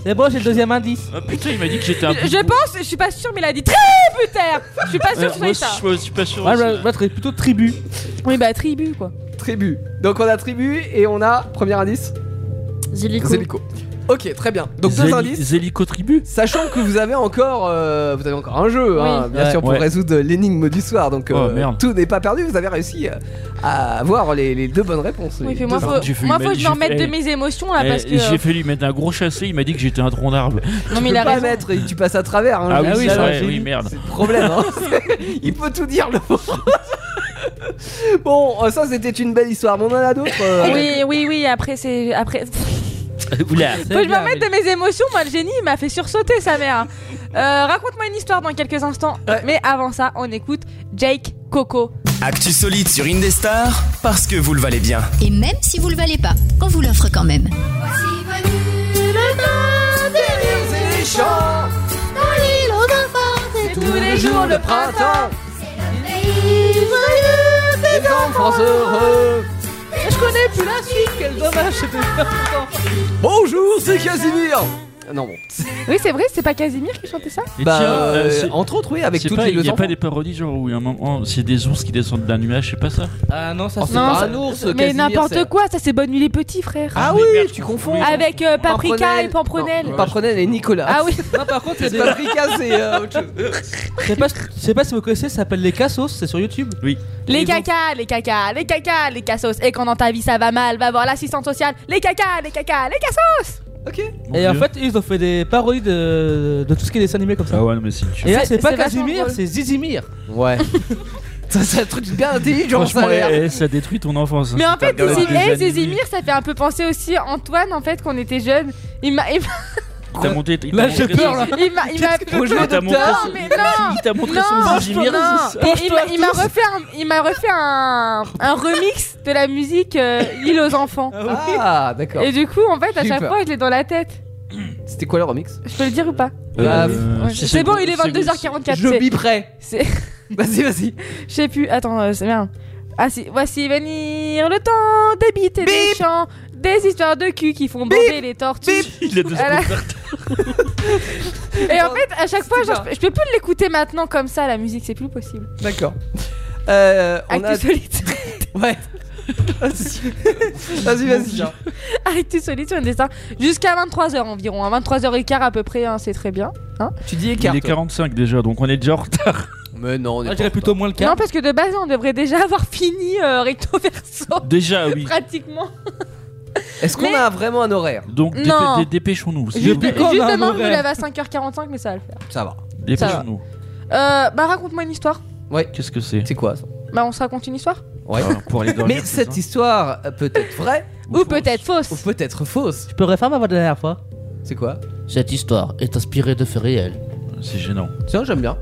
C'est bon, j'ai le deuxième indice.
Ah putain, il m'a dit que j'étais un.
Je je pense, je suis pas sûre, mais il a dit tributaire Je suis pas sûre que
Alors,
ce
moi, aussi,
soit ça
je suis pas sûr.
Ouais,
aussi.
bah, bah, t'es plutôt tribu.
Oui, bah, tribu, quoi.
Tribu. Donc on a tribu et on a premier indice.
Zélico.
Ok, très bien. Donc deux
Zéli-
indices.
Zélico tribu
Sachant que vous avez encore, euh, vous avez encore un jeu, hein,
Oui.
bien
Ouais.
sûr, pour
Ouais.
résoudre l'énigme du soir. Donc
Oh,
euh,
merde.
tout n'est pas perdu. Vous avez réussi euh, à avoir les, les deux bonnes réponses.
Oui,
Les
puis moi,
deux-
faut,
J'ai fait
moi,
une-
faut que je
j'ai
me remette
fait-
de mes émotions, là,
Eh,
parce que... euh,
J'ai fait lui mettre un gros chassé, il m'a dit que j'étais un tronc d'arbre.
Non,
tu
mais il a
peux pas
raison.
mettre, et tu passes à travers. hein,
Ah
j'ai
oui,
dit,
c'est
alors,
vrai,
j'ai
oui,
dit,
merde.
c'est le problème. hein. Il peut tout dire le pauvre. Bon, euh, ça c'était une belle histoire. Mais on en a d'autres. euh,
Oui, oui, oui, après, c'est... Après...
Oula.
Faut que je me remette de mes émotions, moi le génie il m'a fait sursauter sa mère. Euh, Raconte-moi une histoire dans quelques instants, mais avant ça, on écoute Jake Coco.
Actu solide sur Indestar, parce que vous le valez bien.
Et même si vous le valez pas, on vous l'offre quand même.
C'est tous les jours le printemps.
Des enfants heureux.
Je connais plus la suite, quel dommage,
Bonjour, c'est Casimir. Ah, Non bon.
Oui, c'est vrai, c'est pas Casimir qui chantait ça
Et
Bah,
tiens,
euh,
c'est-
entre autres, oui, avec
c'est
toutes
pas-
les
Il
deux
n'y a pas
enfants.
des parodies, genre où il y a un moment, c'est des ours qui descendent d'un nuage, c'est pas ça
Ah non, ça
Oh,
c'est
c'est
Non,
pas
pas
ça-
un ours,
Mais
Casimir, c'est-
n'importe quoi, ça c'est Bonne Nuit les Petits, frère.
Ah oui, tu confonds.
Avec euh, Paprika et Pamprenelle.
Pamprenelle et Nicolas.
Ah oui,
Non, par contre, il y a
C'est
des-
Paprika, c'est euh, autre chose.
je sais pas, je sais pas si vous connaissez, ça s'appelle les Cassos, c'est sur YouTube.
Oui.
les
Et donc-
cacas, les cacas, les cacas, les cassos. Et quand dans ta vie ça va mal, va voir l'assistante sociale. Les cacas, les cacas, les cassos.
Ok.
Mon
Et en
Dieu.
fait, ils ont fait des parodies de, de tout ce qui est dessin animé comme ça.
Ah ouais, non, mais c'est une tuerie.
Et là,
C'est-
c'est pas
c'est vachement
Casimir,
drôle.
c'est Zizimir.
Ouais. ça, c'est un truc bien intelligent, ça
Franchement,
a l'air.
eh, eh, ça détruit ton enfance.
Mais en fait,
Zizimir
Zizimir, eh, Zizimir, ça fait un peu penser aussi à Antoine en fait quand on était jeune. Il m'a, il m'a,
T'as monté. il t'a
Là,
montré
j'ai peur,
son-
là.
il m'a, il m'a-
Bonjour,
Il t'a montré
docteur.
son-
Non, mais non.
Il t'a montré
Non,
son Zizimir.
non.
c'est ça.
Et il m'a- il m'a refait un, il m'a refait un, un remix de la musique euh, Île aux enfants.
Ah, d'accord.
Et du coup, en fait, à
J'ai eu
chaque
peur.
fois, je l'ai dans la tête.
C'était quoi le remix
Je peux le dire ou pas
Bah,
Euh,
Ouais. Ah, C'est bon, il est 22h44.
Je
c'est-
biperai.
c'est-
Vas-y, vas-y.
Je sais plus. Attends, euh, c'est bien. Ah si, voici venir le temps des bites et des
Bip.
chants, des histoires de cul qui font bander les tortues.
Il est 22h44.
Voilà. Et en fait, à chaque fois, genre, je peux- je peux plus l'écouter maintenant comme ça, la musique, c'est plus possible.
D'accord. Euh, on a.
Actu solide.
Ouais. vas-y, vas-y.
Actu solide sur une destin. Jusqu'à 23h environ, hein, 23h15 à peu près, hein, c'est très bien. hein.
Tu dis écart.
Il est 45 déjà, donc on est déjà en retard.
Mais non, on
Ah,
est
Là, je
pas-
dirais plutôt moins le
Non,
cas.
parce que de base, on devrait déjà avoir fini euh, recto verso,
Déjà, oui.
pratiquement.
Est-ce qu'on
Mais-
a vraiment un horaire
Donc dépê-
Non.
dé- dépêchons-nous. s'il
Je
vous plaît.
déconne.
Juste
on a un
demain, je me
horaire.
lève à 5h45, mais ça va le faire.
Ça va.
Dépêchons-nous.
Euh, bah, raconte-moi une histoire.
Qu'est-ce que c'est
C'est quoi ça
Bah, on se raconte une histoire
Ouais.
Ah, Pour aller dormir.
Mais cette histoire euh, peut être vraie
Ou, peut-être fausse.
ou peut être fausse.
Je peux refaire ma voix de la dernière fois
C'est quoi
Cette histoire est inspirée de faits réels.
C'est gênant.
Tiens, j'aime bien.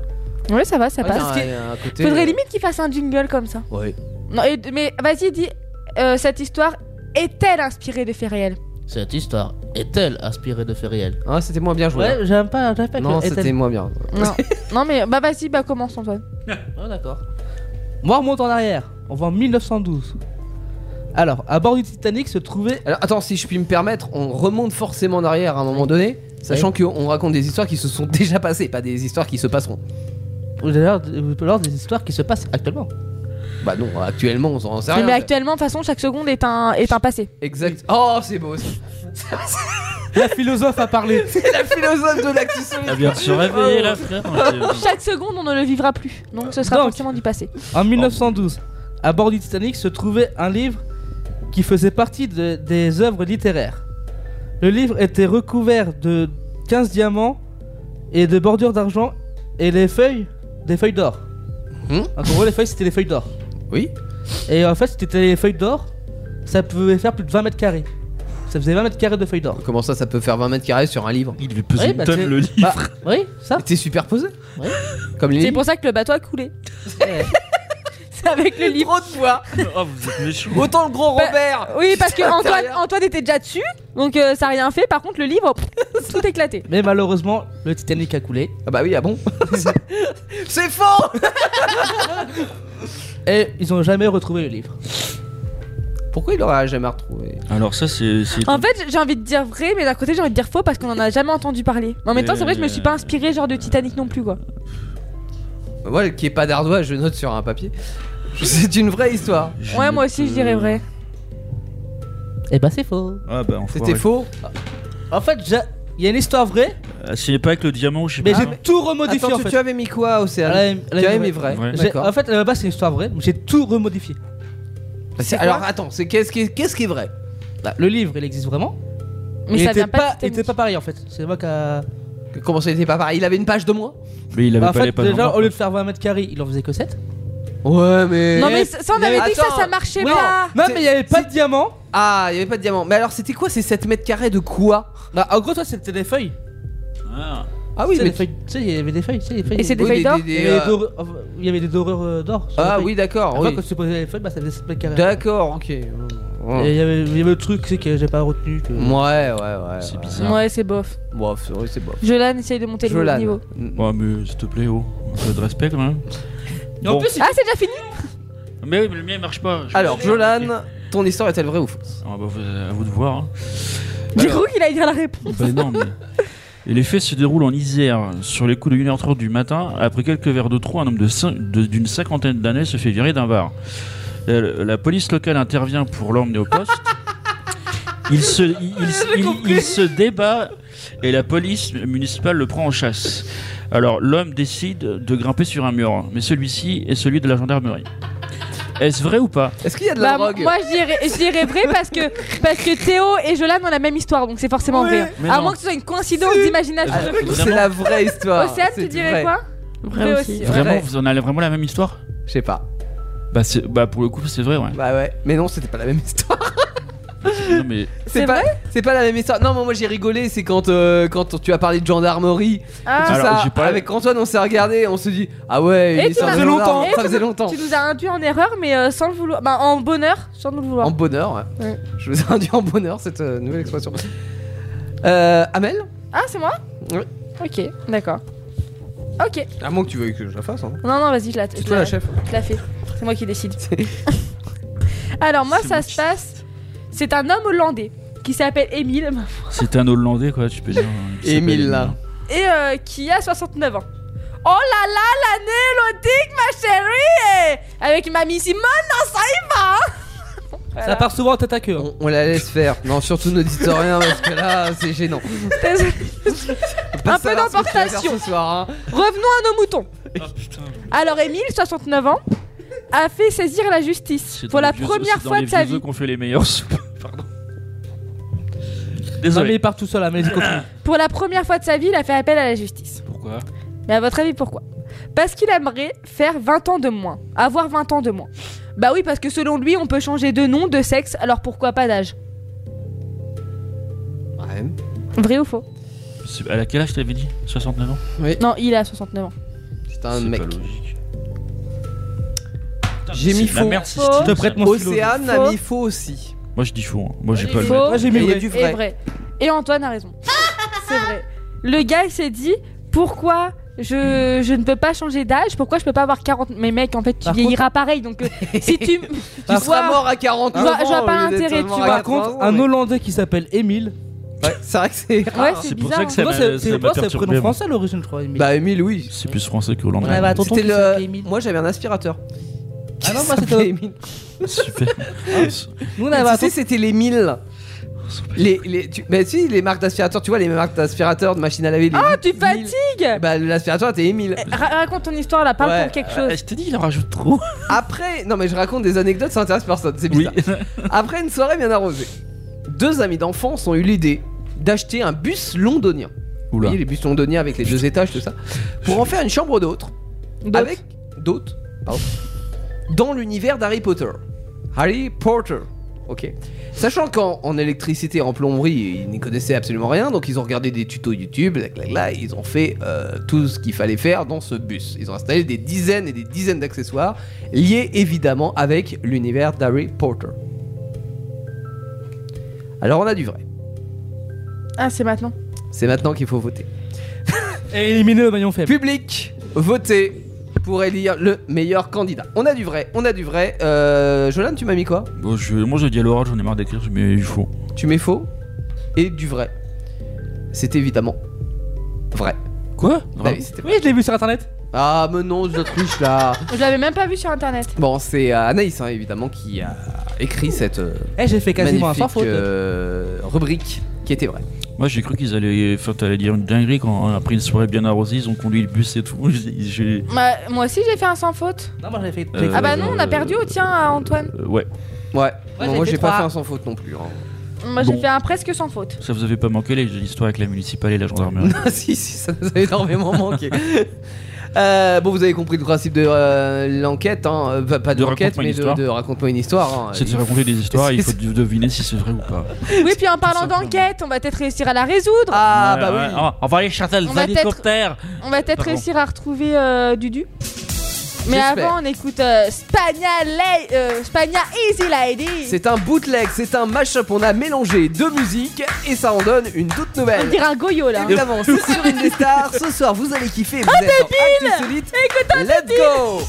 Ouais, ça va, ça
Ouais,
passe.
il y a un côté-
Faudrait limite qu'il fasse un jingle comme ça.
Ouais.
Non, et- mais vas-y, dis, euh, cette histoire est-elle inspirée des faits réels
Cette histoire est-elle aspirée de faits réels
Ah, c'était moins bien joué.
Ouais, j'aime pas, j'aime pas que-
Non,
est-elle-
c'était moins bien.
Non. non, mais bah vas-y, bah commence Antoine.
Ah, d'accord.
Oh, Moi, on monte en arrière. On va en 1912. Alors, à bord du Titanic se trouvait.
Alors, attends, si je puis me permettre, on remonte forcément en arrière à un moment donné, sachant qu'on raconte des histoires qui se sont déjà passées, pas des histoires qui se passeront.
Ou d'ailleurs, ou alors des histoires qui se passent actuellement.
Bah non, actuellement, on s'en sait
mais,
rien.
actuellement, de toute façon, chaque seconde est un, est un passé.
Exact. Oh, c'est beau. ça.
La philosophe a parlé.
C'est la philosophe de l'actu
Elle vient de se réveiller là, frère.
chaque seconde, on ne le vivra plus. Donc ce sera
Donc.
forcément du passé.
En 1912, à bord du Titanic se trouvait un livre qui faisait partie de- des œuvres littéraires. Le livre était recouvert de 15 diamants et de bordures d'argent et les feuilles, des feuilles d'or.
Hum?
En gros, les feuilles, c'était les feuilles d'or.
Oui.
Et en fait, c'était les feuilles d'or, ça pouvait faire plus de 20 mètres carrés. Ça faisait 20 mètres carrés de feuilles d'or.
Comment ça, ça peut faire 20 mètres carrés sur un livre
Il lui
pesait Oui, une bah, tonne, c'est- le livre. oui, ça.
T'es superposé Comme les
C'est
livres.
pour ça que le bateau a coulé. C'est avec le livre.
de poids.
Oh, vous êtes méchants.
Autant le gros
Bah,
Robert
Oui, parce que
Putain,
Antoine,
derrière.
Antoine était déjà dessus, donc euh, ça a rien fait. Par contre, le livre, pff, tout éclaté.
Mais malheureusement, le Titanic a coulé.
Ah bah oui, ah bon C'est faux
Et ils ont jamais retrouvé le livre.
Pourquoi il l'aurait jamais retrouvé
Alors, ça, c'est. c'est-
En fait, j'ai envie de dire vrai, mais d'un côté, j'ai envie de dire faux parce qu'on en a jamais entendu parler. Mais en même temps, c'est vrai, je me suis pas inspiré genre de Titanic non plus, quoi.
Moi, qui est pas d'ardoise, je note sur un papier. C'est une vraie histoire.
Ouais, moi aussi, je dirais vrai.
Eh
ben,
bah, c'est faux.
Ah, bah, enfoiré.
C'était faux
En fait, j'a- il y a une histoire vraie,
Ah, C'est pas avec le diamant ou je sais
mais
pas. Hein.
j'ai tout remodifié
Attends,
en
tu,
fait.
tu avais mis quoi, Océane
Elle a-
Tu
elle a
avais
mis
mis
vrai.
vrai.
Ouais.
J'ai-
D'accord.
En fait, à la base, c'est une histoire vraie, mais j'ai tout remodifié.
Bah, C'est- Alors attends, c'est qu'est-ce qui, qu'est-ce qui est vrai
Bah, le livre, il existe vraiment.
Mais
il
ça
était
vient pas de
il
Titanic.
était pas pareil en fait. C'est moi qui a.
Comment ça n'était pas pareil Il avait une page de moins
Mais il avait
Bah, en
pas les
fait,
pages en
déjà,
or.
au lieu de faire 20 mètres carrés, il en faisait que 7.
Ouais, mais.
Non, mais ça, on avait dit que ça, ça marchait
non.
pas.
Non, mais il y avait pas de diamant.
Ah, il y avait pas de diamant. Mais alors, c'était quoi ces 7 mètres carrés de quoi
Bah, en gros, toi, c'était des feuilles.
Ah.
Ah oui,
Tu sais,
mais.
les feuilles- Tu sais, il y avait des feuilles. tu sais, les feuilles
Et c'est des
Oui,
feuilles d'or
Il y
des-
avait
euh,
des dorures- enfin, il y avait des dorures euh, d'or. sur
Ah
les
oui,
feuilles.
d'accord.
Après,
oui.
Quand tu posais les feuilles, bah, ça faisait 7 mètres carrés.
D'accord, ok.
Et Il y avait il y avait le truc, c'est que j'ai pas retenu. que-
Ouais, ouais, ouais.
C'est
ouais.
bizarre.
Ouais, c'est bof.
Bof, c'est vrai, c'est bof.
Jolan essaye de monter le
Jolan.
niveau.
Ouais, mais s'il te plaît, oh. Un peu de respect quand même.
En
Bon.
plus, il-
Ah, c'est déjà fini
Mais oui, mais le mien il marche pas. Je-
Alors, Jolan, ton histoire est-elle vraie ou fausse
Ah bah, vous- à vous de voir. hein.
J'ai cru qu'il allait dire la réponse.
Bah non, mais- Et les faits se déroulent en Isère. Sur les coups de 1h30 du matin, après quelques verres de trop, un homme de cin- de- d'une cinquantaine d'années se fait virer d'un bar. Euh, La police locale intervient pour l'emmener au poste. Il se, il, il- il- il se débat et la police municipale le prend en chasse. Alors l'homme décide de grimper sur un mur, mais celui-ci est celui de la gendarmerie. Est-ce vrai ou pas
Est-ce qu'il y a de la
Bah,
drogue
moi, je dirais, je dirais vrai parce que, parce que Théo et Jolan ont la même histoire, donc c'est forcément vrai.
Mais
À
non.
moins que ce soit une coïncidence d'imagination.
Ah,
C'est
Vraiment,
la vraie histoire.
Océane,
C'est
tu dirais
vrai.
quoi Vrai aussi.
vraiment,
Vrai.
vous en avez vraiment la même histoire
Je sais pas.
bah, c'est- bah pour le coup c'est vrai ouais.
Bah ouais. Mais non, c'était pas la même histoire.
Non, mais
C'est
pas, c'est pas la même histoire. Non, mais moi j'ai rigolé, c'est quand, euh, quand tu as parlé de gendarmerie.
Ah.
tout
Alors,
ça,
j'ai pas-
Avec Antoine, on s'est regardé, on se dit Ah ouais,
Et
une
tu
histoire
m'as-
de
Ça faisait
gendarme,
longtemps. Et
Ça
tu
faisait
m'as-
longtemps.
Tu nous as induit en erreur, mais euh, sans le vouloir. Bah, en bonheur, sans nous le vouloir.
En bonheur, ouais.
Ouais.
Je vous ai induit en bonheur cette euh, nouvelle expression. Euh, Amel
Ah, c'est moi
Ouais.
Ok, d'accord. Ok.
À moins que tu veuilles que je la fasse. hein.
Non, non, vas-y, je la
C'est
je
toi la chef.
Je la fais. C'est moi qui décide. Alors, moi,
C'est
ça
moi
se
qui-
passe. C'est un homme hollandais qui s'appelle Émile
C'est un Hollandais, quoi, tu peux dire. hein, qui s'appelle
Émile, là.
et euh, qui a 69 ans. Oh là là, l'année lodique, ma chérie! eh, Avec mamie Simone, non, ça y va! hein. Voilà.
Ça part souvent en tête à queue. hein.
On, on la laisse faire. Non, surtout n'auditez rien parce que là, c'est gênant.
Désolée.
Pas
Un
savoir
peu
ce que tu vas faire
d'emportation.
ce soir, hein.
Revenons à nos moutons.
Ah,
Alors, Émile, 69 ans, a fait saisir la justice
C'est
pour
dans
la
les vieux-
première
c'est dans
fois
les
de sa
vieux œufs
vie.
qu'on fait les meilleurs soupes. Pardon.
Non, mais
Désolé.
il part tout seul, hein, mais vas-y, continue.
Pour la première fois de sa vie, il a fait appel à la justice.
Pourquoi
Mais à votre avis, pourquoi Parce qu'il aimerait faire 20 ans de moins. Avoir 20 ans de moins. Bah oui, parce que selon lui, on peut changer de nom, de sexe, alors pourquoi pas d'âge
Ouais.
Vrai ou faux
C'est- À quel âge t'avais dit 69 ans
Non, il a 69 ans.
C'est un
C'est
mec.
pas logique. Putain,
J'ai
mais
mis
c'est de la
faux.
merde, c'est
Faux.
stylé,
Je te prête
ça.
mon stylo.
Océane a
Faux.
mis faux aussi.
Moi je dis faux. hein. Moi j'ai pas
Faux
Moi, j'ai
Mais
mis
il y a
vrai.
du
et
vrai.
vrai. Et Antoine a raison. C'est vrai. Le gars il s'est dit pourquoi je, je ne peux pas changer d'âge, pourquoi je peux pas avoir 40 Mais mec, en fait, tu
Par
vieilliras pareil. Donc euh, si tu, tu
Tu seras mort à 40
je vois- je vois pas l'intérêt, tu vois.
Par contre, un Hollandais qui s'appelle Émile.
Ouais, c'est vrai que c'est.
Ouais, c'est bizarre, hein.
Tu vois,
ça m'a- ça
C'est
m'a
pas c'est
perturbé,
prénom
moi.
français à l'origine, je crois. Émile.
Bah, Émile, oui.
C'est plus français que hollandais.
bah,
C'était le... Moi j'avais un aspirateur.
Ah non, moi c'était.
Super. Ah,
Nous on
Mais
avait
bah,
tu sais, c'était les 1000. Les, les, tu, mais si, les marques d'aspirateur, tu vois, les marques d'aspirateur, de machine à laver. les
Ah, Eh.
huit
tu
mille.
fatigues
Bah, l'aspirateur était 1000.
Ra- Raconte ton histoire là, parle
Ouais.
pour quelque chose.
Je te dis, il en rajoute trop.
Après, non, mais je raconte des anecdotes, ça intéresse personne, c'est bizarre. Après une soirée bien arrosée, deux amis d'enfance ont eu l'idée d'acheter un bus londonien.
Oula.
Vous voyez, les bus londoniens avec les deux étages, tout ça, pour en faire une chambre d'hôte avec d'hôtes, pardon, dans l'univers d'Harry Potter. Harry Potter. Ok. Sachant qu'en en électricité et en plomberie, ils n'y connaissaient absolument rien, donc ils ont regardé des tutos YouTube, là, là, là, ils ont fait euh, tout ce qu'il fallait faire dans ce bus. Ils ont installé des dizaines et des dizaines d'accessoires liés évidemment avec l'univers d'Harry Potter. Alors on a du vrai.
Ah, c'est maintenant.
C'est maintenant qu'il faut voter.
Et éliminer le maillon faible.
Public, votez pour élire le meilleur candidat. On a du vrai, on a du vrai. Euh, Jolan, tu m'as mis quoi
Bon, je- moi, j'ai dit à Laura, j'en ai marre d'écrire, mais il faut.
Tu mets faux et du vrai. C'est évidemment vrai.
Quoi
Bah oui, c'était vrai.
Oui, je l'ai vu sur internet.
Ah, mais non, je triche là.
Je l'avais même pas vu sur internet.
Bon, c'est euh, Anaïs, hein, évidemment, qui a écrit cette. euh,
Eh, j'ai fait quasiment un sans
magnifique,
faute.
euh, rubrique qui était vraie.
Moi, j'ai cru qu'ils allaient faire, t'allais dire une dinguerie quand hein, après une soirée bien arrosée, ils ont conduit le bus et tout. J'ai- j'ai-
Bah, moi aussi j'ai fait un sans faute.
Non, moi j'avais fait.
Euh,
Ah bah non, on a
euh,
perdu au tien, à Antoine.
euh, ouais.
Ouais.
Moi,
Bon,
j'ai
moi,
fait
j'ai pas
trois.
fait un sans faute non plus. hein.
Moi j'ai
Bon.
fait un presque sans faute.
Ça vous avait pas manqué les- l'histoire avec la municipale et la gendarmerie
Ah, si, si, ça nous a énormément manqué. Euh, bon, vous avez compris le principe de euh, l'enquête, hein. Euh, pas- pas de,
De
l'enquête,
raconte-moi une
mais de,
histoire.
de raconte-moi une histoire. hein.
C'est de raconter des histoires,
C'est-
il faut deviner si c'est vrai ou pas.
Oui, puis en parlant d'enquête, on va peut-être réussir à la résoudre.
Ah
Ouais, ouais, hein. Oh, on va- On va aller chercher
bah On
les
va peut-être-
hélicoptères
On va peut-être
Pardon.
réussir à retrouver euh, Dudu. Mais
J'espère.
avant, on écoute euh, Spagna, La- euh, Spagna Easy Lady.
C'est un bootleg, c'est un mashup. On a mélangé deux musiques et ça en donne une toute
On
nouvelle.
dirait un goyo là.
Évidemment, c'est sur une des stars. Ce soir, vous allez kiffer. Vous êtes en Actu Solide. Let's go!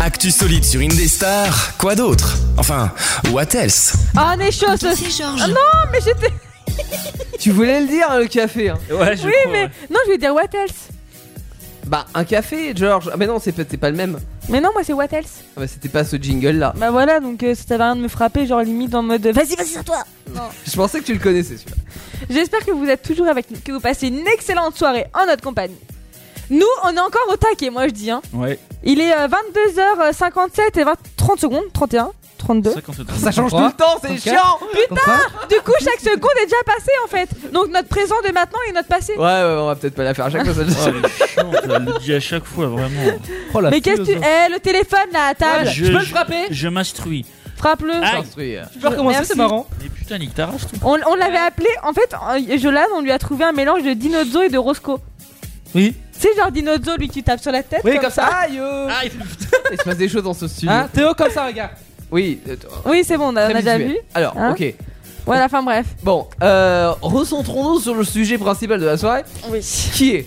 Actu solide sur Indestar, quoi d'autre Enfin, what else
Ah, on est chaud ce
C'est Georges.
Ah Non, mais j'étais.
Tu voulais le dire, hein, le café. hein.
Ouais, je
Oui,
crois,
mais.
ouais.
Non, je vais dire What else.
Bah, un café, George. Ah, mais non, c'est peut- c'est pas le même.
Mais non, moi c'est What else.
Ah, bah, c'était pas ce jingle là.
Bah voilà, donc euh, ça servait à rien de me frapper, genre limite en mode vas-y, vas-y sur toi.
Je pensais que tu le connaissais celui-là.
J'espère que vous êtes toujours avec nous, que vous passez une excellente soirée en notre compagnie. Nous, on est encore au taquet, moi je dis. Hein.
Ouais,
Il est euh, 22h57 et 20 30 secondes, 31, 32.
50
Ça change tout le temps, c'est chiant!
Du coup, chaque seconde est déjà passée en fait. Donc notre présent de maintenant et notre passé.
Ouais, ouais, ouais, on va peut-être pas la faire à chaque fois. ça-
Oh, elle est chiante, elle le dit à chaque fois, vraiment.
Mais qu'est-ce que tu. Eh, le téléphone là à table.
je,
peux le
je-
frapper
Je m'instruis.
Frappe-le.
Ah.
Aïe
hein.
Tu peux recommencer,
Merci.
c'est marrant.
Mais putain, Nick, t'arraches tout.
On, on l'avait appelé, en fait, euh, Jolan, on lui a trouvé un mélange de Dinozo et de Roscoe.
Oui.
C'est genre Dinozo, lui, tu tapes sur la tête.
Oui, comme ça.
Aïe! euh,
Aïe putain.
Il se passe des choses dans ce studio.
Hein, Théo, comme ça, regarde.
oui, euh,
Oui, c'est bon, on a,
très
on a déjà
visuel.
vu.
Alors,
Hein
ok.
Voilà, enfin bref.
Bon, euh, recentrons-nous sur le sujet principal de la soirée,
Oui.
qui est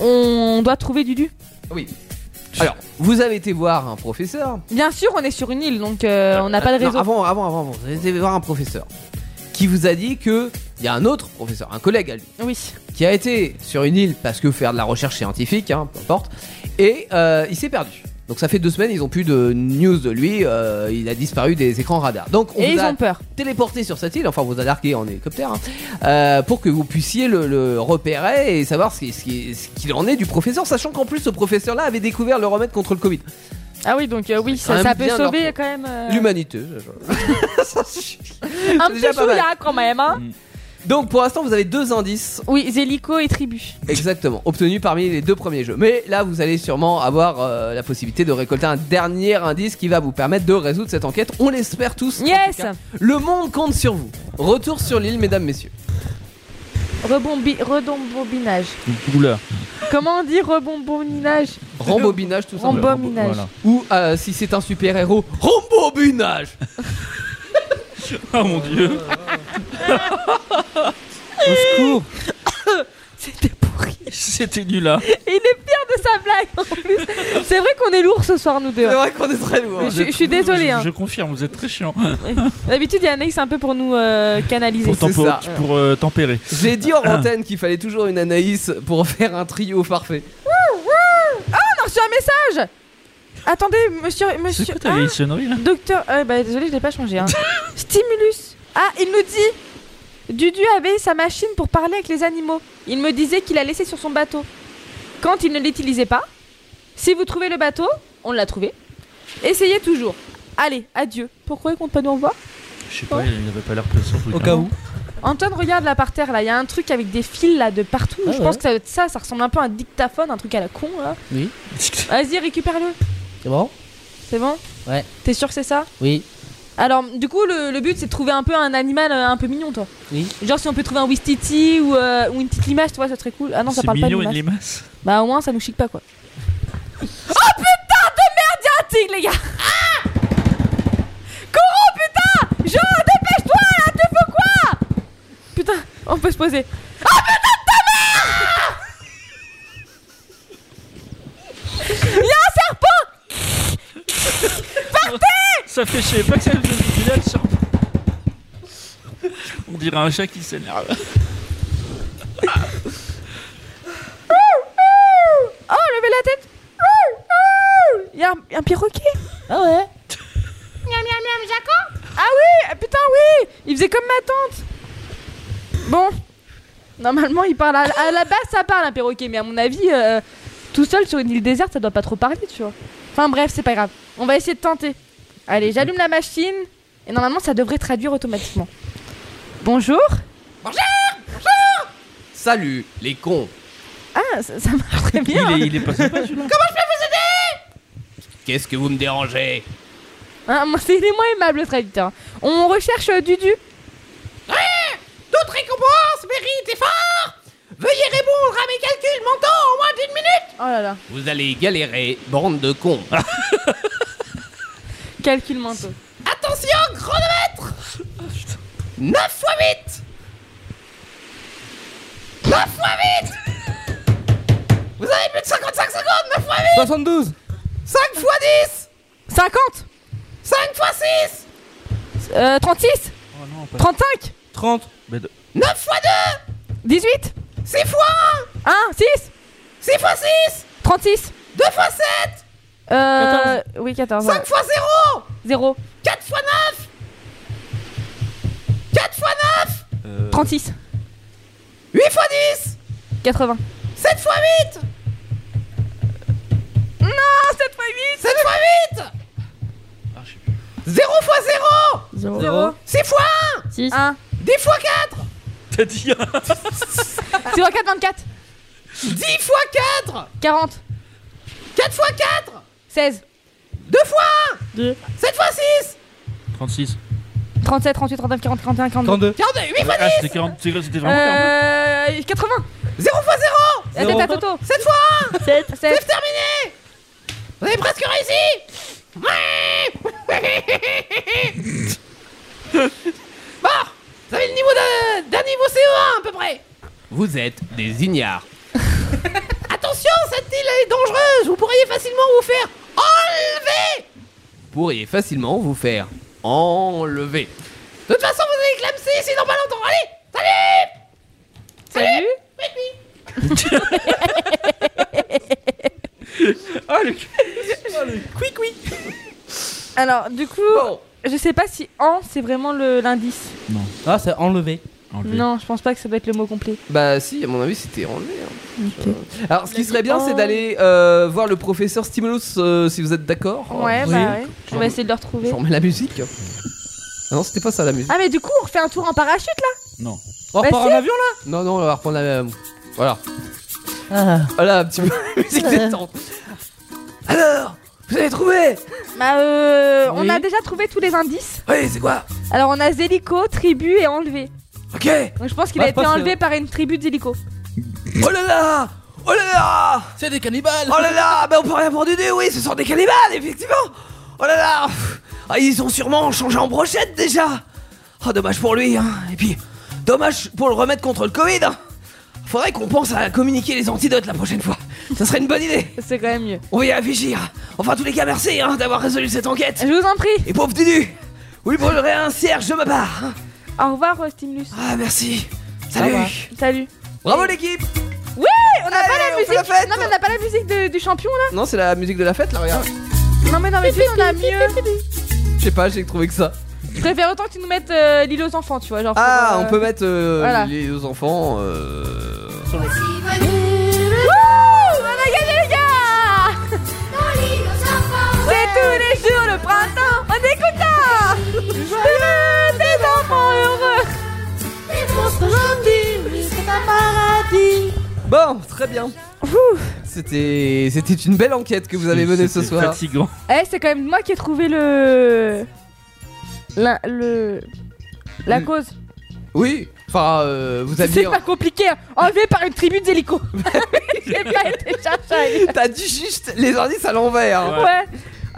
On doit trouver Dudu.
Oui. Alors, vous avez été voir un professeur.
Bien sûr, on est sur une île, donc euh, on n'a pas de
Non,
réseau.
avant, avant, avant, avant. Vous avez été voir un professeur qui vous a dit que il y a un autre professeur, un collègue à lui,
Oui.
qui a été sur une île parce que faire de la recherche scientifique, hein, peu importe, et euh, il s'est perdu. Donc ça fait deux semaines, ils ont plus de news de lui. euh, il a disparu des écrans radars. Donc on
et
vous
ils
a
ont peur.
téléporté sur cette île, enfin vous alargué en hélicoptère, hein, euh, pour que vous puissiez le, le repérer et savoir ce qui- ce qui- ce qu'il en est du professeur, sachant qu'en plus ce professeur-là avait découvert le remède contre le Covid.
Ah oui, donc euh, oui,
C'est quand
ça,
même
ça peut
bien
sauver
leur-
quand même. euh,
L'humanité. ça, je-
un
déjà
petit
pas mal.
chouïa quand même, hein.
Donc pour l'instant vous avez deux indices
Oui, Zélico et Tribu.
exactement obtenus parmi les deux premiers jeux. Mais là vous allez sûrement avoir euh, la possibilité de récolter un dernier indice qui va vous permettre de résoudre cette enquête. On l'espère tous. en
Yes
tout cas. Le monde compte sur vous. Retour sur l'île mesdames messieurs.
Rebombi... Redombobinage.
Oula.
Comment on dit rebombobinage
Rembobinage tout simplement.
Rembobinage.
Voilà.
Ou euh, si c'est un super héros, rembobinage.
Oh mon dieu.
Au secours
C'était nul hein. là.
Il est pire de sa blague en plus. C'est vrai qu'on est lourd ce soir, nous deux.
C'est vrai qu'on est très lourds.
Mais Je, je suis désolée. hein.
Je confirme, vous êtes très chiant.
D'habitude, il y a Anaïs un peu pour nous euh, canaliser.
Pour, tempo- pour, euh, tempérer.
J'ai dit en antenne qu'il fallait toujours une Anaïs pour faire un trio parfait.
Wouh, wouh. Ah, on a reçu un message Attendez, monsieur. monsieur
T'as
Ah,
une sonnerie là
Docteur. euh, bah, désolé, je l'ai pas changé. hein. Stimulus. Ah, il nous dit Dudu avait sa machine pour parler avec les animaux. Il me disait qu'il la laissait sur son bateau. Quand il ne l'utilisait pas, si vous trouvez le bateau, on l'a trouvé. Essayez toujours. Allez, adieu. Pourquoi il compte pas nous revoir
Je sais
Oh.
pas, il n'avait pas l'air de son truc.
Au
hein.
cas où.
Antoine, regarde là par terre, là, il y a un truc avec des fils là de partout.
Ah
je
ouais.
pense que ça doit être ça, ça ressemble un peu à un dictaphone, un truc à la con là.
Oui.
Vas-y, récupère-le.
C'est bon
C'est bon
Ouais.
T'es sûr que c'est ça
Oui.
Alors, du coup, le, le but c'est de trouver un peu un animal euh, un peu mignon, toi.
Oui.
Genre, si on peut trouver un Wistiti ou, euh, ou une petite limace, tu vois, ça serait cool. Ah non, ça
C'est
parle pas de
mignon
limace.
une limace.
Bah, au moins, ça nous chique pas quoi. oh putain de merde, y'a un tigre, les gars Ah Courons, putain Jean, dépêche-toi là, te faut quoi Putain, on peut se poser. Ah putain de ta mère Y'a un serpent Partez
Ça fait, je savais pas que ça faisait du village sur. On dirait un chat qui s'énerve.
Ouh, ouh. Oh, levez la tête Ouh, ouh. Il y a un, un perroquet Ah ouais Miam, miam, miam, Jaco Ah oui ah, Putain, oui Il faisait comme ma tante Bon. Normalement, il parle. À, à la base, ça parle, un perroquet, mais à mon avis, euh, tout seul sur une île déserte, ça doit pas trop parler, tu vois. Enfin bref, c'est pas grave. On va essayer de tenter. Allez, j'allume la machine, et normalement, ça devrait traduire automatiquement. Bonjour
Salut, les cons.
Ah, ça, ça marche très bien
Il est- il est pas sympa, celui-là.
Comment je peux vous aider
Qu'est-ce que vous me dérangez
Hein, moi, c'est il est moins aimable le traducteur. On recherche euh, Dudu.
D'autres récompenses méritent effort Veuillez répondre à mes calculs mentaux en moins d'une minute
Oh là là,
Vous allez galérer, bande de cons.
calcul mentaux.
Attention, chronomètre 9 x 8 9 x 8 Vous avez plus de 55 secondes, 9 x 8
72
5 x
10 50
5 x 6
Euh, 36
pas-
35
30 Mais de-
9 x
2 18
6 x 1
1 6
6 x 6
36
2 x 7
Euh, oui, 14.
5 x 0
0
4 x 9 4 x 9
36
8 x 10
80
7 x 8
Non, 7 x 8
7 x 8 0 x 0
0
0 6 x 1
6
1
10 x 4
T'as dit
0 4 24
10 x 4
40
4 x 4
16
2 x 1
2
7 x 6
36.
37 38 39 40 41 42
42 8
Ah,
x 10
c'était 40, c'était c'était vraiment 40.
Euh, 80
0 x 0
La tête à Toto
7 x 1
7
C'est terminé Vous avez presque réussi Ouais. Bon Vous avez le niveau d'un- d'un niveau CO1 à peu près
Vous êtes des ignares.
Attention, cette île elle est dangereuse Vous pourriez facilement vous faire enlever
Pourriez facilement vous faire enlever.
De toute façon, vous allez clamser ici dans pas longtemps Allez Salut
Salut
Oui, oui.
Oh le
Oui, oui Alors, du coup, je sais pas si en c'est vraiment le- l'indice.
Non.
Ah, c'est enlevé.
Non, je pense pas que ça doit être le mot complet.
Bah si, à mon avis, c'était enlevé. hein. Euh, Alors, ce qui serait bien, c'est d'aller euh, voir le professeur Stimulus, euh, si vous êtes d'accord.
Ouais, bah ouais. On va essayer de le
Je
retrouver.
remets la musique. Ah non, c'était pas ça la musique.
Ah, mais du coup, on refait un tour en parachute là
Non.
On
Bah
repart
si.
en avion là Non, non, on va reprendre la même. Voilà. Voilà, un petit peu de musique détente. Alors, vous avez trouvé
Bah, euh, on
Oui.
a déjà trouvé tous les indices.
Oui, c'est quoi
Alors, on a Zélico, tribu et enlevé.
Ok
Donc, je pense qu'il
Bah,
a
je
été
pense que-
enlevé par une tribu de Zélico.
Oh là là Oh là là C'est des cannibales Oh là là Ben on peut rien pour Dudu, oui, ce sont des cannibales, effectivement Oh là là Ah, Ils ont sûrement changé en brochette déjà Oh, dommage pour lui, hein Et puis, Dommage pour le remettre contre le Covid. hein. Faudrait qu'on pense à communiquer les antidotes la prochaine fois. Ça serait une bonne idée.
C'est quand même mieux.
On va y réfléchir. Enfin, tous les cas, merci hein, d'avoir résolu cette enquête.
Je vous en prie.
Et pauvre Dudu, vous lui brûlerez un cierge de ma part. hein.
Au revoir, euh, Stimulus.
Ah, merci.
Au revoir.
Salut.
Salut.
Bravo l'équipe
Ah, Oui, on n'a pas la
on fait
musique.
la fête.
non, mais on n'a pas la musique de- du champion là.
Non, c'est la musique de la fête là, regarde.
Ah.
Non, mais non, mais tu sais, on a mieux.
Je sais pas, j'ai trouvé que ça.
Je préfère autant que tu nous mettes euh, l'île aux enfants, tu vois. Genre
Ah,
pour, euh,
on peut mettre euh,
voilà.
les deux enfants. euh,
Wouh On a gagné les gars C'est tous les jours le printemps On écoute ça Joyeux des enfants heureux
Bon, très bien. C'était c'était une belle enquête que vous avez menée ce soir.
fatigant.
Eh c'est quand même moi qui ai trouvé le... La, le... La
Mm.
cause
Oui, enfin, euh, vous
C'est
aviez.
pas compliqué hein. Enlevé par une tribu d'hélicos J'ai pas été chercher hein.
T'as dit juste les indices à l'envers. hein.
Ouais.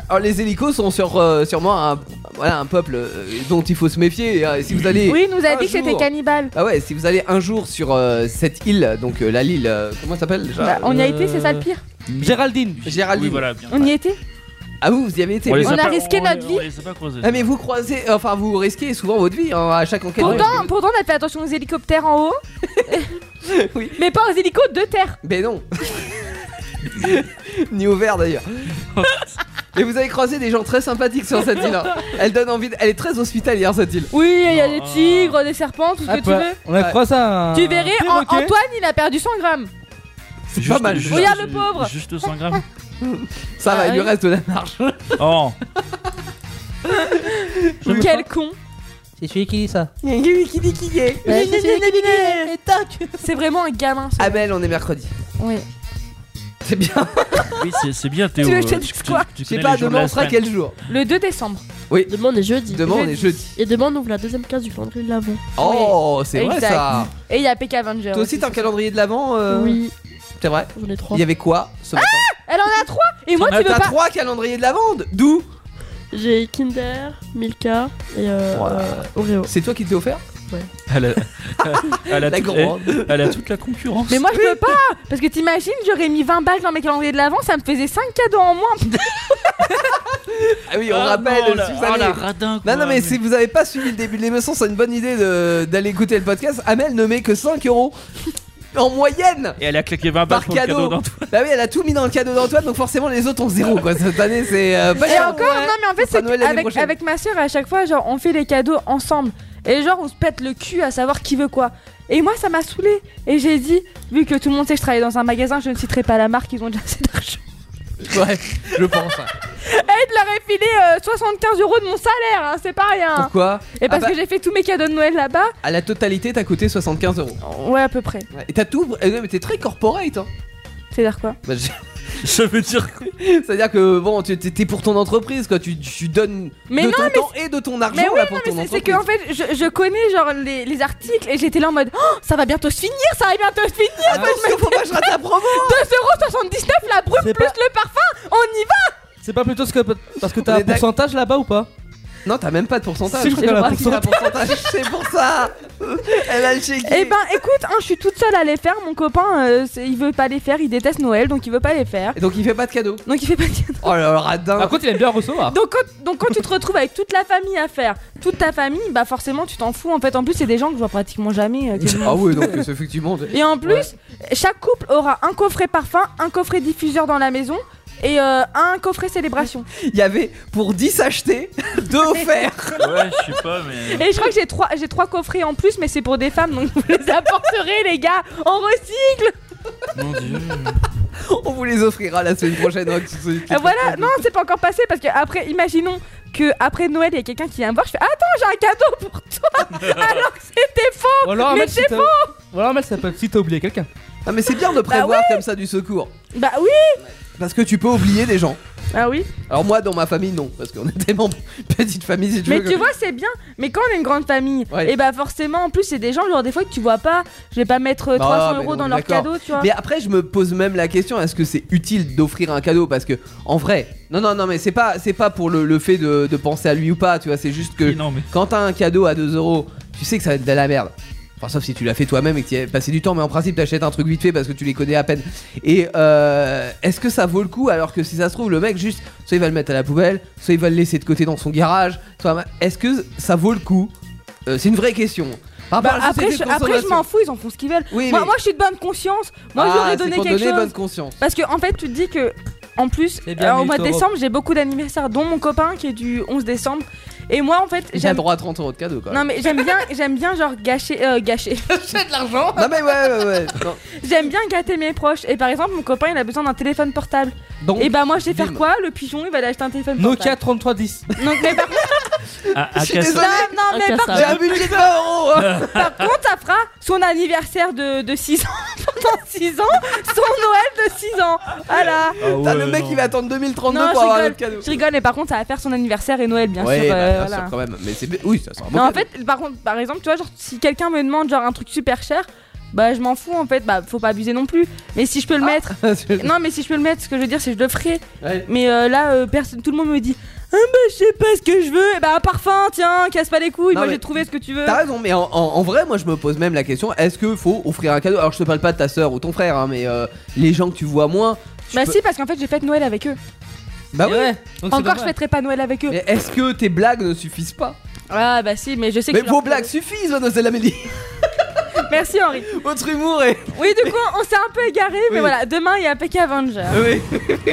Alors, les hélicos sont sur, euh, sûrement un, voilà, un peuple euh, dont il faut se méfier. hein, et si vous allez
Oui, il nous
un
a dit que c'était
jour-
cannibale
Ah ouais, si vous allez un jour sur euh, cette île, donc euh, la Lille, euh, comment ça s'appelle déjà
Bah, On y a été, c'est ça le pire
Géraldine. Géraldine.
On y était
Ah vous, vous y avez été
On
oui.
les a On a pas- risqué on- notre vie. on les a
pas croisés.
Ah mais vous croisez, enfin vous risquez souvent votre vie hein, à chaque enquête.
Pourtant, pourtant, on a fait attention aux hélicoptères en haut Mais pas aux hélicos de terre
Mais non Ni au vert d'ailleurs. Et vous avez croisé des gens très sympathiques sur cette île. hein. Elle donne envie. de- Elle est très hospitalière cette île.
Oui, il y a des tigres, des serpents, tout
Ah,
ce que
bah,
tu veux.
On a croisé Oh. Ah bah, un.
Tu verrais, An- Antoine, il a perdu 100 grammes.
C'est pas mal.
Regarde le pauvre.
Juste 100 grammes.
Ah
Ça va, il lui
oui.
reste de la marche.
Oh.
Quel con.
C'est celui qui dit ça.
Eh,
Ouais, c'est celui qui gagne. C'est vraiment un gamin. ce
Amel, on est mercredi.
gars. Oui.
Oui, c'est- c'est bien, Théo.
Tu le
euh,
jettes
tu- tu-
quoi
tu
Je sais
connais
pas,
les jours de
demain
la
on sera
semaine.
quel jour
Le 2 décembre.
Oui.
Demain on est jeudi.
Demain, on est jeudi.
Et demain on ouvre la deuxième case du calendrier de l'avant.
Oh, c'est vrai
Exact.
ça.
Et il y a PK Avenger.
Toi aussi t'as un calendrier de l'avant euh,
Oui.
C'est vrai.
J'en ai trois.
Il y avait quoi ce matin
Elle en a 3 Et moi,
T'en as-
Ah, tu veux
T'as
pas.
trois calendriers de l'avant D'où
J'ai Kinder, Milka et euh, euh, Oreo.
C'est toi qui t'es offert
Elle a- elle a
La
toute-
grande.
elle- elle a toute la concurrence.
Mais moi, je peux pas Parce que t'imagines, j'aurais mis 20 balles dans mes calendriers de l'avant, ça me faisait 5 cadeaux en moins.
Ah oui, on
Ah
rappelle,
non, la-
si vous
ah,
avez...
la radin, quoi,
non, non, mais
mais-
si vous avez pas suivi le début de l'émission, c'est une bonne idée de- d'aller écouter le podcast. Amel ne met que 5 euros en moyenne
Et elle a claqué 20 balles
par
pour le
cadeau.
cadeau dans tout.
Bah oui, elle a tout mis dans le cadeau d'Antoine, donc forcément les autres ont zéro quoi. Cette année, c'est euh, pas
Et
cher.
encore, non, mais en fait,
sera
c'est
Noël l'année
avec,
prochaine.
avec ma soeur, à chaque fois, genre, on fait les cadeaux ensemble. Et genre, on se pète le cul à savoir qui veut quoi. Et moi, ça m'a saoulé. Et j'ai dit, vu que tout le monde sait que je travaille dans un magasin, je ne citerai pas la marque, ils ont déjà assez d'argent.
Ouais, je pense. hein.
Et de leur ai filé euh, 75 euros de mon salaire, hein, c'est pas rien.
Pourquoi
Et parce
Ah bah,
que j'ai fait tous mes cadeaux de Noël là-bas.
À la totalité, t'as coûté 75 euros.
Ouais, à peu près.
Ouais, Et t'as tout. eh ouais, mais t'es très corporate hein.
C'est-à-dire quoi
Bah, je-
Ça veut dire quoi
C'est-à-dire que bon, tu- t'es t'es pour ton entreprise quoi. Tu, tu donnes
Mais
de
non,
ton
mais
temps et de ton argent
Mais oui,
là pour
non,
ton
mais c'est- c'est
entreprise.
que en fait, je, je connais genre les, les articles et j'étais là en mode Oh, ça va bientôt se finir, ça va bientôt se finir.
Ah, Attention, faut pas que je rate la promo
2,79€ la brute plus
C'est pas-
le parfum, on y va
C'est pas plutôt ce que parce que
On
t'as
est
un
d'ac-
pourcentage là-bas ou pas
Non, t'as même pas de pourcentage.
Si, je crois qu'elle a un
qu'il a un pourcentage. C'est pour ça. Elle a le chéquier.
Eh ben écoute, hein, je suis toute seule à les faire. Mon copain, euh, c'est- il veut pas les faire, il déteste Noël, donc il veut pas les faire.
Et donc il fait pas de cadeau.
Donc il fait pas de cadeau.
Oh là là, radin.
Par contre, il aime bien hein. recevoir.
Donc quand, donc quand tu te retrouves avec toute la famille à faire, toute ta famille, bah forcément tu t'en fous. En fait, en plus c'est des gens que je vois pratiquement jamais. euh, que je m'en
Ah oui,
fous.
donc c'est effectivement.
Et en plus, chaque couple aura un coffret parfum, un coffret diffuseur dans la maison et euh, un coffret célébration.
Il y avait pour 10 achetés, 2 offerts.
Ouais, je sais pas, mais.
Et je crois que j'ai trois, j'ai trois coffrets en plus, mais c'est pour des femmes, donc vous les apporterez les gars. On recycle.
Mon dieu.
On vous les offrira la semaine prochaine. hein, que ce soit-
Euh, voilà, non, c'est pas encore passé parce que après, imaginons que après Noël, il y a quelqu'un qui vient me voir, je fais attends, j'ai un cadeau pour toi, alors que c'était faux.
Ou alors, un
mais
mec, si
c'est
t'as-
faux.
Ou alors, un mec, ça peut si t'as oublié quelqu'un.
Ah, mais c'est bien de prévoir comme ça du secours.
Bah oui,
Parce que tu peux oublier des gens.
bah oui.
Alors moi, dans ma famille, non. Parce qu'on est tellement petite famille, si tu
Mais
veux.
tu vois, c'est bien. Mais quand on est une grande famille,
Ouais.
et bah forcément, en plus, c'est des gens, genre des fois que tu vois pas, je vais pas mettre euh,
Bah,
300
mais
euros
non,
dans
mais
leur
d'accord.
cadeau, tu vois.
Mais après, je me pose même la question est-ce que c'est utile d'offrir un cadeau Parce que, en vrai, non, non, non, mais c'est pas, c'est pas pour le, le fait de, de penser à lui ou pas, tu vois, c'est juste que
Ah, Oui, non, mais-
quand t'as un cadeau à 2 euros, tu sais que ça va être de la merde. Enfin, sauf si tu l'as fait toi-même et que tu y as passé du temps, mais en principe, t'achètes un truc vite fait parce que tu les connais à peine. Et euh, est-ce que ça vaut le coup alors que si ça se trouve, le mec, juste, soit il va le mettre à la poubelle, soit il va le laisser de côté dans son garage, soit. Est-ce que ça vaut le coup Euh, C'est une vraie question. Par rapport
Bah,
à la
après,
société
je,
de
après, je
consommation.
m'en fous, ils en font ce qu'ils veulent.
Oui,
moi,
mais-
moi, je suis de bonne conscience. Moi,
Ah,
j'aurais
c'est
donné
pour
quelque
donner
chose.
bonne conscience.
Parce que, en fait, tu te dis que, en plus,
C'est Eh bien
euh, au
mille
mois de
euros.
décembre, j'ai beaucoup d'anniversaires, dont mon copain qui est du 11 décembre. Et moi, en fait,
J'ai
j'aime.
droit à 30 euros de cadeau quand même.
Non mais j'aime bien, j'aime bien genre gâcher, euh, gâcher. J'ai de l'argent.
Non mais ouais, ouais, ouais. non.
J'aime bien gâter mes proches. Et par exemple, mon copain, il a besoin d'un téléphone portable.
Donc,
et bah moi, je vais faire
bim.
quoi Le pigeon, il va aller acheter un téléphone
Nokia
portable.
3310.
Donc, mais par contre,
Ah,
Je suis
non, non, mais par
J'ai un budget de 20 euros. hein.
Par contre, ça fera son anniversaire de, de 6 ans pendant 6 ans, son Noël de 6 ans. Voilà.
T'as le mec qui va attendre 2032
Non,
pour
je
avoir le
rigole,
cadeau.
je rigole, mais par contre, ça va faire son anniversaire et Noël, bien
ouais,
sûr.
bah,
euh,
bien
voilà.
sûr, quand même. Mais c'est oui, ça sera un bon
Non, en
cadeau.
fait, par contre, par exemple, tu vois, genre, si quelqu'un me demande genre un truc super cher, bah je m'en fous en fait, bah faut pas abuser non plus. Mais si je
Ah.
peux le mettre, non, mais si je peux le mettre, ce que je veux dire, c'est que je le ferai.
Ouais.
Mais euh, là, euh, personne, tout le monde me dit, ah bah je sais pas ce que je veux, et bah un parfum, tiens, casse pas les couilles,
Non,
moi
mais
j'ai trouvé ce que tu veux.
T'as raison, mais en, en- en vrai, moi je me pose même la question est-ce que faut offrir un cadeau Alors je te parle pas de ta soeur ou ton frère, hein, mais euh, les gens que tu vois moins. tu
Bah
peux-
si, parce qu'en fait, j'ai fait Noël avec eux.
Bah ouais.
Encore, je fêterai pas Noël avec eux.
Mais est-ce que tes blagues ne suffisent pas
Ah bah si, mais je sais que.
Mais
je leur-
vos blagues suffisent, mademoiselle Amélie.
Merci Henri.
Votre humour est.
Oui, du coup, on s'est un peu égaré, mais
Oui.
voilà. Demain, il y a Pecky Avenger.
Oui.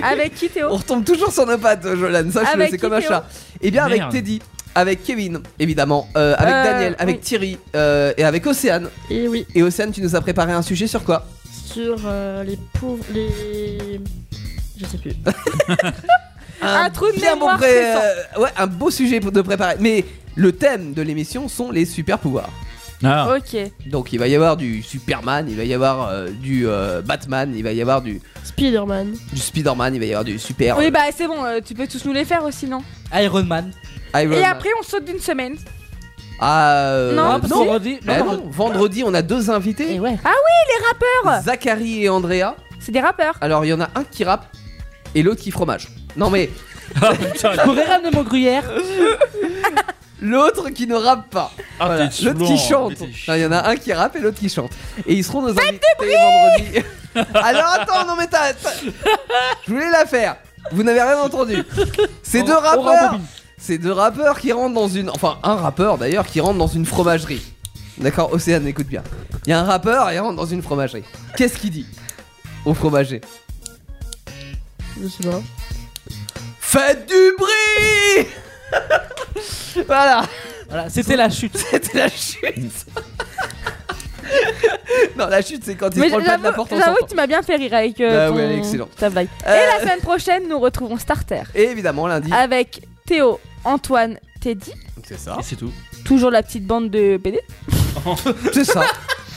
Avec qui Théo
On retombe toujours sur nos pattes, euh, Jolan, sache-le,
Avec
c'est
qui,
comme un
Théo
chat. Et bien avec
Merde.
Teddy, avec Kevin, évidemment, euh, avec
Euh,
Daniel, avec
oui.
Thierry euh, et avec Océane.
Et oui.
Et Océane, tu nous as préparé un sujet sur quoi
Sur euh, les pauvres. Les. Je sais plus. Ah,
Un trou de
bien
mémoire
bon pré-
puissant.
euh, Ouais, un beau sujet pour de préparer. Mais le thème de l'émission sont les super pouvoirs.
Ah,
euh,
Ok.
Donc il va y avoir du Superman, il va y avoir euh, du euh, Batman, il va y avoir du,
Spider-Man.
du Spider-Man, il va y avoir du Super
Oui, bah c'est bon, euh, tu peux tous nous les faire aussi, non
Iron Man.
bah,
Iron
Et
Man.
après, on saute d'une semaine.
Ah, euh,
Non, parce que- Vendredi-
Bah
non,
non, vendredi, on a deux invités.
Eh
Ah oui, les rappeurs
Zachary et Andrea.
C'est des rappeurs.
Alors il y en a un qui rappe et l'autre qui fromage. Non mais.
ah,
Je pourrais ramener mon gruyère.
L'autre qui ne rappe pas.
Ah,
Voilà.
t'es
L'autre
saoulant,
qui chante.
t'es
Non, Il y en a un qui rappe et l'autre qui chante. Et ils seront nos invités vendredi. Alors attends, non mais t'as. t'as- Je voulais la faire. Vous n'avez rien entendu. Ces
On-
deux
on
rappeurs.
rembobine.
Ces deux rappeurs qui rentrent dans une. Enfin, un rappeur d'ailleurs qui rentre dans une fromagerie. D'accord, Océane, écoute bien. Il y a un rappeur et il rentre dans une fromagerie. Qu'est-ce qu'il dit au fromager
Je sais pas.
Faites du bruit Voilà.
Voilà, c'était la chute.
C'était la chute. non, la chute, c'est quand il se
Mais
prend le plat de la
j'avoue
porte en
j'avoue
sortant.
que tu m'as bien fait rire avec euh,
Bah ouais, elle est
ton-
excellente.
ta blague.
Euh,
Et la Ah. semaine prochaine, nous retrouvons Starter.
Et Eh, évidemment, lundi.
Avec Théo, Antoine, Teddy.
C'est ça.
c'est tout.
Toujours la petite bande de PD.
C'est ça.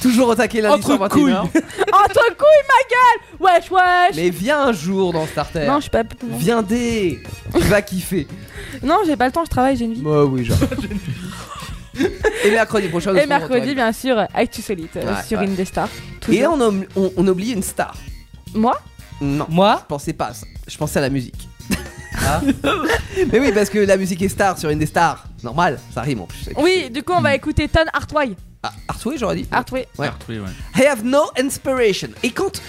Toujours au taquet lundi soir, 21h.
Entre couilles, ma gueule Wesh, wesh
Mais viens un jour dans Starter.
Non, je suis pas.
Viens dès. Tu vas kiffer.
Non, j'ai pas le temps, je travaille, j'ai une vie.
Bah oui, genre. Et mercredi prochain, nous
Et
serons en
mercredi,
direct.
bien sûr, Actu Solite euh,
Ouais,
sur
ouais.
Indestar.
Et
Toujours.
on, om- on- on oublie une star.
Moi
Non. Moi Je pensais pas à ça. Je pensais à la musique. Mais oui, parce que la musique est star sur une des stars. Normal, ça rime en plus.
Oui, du coup, on
Hmm.
va écouter Tan Artway.
Artway, Ah, j'aurais dit.
Artway.
Ouais.
Artway, ouais.
I have no inspiration. Et quand.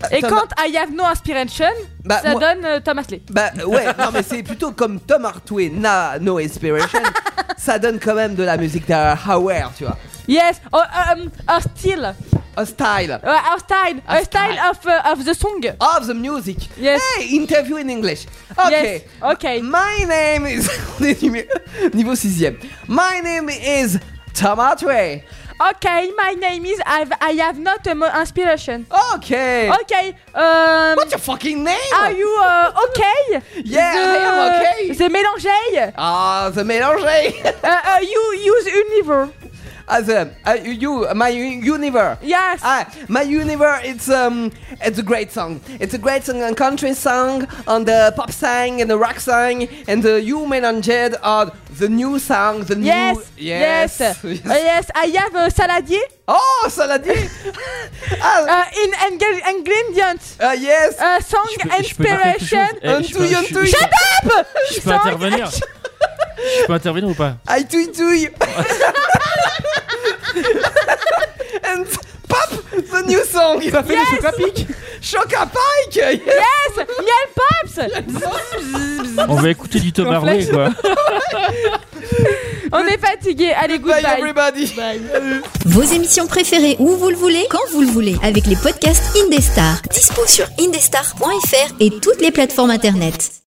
bah,
Et
Tom-
quand I have no aspiration,
Bah,
ça
moi-
donne euh, Thomas Lee.
Bah ouais, non mais c'est plutôt comme Tom Artway, na, no inspiration. ça donne quand même de la musique d'un Howard, tu vois.
Yes, oh, um, a style.
A style.
Ouais, a style. A, style, of, uh, of the song.
Of the music.
Yes.
Hey, interview in English. Ok.
Yes, ok.
My name is. On est numé- niveau 6ème. My name is Tom Artway.
Okay, my name is I've, I have not um, inspiration.
Okay.
Okay. Um,
What's your fucking name?
Are you uh, okay?
Yeah, I am okay.
The mélanger.
Ah, the mélanger.
uh, uh, you use univer.
Ah, the, ah, you- you, my u- universe.
Yes.
Ah, my universe. It's um, it's a great song. It's a great song, and country song, on the pop song and the rock song, and the you mélanger are the new song, the new.
Yes.
Yes.
Yes. Uh, yes. I have a saladier.
Oh, saladier.
uh, in engl- ingredients.
Uh, Ah, yes.
Uh, song
Je peux- je peux dire quelque
inspiration.
chose Eh, je peux- je- je-
Shut up.
Je peux intervenir Je peux intervenir ou pas
I touille touille. sang
Ça fait
Yes
des chocs à pic
Choc à pike Yes
Miel Pops
On va écouter du Tom Hardy, quoi.
On est fatigué, allez, goodbye.
Vos émissions préférées où vous le voulez, quand vous le voulez, avec les podcasts Indestar. Dispo sur indestar.fr et toutes les plateformes internet.